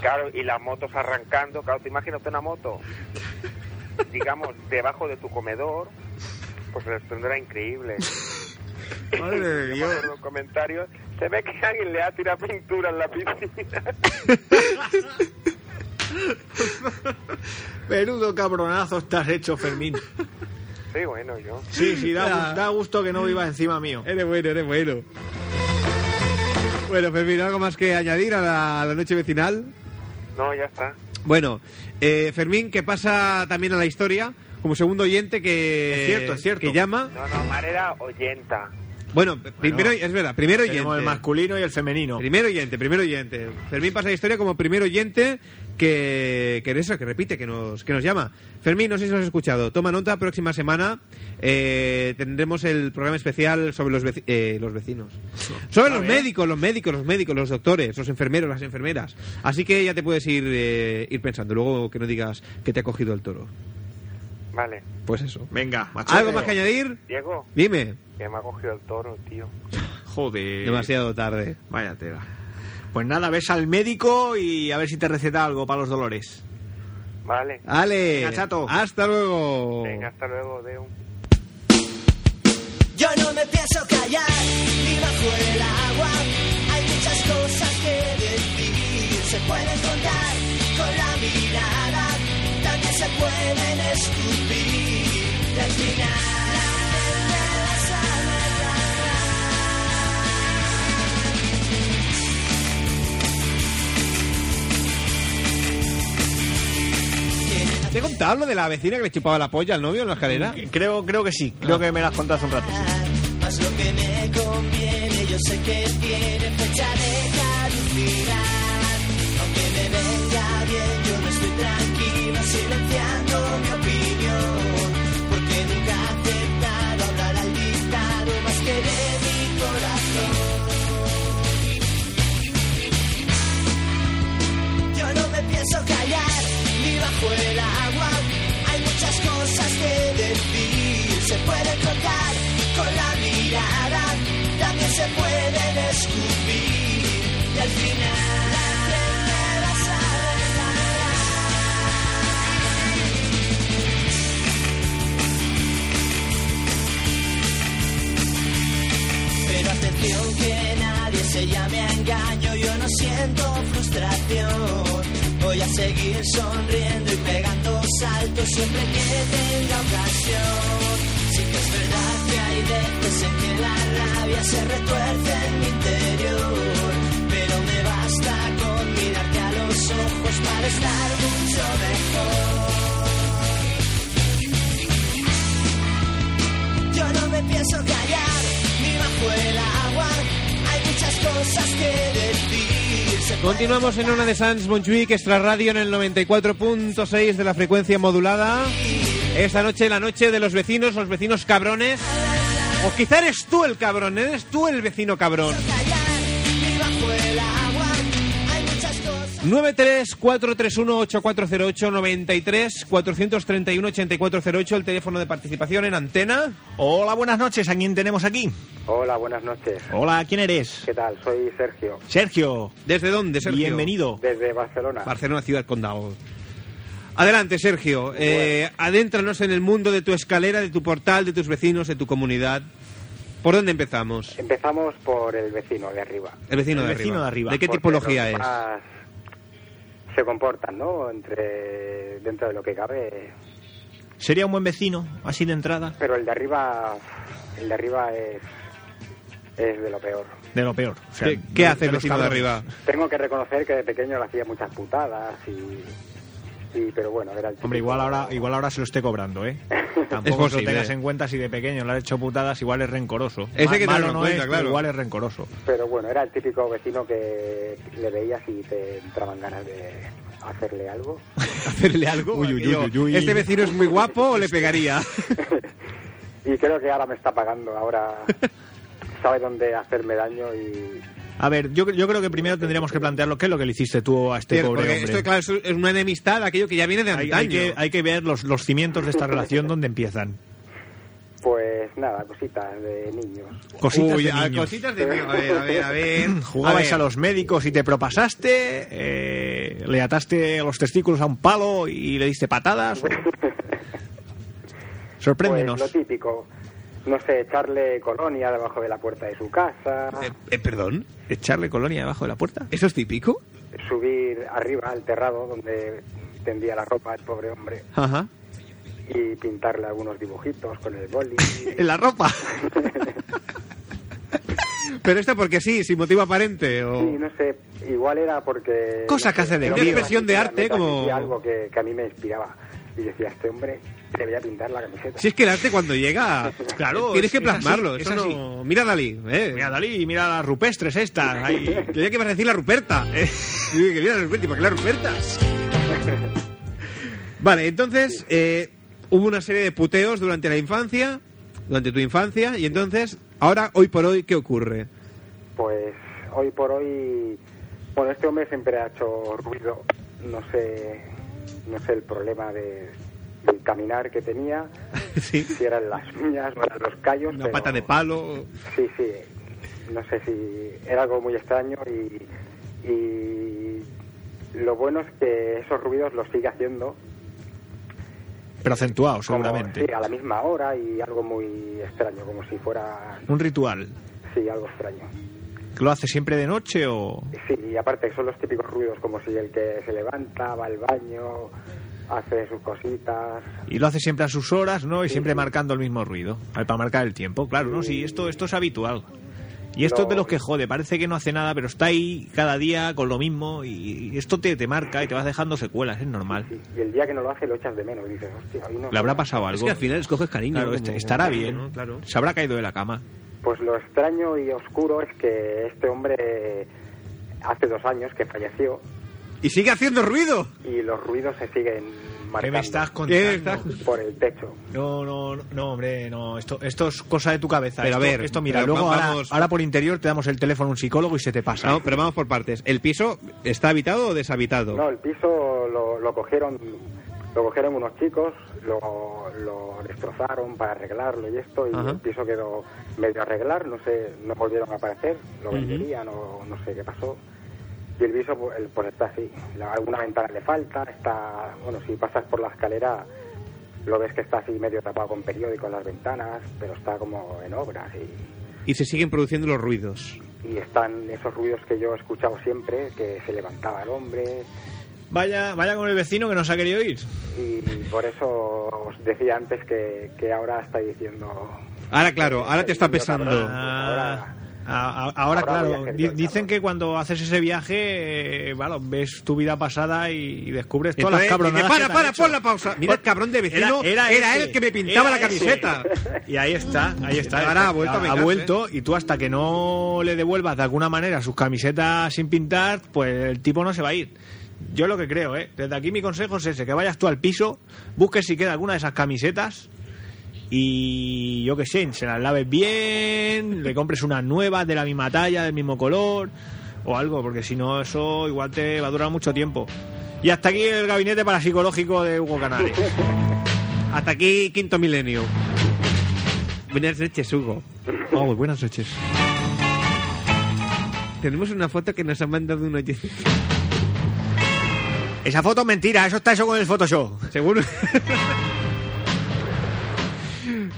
claro, y las motos arrancando. Claro, te imaginas una moto, digamos, debajo de tu comedor. Pues el estruendo era increíble. Madre de Yo Dios. me acuerdo en los comentarios, se ve que alguien le ha tirado pintura en la piscina. (laughs) Menudo cabronazo estás hecho, Fermín. Sí, bueno, yo. Sí, sí, da, gu- da gusto que no vivas encima mío. Eres bueno, eres bueno. Bueno, Fermín, ¿algo más que añadir a la, a la noche vecinal? No, ya está. Bueno, eh, Fermín, que pasa también a la historia como segundo oyente que, Es cierto, es cierto. que llama. No, no, Mar era oyenta. Bueno, primero, es verdad, primero oyente. Tenemos el masculino y el femenino. Primer oyente, primer oyente. Fermín pasa la historia como primer oyente que, que de eso, que repite, que nos, que nos llama. Fermín, no sé si nos has escuchado. Toma nota, próxima semana eh, tendremos el programa especial sobre los, veci- eh, los vecinos. Sobre Ah, los bien. médicos, los médicos, los médicos, los doctores, los enfermeros, las enfermeras. Así que ya te puedes ir, eh, ir pensando. Luego que no digas que te ha cogido el toro. Vale. Pues eso. Venga, machete. ¿Algo más que añadir? Diego, Dime. que me ha cogido el toro, tío. Joder. Demasiado tarde. Vaya tela. Pues nada, ves al médico y a ver si te receta algo para los dolores. Vale. Ah, Ale, Venga, chato. hasta luego. Venga, hasta luego, Deu. Yo no me pienso callar ni bajo el agua. Hay muchas cosas que decir. Se pueden contar con la mirada. También se pueden escupir. Al final. nada sabe ¿Te he contado lo de la vecina que le chupaba la polla al novio en la escalera? Creo, creo que sí. Creo que me las contaste un rato. hablar, Más lo que me conviene, yo sé que tiene fecha de caducidad. Aunque me venga bien, yo no estoy tranquilo silenciando mi opinión. Porque nunca he aceptado hablar al dictado más que de mi corazón. Yo no me pienso callar ni bajo el agua. Hay muchas cosas que decir. Se puede contar con la mirada. También se pueden escupir. Y al final. aprender a saber nada. Pero atención que nadie se llame a engaño, yo no siento frustración. Voy a seguir sonriendo y pegando saltos siempre que tenga ocasión. Sí que es verdad que hay veces en que la rabia se retuerce en mi interior. Pero me basta con mirarte a los ojos para estar mucho mejor. Yo no me pienso callar, ni bajo el agua. Hay muchas cosas que decir. Se Continuamos en una de Sans Montjuic, extra radio en el 94.6 de la frecuencia modulada. Esta noche, la noche de los vecinos, los vecinos cabrones. O quizá eres tú el cabrón, eres tú el vecino cabrón. callar, ni bajo el agua. Hay muchas cosas. 93-431-8408-93-431-8408, el teléfono de participación en antena. Hola, buenas noches. ¿A quién tenemos aquí? Hola, buenas noches. Hola, ¿quién eres? ¿Qué tal? Soy Sergio, Sergio. ¿Desde dónde, Sergio? Bienvenido. desde Barcelona. Barcelona, ciudad condado. Adelante, Sergio. Eh, adéntranos en el mundo de tu escalera, de tu portal, de tus vecinos, de tu comunidad. ¿Por dónde empezamos? Empezamos por el vecino de arriba. El vecino, El de, vecino arriba. de arriba. qué Porque tipología los es? demás Se comportan, ¿no? Entre dentro de lo que cabe. ¿Sería un buen vecino, así de entrada? Pero el de arriba, el de arriba es es de lo peor. De lo peor. O sea, ¿Qué, de- qué hace el los vecino de cabrones. arriba? (laughs) Tengo que reconocer que de pequeño le hacía muchas putadas y, y- pero bueno, era el Hombre, típico- igual ahora, igual ahora se lo esté cobrando, ¿eh? (laughs) Es Tampoco se lo posible. ¿eh? tengas en cuenta si de pequeño le has hecho putadas, igual es rencoroso. Ese Ma- hay que Malo tenerlo en no cuenta, es, pero claro. igual es rencoroso. Pero bueno, era el típico vecino que le veías y te entraban ganas de hacerle algo. ¿Hacerle algo? Uy, uy, Aquello, uy, uy, Este uy. ¿Este vecino es muy guapo o le pegaría? Y creo que ahora me está pagando, ahora sabe dónde hacerme daño y A ver, yo, yo creo que primero tendríamos que plantearlo qué es lo que le hiciste tú a (laughs) este Porque pobre hombre. esto, claro, es es una enemistad, aquello que ya viene de hay, antaño. hay que, hay que ver los, los cimientos de esta relación, dónde empiezan. pues nada, cositas de niños. Cositas Uy, de ah, niños. cositas de niño. A ver, a ver, a ver. (laughs) Jugabais ver. a, los médicos y te propasaste, eh, le ataste los testículos a un palo y le diste patadas. Sorpréndenos. Pues lo típico, no sé, echarle colonia debajo de la puerta de su casa, Eh, eh, ¿Perdón? ¿Echarle colonia debajo de la puerta? ¿Eso es típico? subir arriba al terrado donde tendía la ropa el pobre hombre Ajá. y pintarle algunos dibujitos con el boli. ¿En la ropa? Pero esto porque sí, sin motivo aparente. O... Sí, no sé, igual era porque... Cosa no que sé, hace de creo Una que expresión de era arte metal, como- y Algo que, que a mí me inspiraba. Y decía, este hombre le voy a pintar la camiseta. Si es que el arte cuando llega, (laughs) Claro, tienes es- que es así, plasmarlo. es eso no- Mira a Dalí, eh. Mira Dalí, mira las rupestres estas. Ahí. Creía que ibas a decir la Ruperta. eh. (laughs) Digo, que mira la Ruperta, ¿y para qué la Ruperta? Vale, entonces eh, hubo una serie de puteos durante la infancia, durante tu infancia, y entonces, ahora, hoy por hoy, ¿qué ocurre? Pues hoy por hoy, bueno, este hombre siempre ha hecho ruido. No sé, no sé el problema de, del caminar que tenía, Sí, si eran las (laughs) uñas o eran los callos. una pero- pata de palo. Sí, sí. No sé si era algo muy extraño y, y lo bueno es que esos ruidos los sigue haciendo. Pero acentuado, como- seguramente. sí, a la misma hora y algo muy extraño, como si fuera, Un ritual. sí, algo extraño. ¿Que lo hace siempre de noche o.? Sí, y aparte son los típicos ruidos, como si el que se levanta, va al baño, hace sus cositas. Y lo hace siempre a sus horas, ¿no? Y siempre marcando el mismo ruido. Al- Para marcar el tiempo, claro, ¿no? Sí, esto, esto es habitual. Y esto es de los que jode, parece que no hace nada, pero está ahí cada día con lo mismo y y esto te, te marca y te vas dejando secuelas, es normal. Y el día que no lo hace lo echas de menos y dices, hostia, hoy no. ¿Le habrá pasado algo? Es que al final escoges cariño. este, Claro, como- est- estará bien. ¿no? Claro. Se habrá caído de la cama. Pues lo extraño y oscuro es que este hombre hace dos años que falleció Y sigue haciendo ruido. Eh, y los ruidos se siguen marcando ¿Qué me estás ¿Qué me contando? estás- por el techo. No, no, no, hombre, no. Esto, esto es cosa de tu cabeza. Pero a esto- ver, esto mira, pero luego va- ahora, vamos- ahora por interior te damos el teléfono a un psicólogo y se te pasa. No, pero vamos por partes. ¿El piso está habitado o deshabitado? No, el piso lo, lo cogieron lo cogieron unos chicos, lo, lo destrozaron para arreglarlo y esto, y Ajá. el piso quedó medio arreglar, no sé, no volvieron a aparecer, lo venderían o no sé qué pasó. Y el piso pues, el- pues está así, la- alguna ventana le falta, está, bueno, si pasas por la escalera lo ves que está así medio tapado con periódicos las ventanas, pero está como en obras y... Y se siguen produciendo los ruidos. y están esos ruidos que yo he escuchado siempre, que se levantaba el hombre, Vaya, vaya con el vecino que nos ha querido ir. y por eso os decía antes que, que ahora está diciendo... Ahora, claro, ahora te está pesando. Ah, Ahora- a- a- ahora, ahora voy a claro, hacer di- yo el dicen cabrón. que cuando haces ese viaje, eh, bueno, ves tu vida pasada y, y descubres todas Entonces, las E, cabronadas. dice, que te para, han para, hecho". pon la pausa. Mira, el cabrón de vecino era, ese, el que me pintaba era la (laughs) camiseta. ese. Y ahí está, ahí está. Ahora ha vuelto a vengarse. vuelto, y tú hasta que no le devuelvas de alguna manera sus camisetas sin pintar, pues el tipo no se va a ir. Yo lo que creo, ¿eh? Desde aquí mi consejo es ese, que vayas tú al piso, busques si queda alguna de esas camisetas y yo qué sé, se las laves bien, le compres unas nuevas de la misma talla, del mismo color o algo, porque si no eso igual te va a durar mucho tiempo. Y hasta aquí el gabinete parapsicológico de Hugo Canales. Hasta aquí, quinto milenio. Buenas noches, Hugo. Oh, buenas noches. Tenemos una foto que nos ha mandado un oyente. Esa foto es mentira, eso está eso con el (laughs) Photoshop. (laughs) Seguro. (laughs)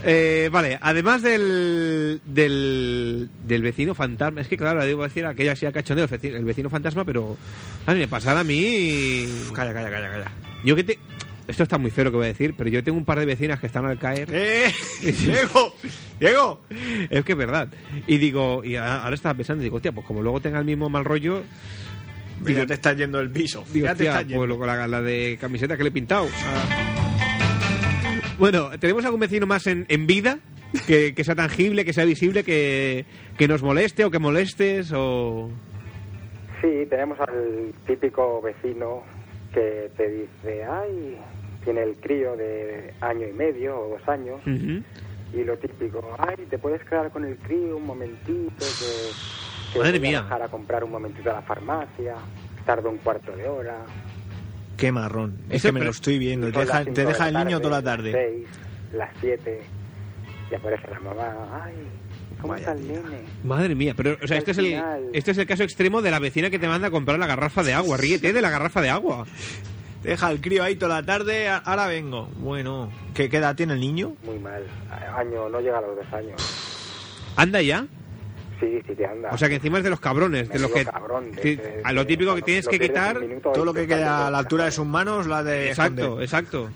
Eh, vale, además del, del, del vecino fantasma, es que claro, debo decir aquello así a cachondeo, el vecino, el vecino fantasma, pero a mí me pasaba a mí. Calla, calla, calla, calla. Yo que te. Esto está muy feo lo que voy a decir, pero yo tengo un par de vecinas que están al caer. ¡Eh! ¡Diego! ¡Diego! Es que es verdad. Y digo, y a- ahora estaba pensando, digo, hostia, pues como luego tenga el mismo mal rollo, Mira, te estás yendo el piso. digo, ya te hostia, estás yendo. pues lo- la, la de camiseta que le he pintado. Ah. Bueno, ¿tenemos algún vecino más en, en vida? Que, que sea tangible, que sea visible, que, que nos moleste o que molestes o... Sí, tenemos al típico vecino que te dice, ay, tiene el crío de año y medio o dos años, Ujú. Mm. y lo típico, ay, te puedes quedar con el crío un momentito, que, que Madre voy a mía. bajar a comprar un momentito a la farmacia, tardo un cuarto de hora. Qué marrón. Es Eso, que me pero- lo estoy viendo. Te Son las deja, cinco te de deja el la niño toda la tarde, tarde. Las 6, las 7, y aparece la mamá, ay, ¿cómo Vaya está el nene? Madre mía, pero o sea, Al este, es el, final. este es el caso extremo de la vecina que te manda a comprar la garrafa de agua. Ríete de la garrafa de agua. Te deja el crío ahí toda la tarde. a- Ahora vengo. Bueno, ¿qué, qué edad tiene el niño? Muy mal, año, no llega a los dos años. Anda ya. Sí, sí, te anda. O sea que encima es de los cabrones, de los Menudo que... cabrón, de- que- de- a lo de- típico que cuando tienes lo que pierdes Pues quitar... un minuto y Todo lo te que sale queda a de la altura de casa. sus manos, la de. Exacto, esconder. exacto.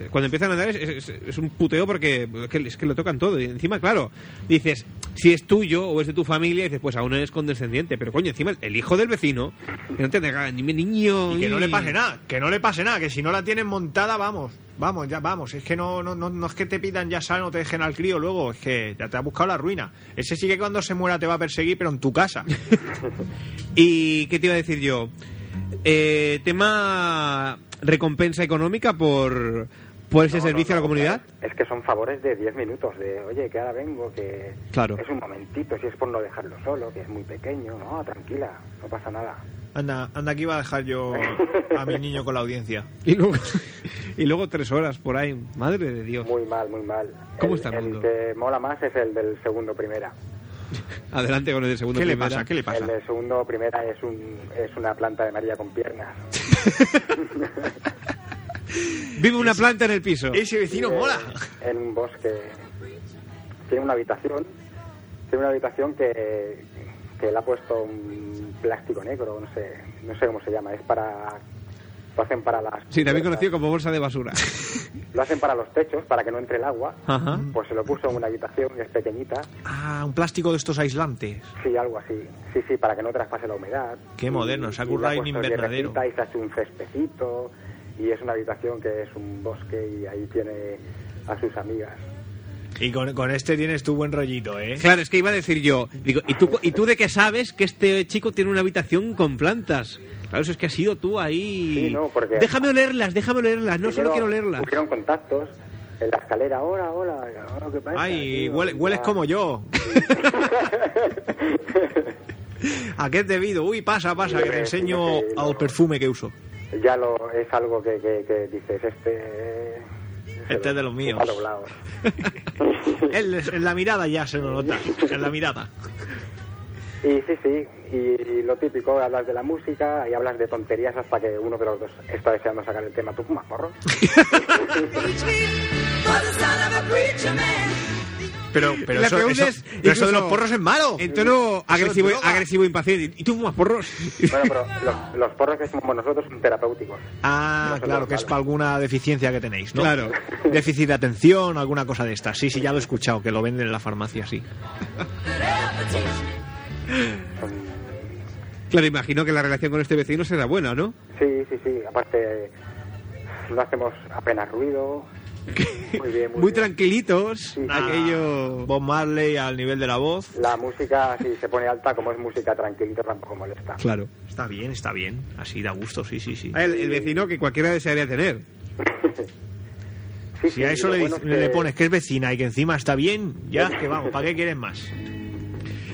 Eh, Cuando empiezan a andar es, es- es un puteo porque es que, es que lo tocan todo. Y encima, claro, dices, si es tuyo o es de tu familia, dices, pues aún eres condescendiente. Pero coño, encima el hijo del vecino, que no te diga, ni mi niño. Y que no ni- le pase nada, que no le pase nada, que si no la tienen montada, vamos, vamos, ya vamos. Es que no, no, no, no es que te pidan ya sal, no te dejen al crío luego, es que ya te ha buscado la ruina. Ese sí que cuando se muera te va a perseguir, pero en tu casa. ¿Y qué te iba a decir yo? Eh, tema recompensa económica por, por ese No, no, servicio a la no, comunidad. claro. Es que son favores de 10 minutos, de oye, que ahora vengo, que Claro. es un momentito, si es por no dejarlo solo, que es muy pequeño, no, tranquila, no pasa nada. Anda, anda aquí va a dejar yo a mi niño con la audiencia. Y luego, (laughs) y luego tres horas por ahí. Madre de Dios. Muy mal, muy mal. ¿Cómo el, está el mundo? que mola más es el del segundo primera. Adelante con el de segundo. ¿Qué le primera. pasa? ¿Qué le pasa? El del segundo primera es, un, es una planta de María con piernas. Vive una planta en el piso. Ese vecino Vive mola. En un bosque. Tiene una habitación. Tiene una habitación que, que le ha puesto un plástico negro, no sé, no sé cómo se llama. Es para. Lo hacen para las. Sí, también puertas, conocido como bolsa de basura. Lo hacen para los techos, para que no entre el agua. Ajá. Pues se lo puso en una habitación que es pequeñita. Ah, un plástico de estos aislantes. Sí, algo así. Sí, sí, para que no traspase la humedad. Qué moderno, se ha Y- y currado le un puesto invernadero. hierbecita Y se ha hecho un cespecito. Y es una habitación que es un bosque y ahí tiene a sus amigas. Y con, con este tienes tu buen rollito, ¿eh? Claro, es que iba a decir yo. Digo, ¿y tú, ¿y tú de qué sabes que este chico tiene una habitación con plantas? Claro, eso es que has sido tú ahí. Sí, no, porque- Déjame olerlas, déjame olerlas. No solo Tuvieron- quiero olerlas. Tuvieron contactos en la escalera. Hola, hola. hola, ¿qué pasa, Ay, tío? huele- hueles Ya. como (laughs) yo. ¿A qué es debido? Uy, pasa, pasa, que te enseño al perfume que uso. ya lo es algo que, que, que dices, este... Este es de los míos. (laughs) Está doblado. En, en la mirada ya se lo nota, en la mirada. Y sí, sí, y, y lo típico, hablas de la música y hablas de tonterías hasta que uno de los dos está deseando sacar el tema. ¿Tú fumas (laughs) porro? Pero, pero La eso, pregunta eso- es, pero incluso- eso de los porros es malo. En tono agresivo, droga. agresivo e impaciente. ¿Y tú fumas porros? Bueno, pero los, los porros que fumamos nosotros son terapéuticos. Ah, Eso claro, es que es malo. para alguna deficiencia que tenéis, ¿no? Claro. Déficit de atención, alguna cosa de estas. Sí, sí, ya lo he escuchado, que lo venden en la farmacia, sí. Son- Claro, imagino que la relación con este vecino será buena, ¿no? Sí, sí, sí, aparte no hacemos (laughs) apenas ruido. Muy bien, muy, Muy bien. tranquilitos. Sí. Aquello. Bob Marley al nivel de la voz. La música, si se pone alta, como es música tranquilita, tampoco molesta. Claro. Está bien, está bien. Así da gusto, sí, sí, Ah. sí. El, el vecino que cualquiera desearía tener. Sí, Si a sí, eso lo le, bueno dic- es que- le pones que es vecina y que encima está bien, ya que vamos, ¿para qué quieres más?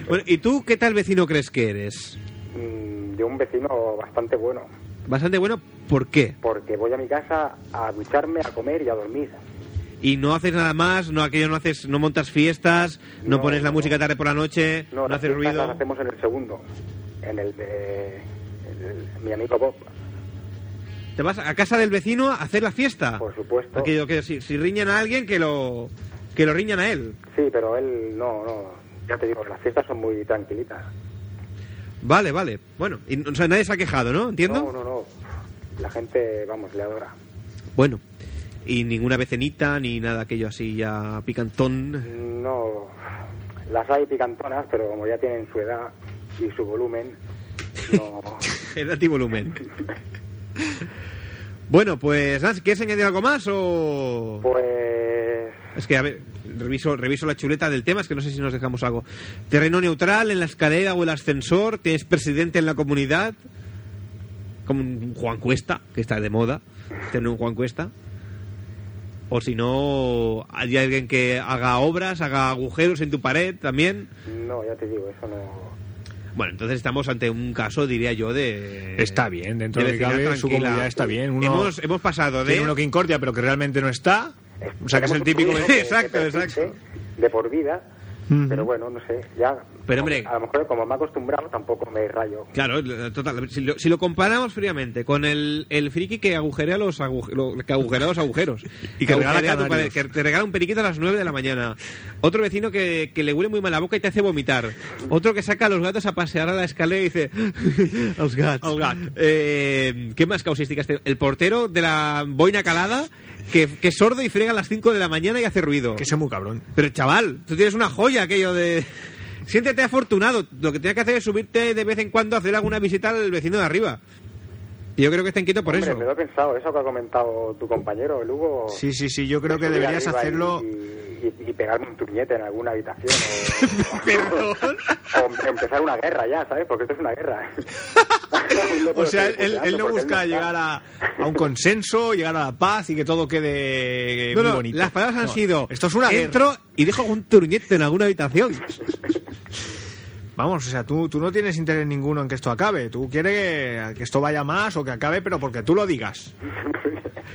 Bueno, ¿y tú qué tal vecino crees que eres? mm, de un vecino bastante bueno, Bastante bueno, ¿por qué? porque voy a mi casa a ducharme, a comer y a dormir. Y no haces nada más, no aquello no haces, no montas fiestas, no, No, pones la no. música tarde por la noche, no, las haces fiestas ruido. Las hacemos en el segundo, en el de en el- mi amigo Bob, Te vas a casa del vecino a hacer la fiesta. por supuesto. Aquello que si, si riñan a alguien que lo que lo riñan a él. Sí, pero él no, no. Ya te digo, las fiestas son muy tranquilitas. Vale, vale. Bueno, y, o sea, nadie se ha quejado, ¿no? ¿Entiendo? No, no, no. La gente, vamos, le adora. Bueno. Y ninguna vecenita ni nada aquello así ya picantón. (laughs) No, las hay picantonas, pero como ya tienen su edad y su volumen, (laughs) no. Edad y (laughs) volumen. bueno, pues nada, ¿quieres añadir algo más o...? Pues Es que, a ver, reviso, reviso la chuleta del tema, es que no sé si nos dejamos algo. Terreno neutral en la escalera o el ascensor, tienes presidente en la comunidad, como un Juan Cuesta, que está de moda, tener un Juan Cuesta. O si no, hay alguien que haga obras, haga agujeros en tu pared también. no, ya te digo, eso no. Bueno, entonces estamos ante un caso, diría yo, de... Está bien, dentro de lo que vecindad cabe, su tranquila. comunidad está bien. Uno- Hemos, hemos pasado de... Tiene uno que incordia, pero que realmente no está. O sea, que es el Tenemos típico. un (laughs) que- tío Exacto, exacto. persiste De por vida, Ujú. pero bueno, no sé, ya. Pero, hombre- A lo mejor, como me he acostumbrado, tampoco me rayo. Claro, la- total. Si lo, si lo comparamos fríamente con el, el friki que agujerea los, agu- lo- que agujera los agujeros (laughs) Y que Agujerea regala tu pared, canarios. que te regala un periquito a las 9 de la mañana. Otro vecino que, que le huele muy mal la boca y te hace vomitar. Otro que saca a los gatos a pasear a la escalera y dice: (laughs) Los gatos. Els gats. este? Eh, ¿Qué más causísticas? te- El portero de la boina calada que, que es sordo y frega a las 5 de la mañana y hace ruido. Que sea muy cabrón. Pero chaval, tú tienes una joya aquello de... Siéntete afortunado. Lo que tienes que hacer es subirte de vez en cuando a hacer alguna visita al vecino de arriba. Y yo creo que está inquieto por Hombre, eso. me lo he pensado, eso que ha comentado tu compañero, el Hugo. Sí, sí, sí, yo creo que subir deberías arriba hacerlo... Y, y- y pegarme un turñete en alguna habitación. (laughs) Perdón. (laughs) O, o em- empezar una guerra ya, ¿sabes? Porque esto es (laughs) una guerra. No O puedo sea, él, seguir él- él escuchando no porque busca está. llegar a, a un consenso, llegar a la paz y que todo quede No, muy no, bonito. las palabras han No, sido... Esto es una guerra. Entro y dejo un turñete en alguna habitación. Vamos, o sea, tú, tú no tienes interés ninguno en que esto acabe. Tú quieres que, que esto vaya más o que acabe, pero porque tú lo (laughs) digas.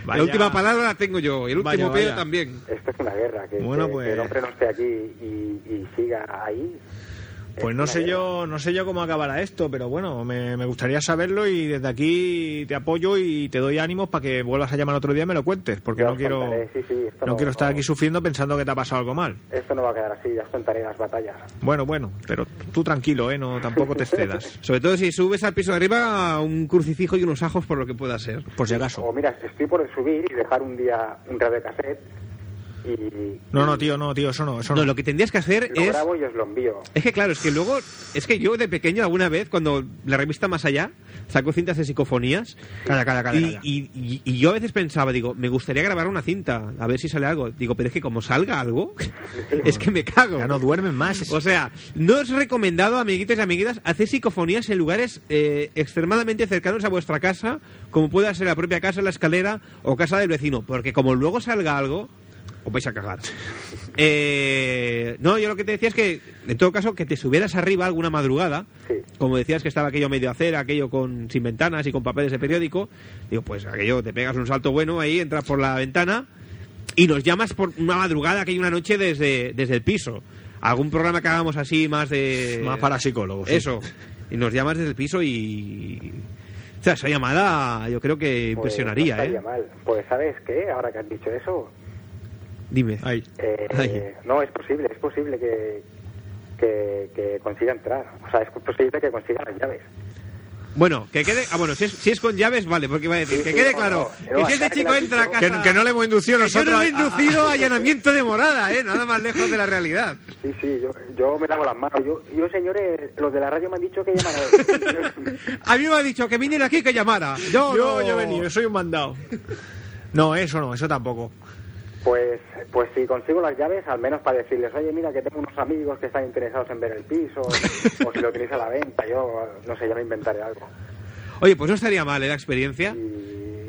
Vaya- La última palabra la tengo yo. Y el Vaya, último pie vaya. también. Esto es una guerra. Que, Bueno, que- pues- que el hombre no esté aquí y, y siga ahí. Pues no sé yo, no sé yo cómo acabará esto, pero bueno, me, me gustaría saberlo y desde aquí te apoyo y te doy ánimos para que vuelvas a llamar otro día y me lo cuentes, porque Ya no os quiero, contaré, sí, sí, esto no no- quiero estar no. aquí sufriendo pensando que te ha pasado algo mal. Esto no va a quedar así, ya os contaré las batallas. Bueno, bueno, pero tú tranquilo, eh, no tampoco te (laughs) excedas. Sobre todo si subes al piso de arriba un crucifijo y unos ajos por lo que pueda ser. Por si O acaso. mira, estoy por subir y dejar un día un radio cassette y. No, no, tío, no, tío, eso no, eso No, no. lo que tendrías que hacer Lo es... grabo y os lo envío. Es que claro, es que luego, es que yo de pequeño alguna vez, cuando la revista Más Allá sacó cintas de psicofonías, Calla, calla, calla, y, calla. y- y- y yo a veces pensaba, digo, me gustaría grabar una cinta, a ver si sale algo. Digo, pero es que como salga algo, (laughs) es que me cago. Ya no duermen más. Pues, O sea, no es recomendado, amiguitos y amiguitas, hacer psicofonías en lugares eh, extremadamente cercanos a vuestra casa, como pueda ser la propia casa, la escalera o casa del vecino, porque como luego salga algo, os vais a cagar. Eh, no, yo lo que te decía es que, en todo caso, que te subieras arriba alguna madrugada, Sí. como decías que estaba aquello medio hacer, aquello con sin ventanas y con papeles de periódico, digo, pues aquello, te pegas un salto bueno ahí, entras por la ventana y nos llamas por una madrugada que hay una noche desde, desde el piso. Algún programa que hagamos así más de... Más para psicólogos. sí. Eso. Y nos llamas desde el piso y... O sea, esa llamada yo creo que Pues, impresionaría, no estaría ¿eh? mal. Pues ¿sabes qué? Ahora que has dicho eso, Dime. Ahí. Eh, Ay. no, es posible, es posible que, que, que consiga entrar. O sea, es posible que consiga las llaves. Bueno, que quede... Ah, bueno, si es, si es con llaves, vale, porque iba a decir, Sí, que sí, quede no, claro. no, no, que si este hasta que chico lo has entra a dicho. casa... Que, que no le hemos inducido que yo nosotros. no he a- a- inducido a allanamiento de morada, ¿eh? Nada más lejos de la (laughs) realidad. Sí, sí, yo, yo me lavo las manos. Yo, yo, señores, los de la radio me han dicho que llaman (laughs) a... A mí me ha dicho que viniera aquí que llamara. Yo, Yo, no. yo he venido, soy un mandado. No, eso no, eso tampoco. Pues, pues si consigo las llaves, al menos para decirles, oye, mira, que tengo unos amigos que están interesados en ver el piso, o si lo tenéis a la venta, yo, no sé, ya me inventaré algo. Oye, pues no estaría mal ¿eh? la experiencia.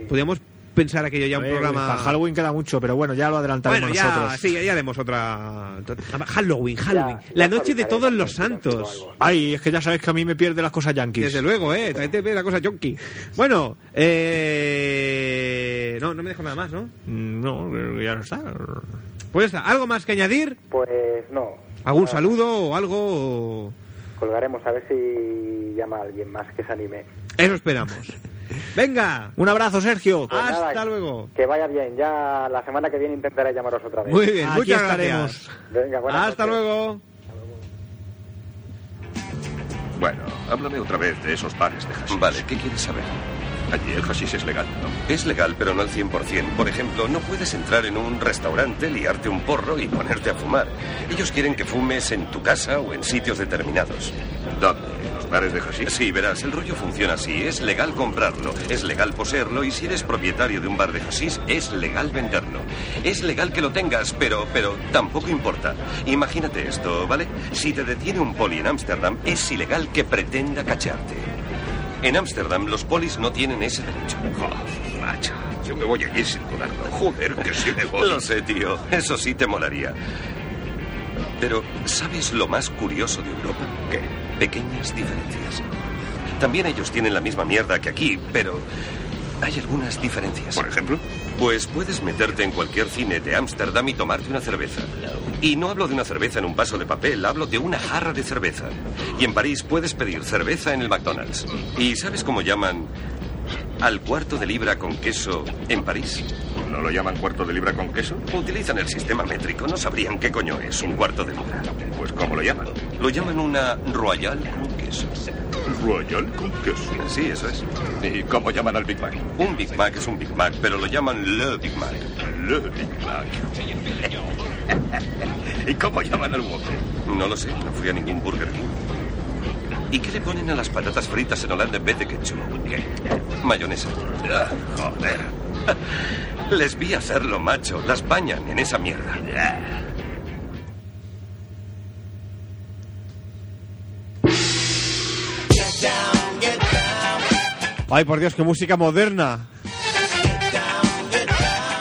Podríamos pensar aquello ya un Eh, programa. Para Halloween queda mucho, pero bueno, ya lo adelantaremos Bueno, nosotros. ya, sí, ya haremos otra. Halloween, Halloween. Ya, ya la noche de avisaré, todos los ya consigo santos. algo. Ay, es que ya sabes que a mí me pierde las cosas yankees. Desde luego, eh. También te ve la cosa yonki. Bueno, eh. No, no me dejo nada más, ¿no? Mm, No, ya no está. Pues ya está. ¿Algo más que añadir? Pues no. ¿Algún Nada, saludo o algo? o- Colgaremos a ver si llama a alguien más que se anime. Eso esperamos. Venga. Un abrazo, Sergio. Pues Hasta nada, luego. Que vaya bien. Ya la semana que viene intentaré llamaros otra vez. Muy bien, Aquí muchas estaremos. gracias. Venga, buenas Hasta noches. luego. Bueno, háblame otra vez de esos bares de hashish. Vale, ¿qué quieres saber? Allí el hashish es legal, ¿no? Es legal, pero no al 100%. Por ejemplo, no puedes entrar en un restaurante, liarte un porro y ponerte a fumar. Ellos quieren que fumes en tu casa o en sitios determinados. ¿Dónde? ¿En los bares de hashish? Sí, verás, el rollo funciona así. Es legal comprarlo, es legal poseerlo y si eres propietario de un bar de hashish, es legal venderlo. Es legal que lo tengas, pero, pero tampoco importa. Imagínate esto, ¿vale? Si te detiene un poli en Ámsterdam, es ilegal que pretenda cacharte. En Ámsterdam los polis no tienen ese derecho. Joder, Oh, macho. Yo me voy a ir sin dudarlo. Joder, que sí me voy. (laughs) Lo sé, tío. Eso sí te molaría. Pero, ¿sabes lo más curioso de Europa? ¿Qué? Pequeñas diferencias. También ellos tienen la misma mierda que aquí, pero hay algunas diferencias. ¿Por ejemplo? Pues puedes meterte en cualquier cine de Ámsterdam y tomarte una cerveza. Y no hablo de una cerveza en un vaso de papel, hablo de una jarra de cerveza. Y en París puedes pedir cerveza en el McDonald's. ¿Y sabes cómo llaman al cuarto de libra con queso en París? ¿No lo llaman cuarto de libra con queso? Utilizan el sistema métrico, no sabrían qué coño es un cuarto de libra. Pues ¿cómo lo llaman? Lo llaman una royal con queso. ¿Royal con queso? Sí, eso es. ¿Y cómo llaman al Big Mac? Un Big Mac es un Big Mac, pero lo llaman le Big Mac. Ludwig Clark. ¿Y cómo llaman al Whopper? No lo sé, no fui a ningún Burger King. ¿Y qué le ponen a las patatas fritas en Holanda en vez de ketchup? ¿Qué? Mayonesa. Ah, joder. Les vi hacerlo, macho. Las bañan en esa mierda. Ah. Ay, por Dios, qué música moderna.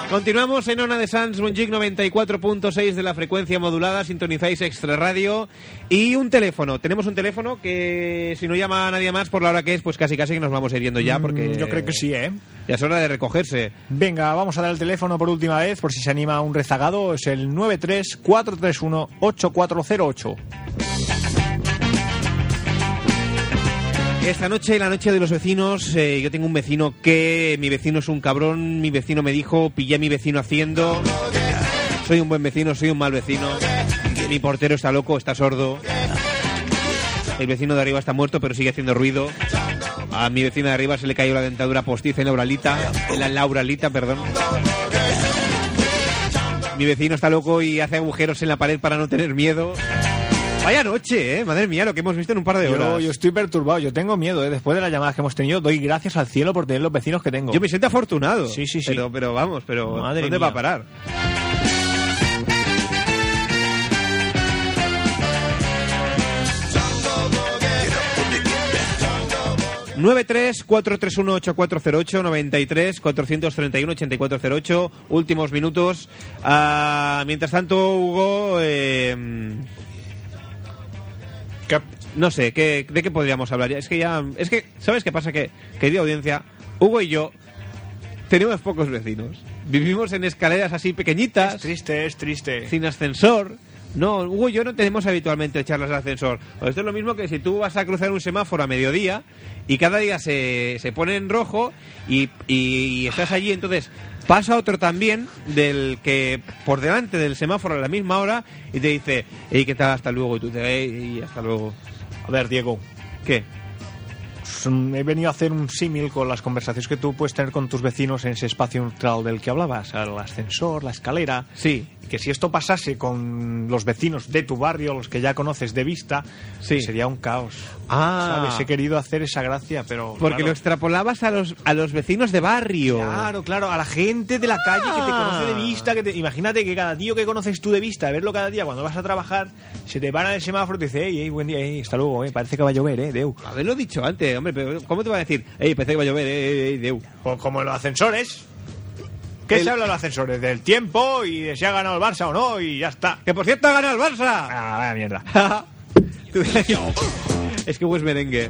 Continuamos en Ona de Sans Mungic 94.6 de la frecuencia modulada, sintonizáis Extra Radio y un teléfono. Tenemos un teléfono que si no llama a nadie más por la hora que es, pues casi casi que nos vamos hiriendo ya porque Mm, Yo creo que sí, ¿eh? ya es hora de recogerse. Venga, vamos a dar el teléfono por última vez, por si se anima un rezagado. Es el 93431-8408. Esta noche, la noche de los vecinos, eh, yo tengo un vecino que mi vecino es un cabrón, mi vecino me dijo, pillé a mi vecino haciendo. Soy un buen vecino, soy un mal vecino. Mi portero está loco, está sordo. El vecino de arriba está muerto, pero sigue haciendo ruido. A mi vecina de arriba se le cayó la dentadura postiza en la oralita, en la lauralita, perdón. Mi vecino está loco y hace agujeros en la pared para no tener miedo. Vaya noche, eh, madre mía, lo que hemos visto en un par de horas. Yo, yo estoy perturbado, yo tengo miedo, ¿eh? Después de las llamadas que hemos tenido, doy gracias al cielo por tener los vecinos que tengo. Yo me siento afortunado. Sí, sí, sí. Pero, pero vamos, pero Madre ¿dónde mía. va a parar? ...93-431-8408... ...93-431-8408... ...últimos minutos... Ah, ...mientras tanto, Hugo... eh, em, No sé, ¿qué- ¿de qué podríamos hablar? Es que ya... Es que, ¿sabes qué pasa? Que, querida audiencia, Hugo y yo... ...tenemos pocos vecinos... ...vivimos en escaleras así pequeñitas... Es triste, es triste. sin ascensor. No, Hugo y yo no tenemos habitualmente charlas de ascensor. Pues Esto es lo mismo que si tú vas a cruzar un semáforo a mediodía y cada día se, se pone en rojo y, y estás allí, entonces pasa otro también del que por delante del semáforo a la misma hora y te dice, hey, ¿qué tal? Hasta luego. Y tú te "Ey, y hasta luego. A ver, Diego, ¿Qué? pues, mm, he venido a hacer un símil con las conversaciones que tú puedes tener con tus vecinos en ese espacio neutral del que hablabas, el ascensor, la escalera. Sí. Que si esto pasase con los vecinos de tu barrio, los que ya conoces de vista, Sí. sería un caos. Ah. ¿Sabes? He querido hacer esa gracia, pero. Porque claro, lo extrapolabas a los, a los vecinos de barrio. Claro, claro, a la gente de la calle que te Ah. conoce de vista, que te- imagínate que cada tío que conoces tú de vista, verlo cada día cuando vas a trabajar, se te para el semáforo y te dice, hey, buen día, ey, hasta luego, eh, parece que va a llover, eh, Deu. Haberlo dicho antes, hombre, pero ¿cómo te va a decir? Ey, pensé que va a llover, ey, ey, ey, Deu. Pues como en los ascensores. ¿Qué El- se habla en los ascensores? Del tiempo y de si ha ganado el Barça o no y ya está. Que por cierto ha ganado el Barça. (laughs) Ah, vaya mierda. Tú- es que Hugo es merengue.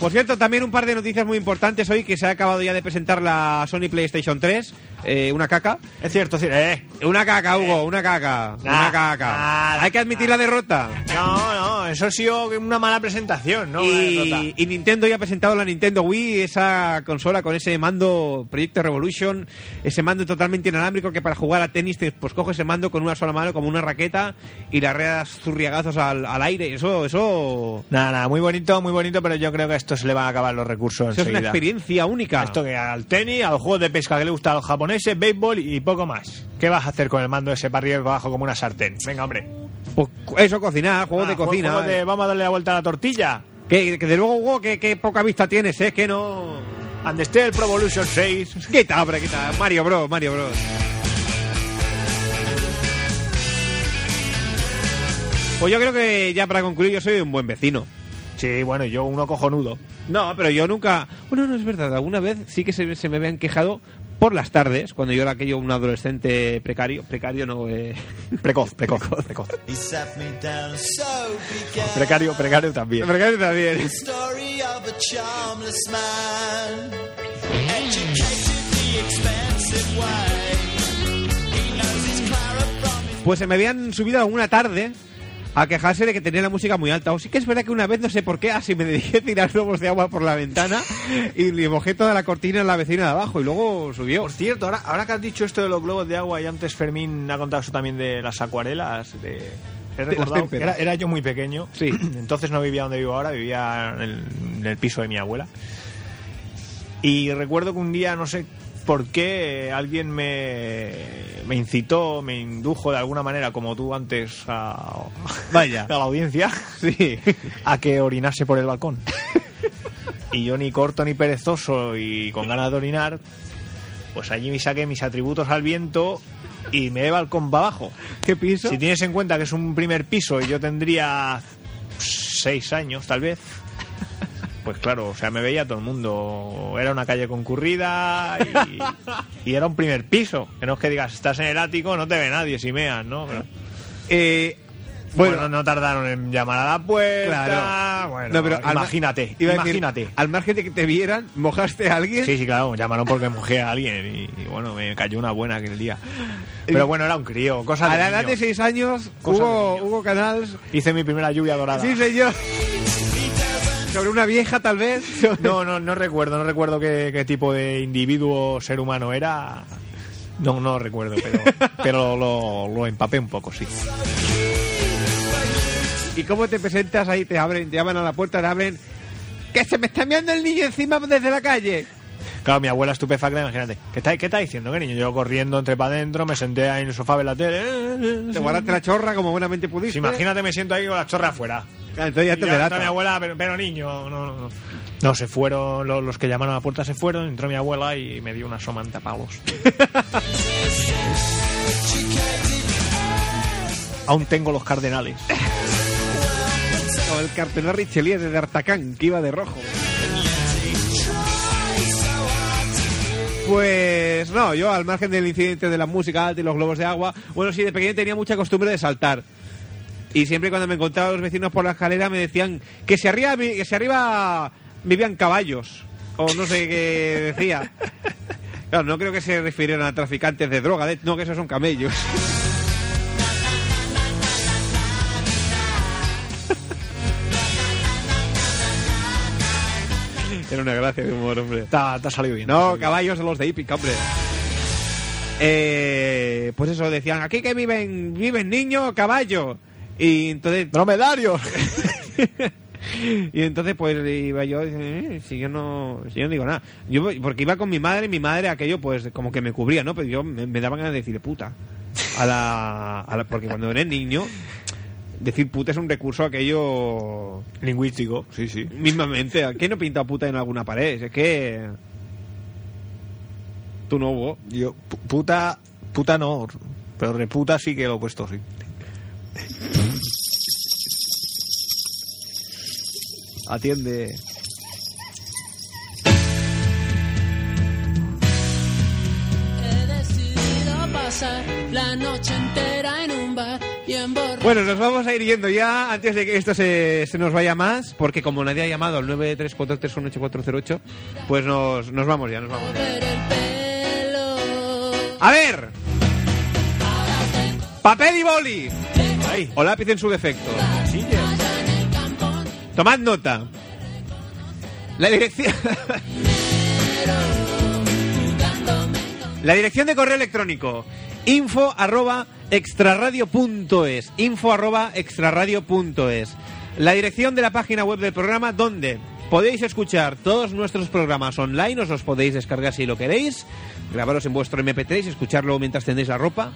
Por cierto, también un par de noticias muy importantes hoy que se ha acabado ya de presentar la Sony PlayStation 3. Eh, una caca. Es cierto, sí, eh. Una caca, Hugo, una caca. Una Ah, caca. ah, Hay que admitir la derrota. No, no, eso ha sido una mala presentación, ¿no? Una Y, derrota. y Nintendo ya ha presentado la Nintendo Wii, esa consola con ese mando Proyecto Revolution, ese mando totalmente inalámbrico que para jugar a tenis te, pues coges ese mando con una sola mano como una raqueta y le arreas zurriagazos al, al aire. Eso, eso, Nada, nada, muy bonito, muy bonito, pero yo creo que a esto se le van a acabar los recursos eso es una enseguida. experiencia única. Esto que al tenis, a los juegos de pesca que le gusta a los japoneses, béisbol y poco más. ¿Qué vas a hacer con el mando ese para arriba y para abajo como una sartén? Venga, hombre. Pues eso, cocinar, juegos Ah, de cocina. eh. juegos de vamos a darle la vuelta a la tortilla. Que, que de luego, Hugo, que, que poca vista tienes, ¿eh? Que no... And Steel Pro Evolution 6. Quita, hombre, quita. Mario Bros, Mario Bros. Pues yo creo que ya para concluir, yo soy un buen vecino. Sí, bueno, yo uno cojonudo. No, pero yo nunca... Bueno, no es verdad. Alguna vez sí que se, se me habían quejado por las tardes, cuando yo era aquello un adolescente precario. Precario no... Eh... Precoz, precoz, precoz. Precario, precario también. Precario también. Story of a charmless man, educated the expensive way. He knows his Clara from his Pues se me habían subido alguna tarde a quejarse de que tenía la música muy alta. O sí que es verdad que una vez, no sé por qué, así me dediqué a tirar globos de agua por la ventana y le mojé toda la cortina en la vecina de abajo y luego subió. Por cierto, ahora, ahora que has dicho esto de los globos de agua y antes Fermín ha contado eso también de las acuarelas, de... He las recordado que témperas. era, era yo muy pequeño, Sí. (clears throat) entonces no vivía donde vivo ahora, vivía en el, en el piso de mi abuela. Y recuerdo que un día, no sé porque alguien me, me incitó, me indujo de alguna manera, como tú antes a, Vaya. (laughs) a la (laughs) audiencia, sí, a que orinase por el balcón. Y yo ni corto ni perezoso y con ganas de orinar, pues allí me saqué mis atributos al viento y me he balcón para abajo. ¿Qué piso? Si tienes en cuenta que es un primer piso y yo tendría seis años, tal vez. Pues claro, o sea, me veía todo el mundo. Era una calle concurrida y, y era un primer piso. Que no es que digas, estás en el ático, no te ve nadie si meas, ¿no? Pero- Eh, bueno, no tardaron en llamar a la puerta. Claro. Bueno, No, pero ah, al ma- imagínate, iba a decir, ¿Eh? imagínate. al margen de que te vieran, mojaste a alguien. Sí, sí, claro, llamaron porque mojé a alguien y, y bueno, me cayó una buena aquel día. Pero bueno, era un crío, cosa de a la edad niños. de 6 años, Cosa de Hugo, niños. Hugo Canals. Hice mi primera lluvia dorada. Sí, señor. Sobre una vieja, tal vez. (laughs) No, no, no recuerdo, no recuerdo qué, qué tipo de individuo ser humano era. No, no recuerdo, pero, pero lo, lo empapé un poco, sí. ¿Y cómo te presentas ahí? Te abren, te llaman a la puerta, te abren. ¡Que se me está mirando el niño encima desde la calle! Claro, mi abuela estupefacta, imagínate. ¿Qué está, qué está diciendo, qué niño? Yo corriendo entre para adentro, me senté ahí en el sofá de la tele. eh, Te guardaste la chorra como buenamente pudiste. Sí, imagínate, me siento ahí con la chorra afuera. Claro, entonces ya Y te ya está delata. mi abuela, pero, pero niño, no, no, no. No, se fueron, lo- los que llamaron a la puerta se fueron, entró mi abuela y me dio una somanta (laughs) palos. Aún tengo los cardenales. Como el cartelón Richelieu de D'Artacán, que iba de rojo. Pues no, yo al margen del incidente de la música, de los globos de agua, bueno, sí, de pequeño tenía mucha costumbre de saltar. Y siempre cuando me encontraba los vecinos por la escalera me decían que si arriba, vi- que si arriba vivían caballos. O no sé qué decía. Claro, no creo que se refirieran a traficantes de droga, de- no, que esos son camellos. (laughs) Era una gracia de humor, hombre. Te ha, te ha salido bien. No, caballos de los de hípica, hombre. Eh, pues eso, decían, aquí que viven, viven niños, caballo. Y entonces... ¡Dromedarios! (laughs) y entonces pues iba yo, eh, si yo no, si yo no digo nada. Yo voy- porque iba con mi madre y mi madre aquello pues como que me cubría, ¿no? Pero yo me, me daba ganas de decir puta. A la, a la- porque cuando eres niño, decir puta es un recurso aquello Lingüístico, sí, sí. Mismamente, ¿a ¿quién no pinta puta en alguna pared? Es que. Tú no hubo. Yo, pu- puta, puta no, pero reputa sí que lo he puesto, sí. Atiende. He decidido pasar la noche entera en un bar y emborracharme. Bueno, nos vamos a ir yendo ya antes de que esto se, se nos vaya más, porque como nadie ha llamado al 934318408, pues nos, nos vamos ya, nos vamos. A ver. Papel y boli. Ahí. O lápiz en su defecto. Tomad nota. La dirección. La dirección de correo electrónico. Info arroba extraradio.es. Info arroba extraradio.es. La dirección de la página web del programa donde podéis escuchar todos nuestros programas online, os los podéis descargar si lo queréis, grabaros en vuestro MP3 y escucharlo mientras tendréis la ropa.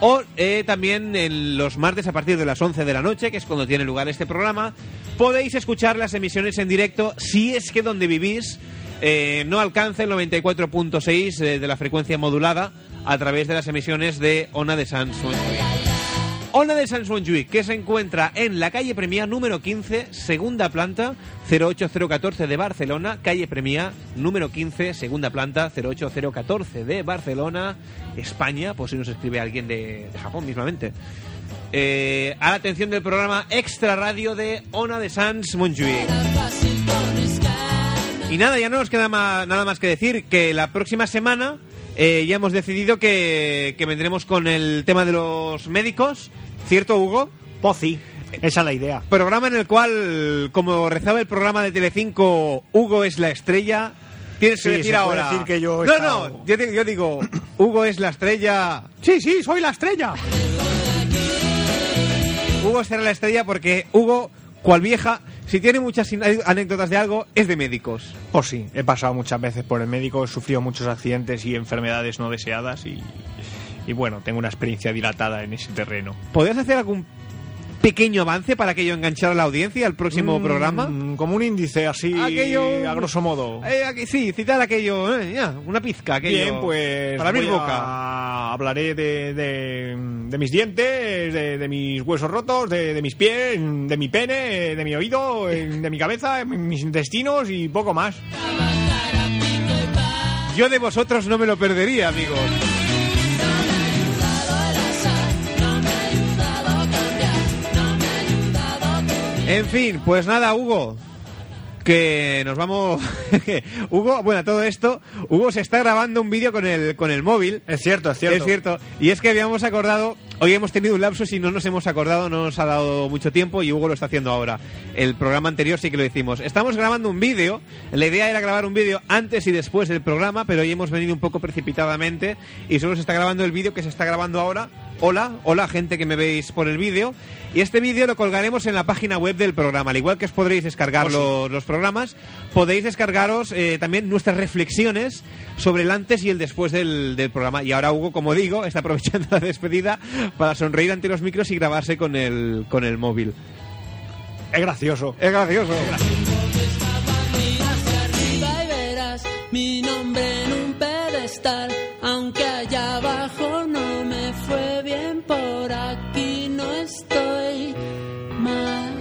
O eh, también en los martes a partir de las 11 de la noche, que es cuando tiene lugar este programa, podéis escuchar las emisiones en directo si es que donde vivís eh, no alcanza el 94.6 eh, de la frecuencia modulada a través de las emisiones de Ona de Samsung. Ona de San Juic, que se encuentra en la calle Premia número 15, segunda planta, 08014 de Barcelona. Calle Premia número 15, segunda planta, 08014 de Barcelona, España, por si nos escribe alguien de, de Japón mismamente. Eh, a la atención del programa Extra Radio de Ona de Sans Montjuic. Y nada, ya no nos queda ma- nada más que decir que la próxima semana eh, ya hemos decidido que, que vendremos con el tema de los médicos, ¿cierto, Hugo? Pozi, esa es la idea. Programa en el cual, como rezaba el programa de Telecinco, Hugo es la estrella. Tienes Sí, que decir se puede ahora. decir que yo he no, no, estado- yo, di- yo digo, Hugo es la estrella. Sí, sí, soy la estrella. Hugo será la estrella porque Hugo, cual vieja, si tiene muchas in- anécdotas de algo, es de médicos. Pues sí, he pasado muchas veces por el médico, he sufrido muchos accidentes y enfermedades no deseadas y, y bueno, tengo una experiencia dilatada en ese terreno. ¿Podrías hacer algún pequeño avance para que yo enganchara a la audiencia al próximo Mm, programa? Como un índice así, Aquello- a grosso modo. Eh, aquí- sí, citar aquello, eh, ya, una pizca, aquello. Bien, pues Para abrir voy boca. a- Hablaré de, de- de mis dientes, de, de mis huesos rotos, de, de mis pies, de mi pene, de mi oído, de mi cabeza, de mis intestinos y poco más. Yo de vosotros no me lo perdería, amigos. En fin, pues nada, Hugo. Que nos vamos. (laughs) Hugo, bueno, a todo esto, Hugo se está grabando un vídeo con el, con el móvil. Es cierto, es cierto. Es cierto. Y es que habíamos acordado, hoy hemos tenido un lapsus y no nos hemos acordado, no nos ha dado mucho tiempo y Hugo lo está haciendo ahora. El programa anterior sí que lo hicimos. Estamos grabando un vídeo, la idea era grabar un vídeo antes y después del programa, pero hoy hemos venido un poco precipitadamente y solo se está grabando el vídeo que se está grabando ahora. Hola, hola gente que me veis por el vídeo. Y este vídeo lo colgaremos en la página web del programa. Al igual que os podréis descargar los, los programas, podéis descargaros eh, también nuestras reflexiones sobre el antes y el después del, del programa. Y ahora Hugo, como digo, está aprovechando (laughs) la despedida para sonreír ante los micros y grabarse con el, con el móvil. Es gracioso. Es gracioso. arriba y verás mi nombre en un pedestal. Aunque allá abajo no me fue bien, por aquí no estoy mal.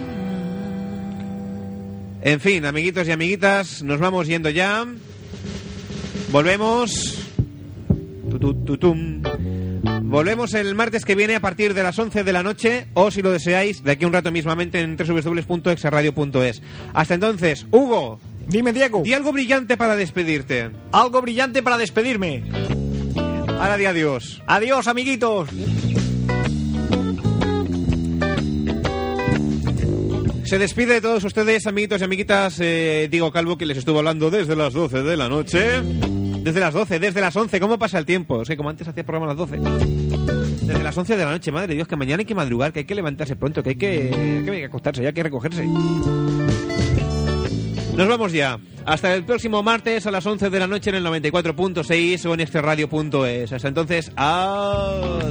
En fin, amiguitos y amiguitas, nos vamos yendo ya. Volvemos. Tutututum. Volvemos el martes que viene a partir de las 11 de la noche o si lo deseáis de aquí a un rato mismamente en www.exarradio.es. Hasta entonces, Hugo, Dime, Diego. di algo brillante para despedirte. Algo brillante para despedirme. Ahora di adiós. Adiós, amiguitos. Se despide de todos ustedes, amiguitos y amiguitas. eh, Diego Calvo, que les estuvo hablando desde las 12 de la noche. Desde las 12, desde las 11. ¿Cómo pasa el tiempo? Es que como antes hacía programa a las 12. Desde las 11 de la noche, madre de Dios, que mañana hay que madrugar, que hay que levantarse pronto, que hay que, que hay que acostarse, ya hay que recogerse. Nos vamos ya. Hasta el próximo martes a las 11 de la noche este en el 94.6 o en extraradio.es. Hasta entonces, adiós.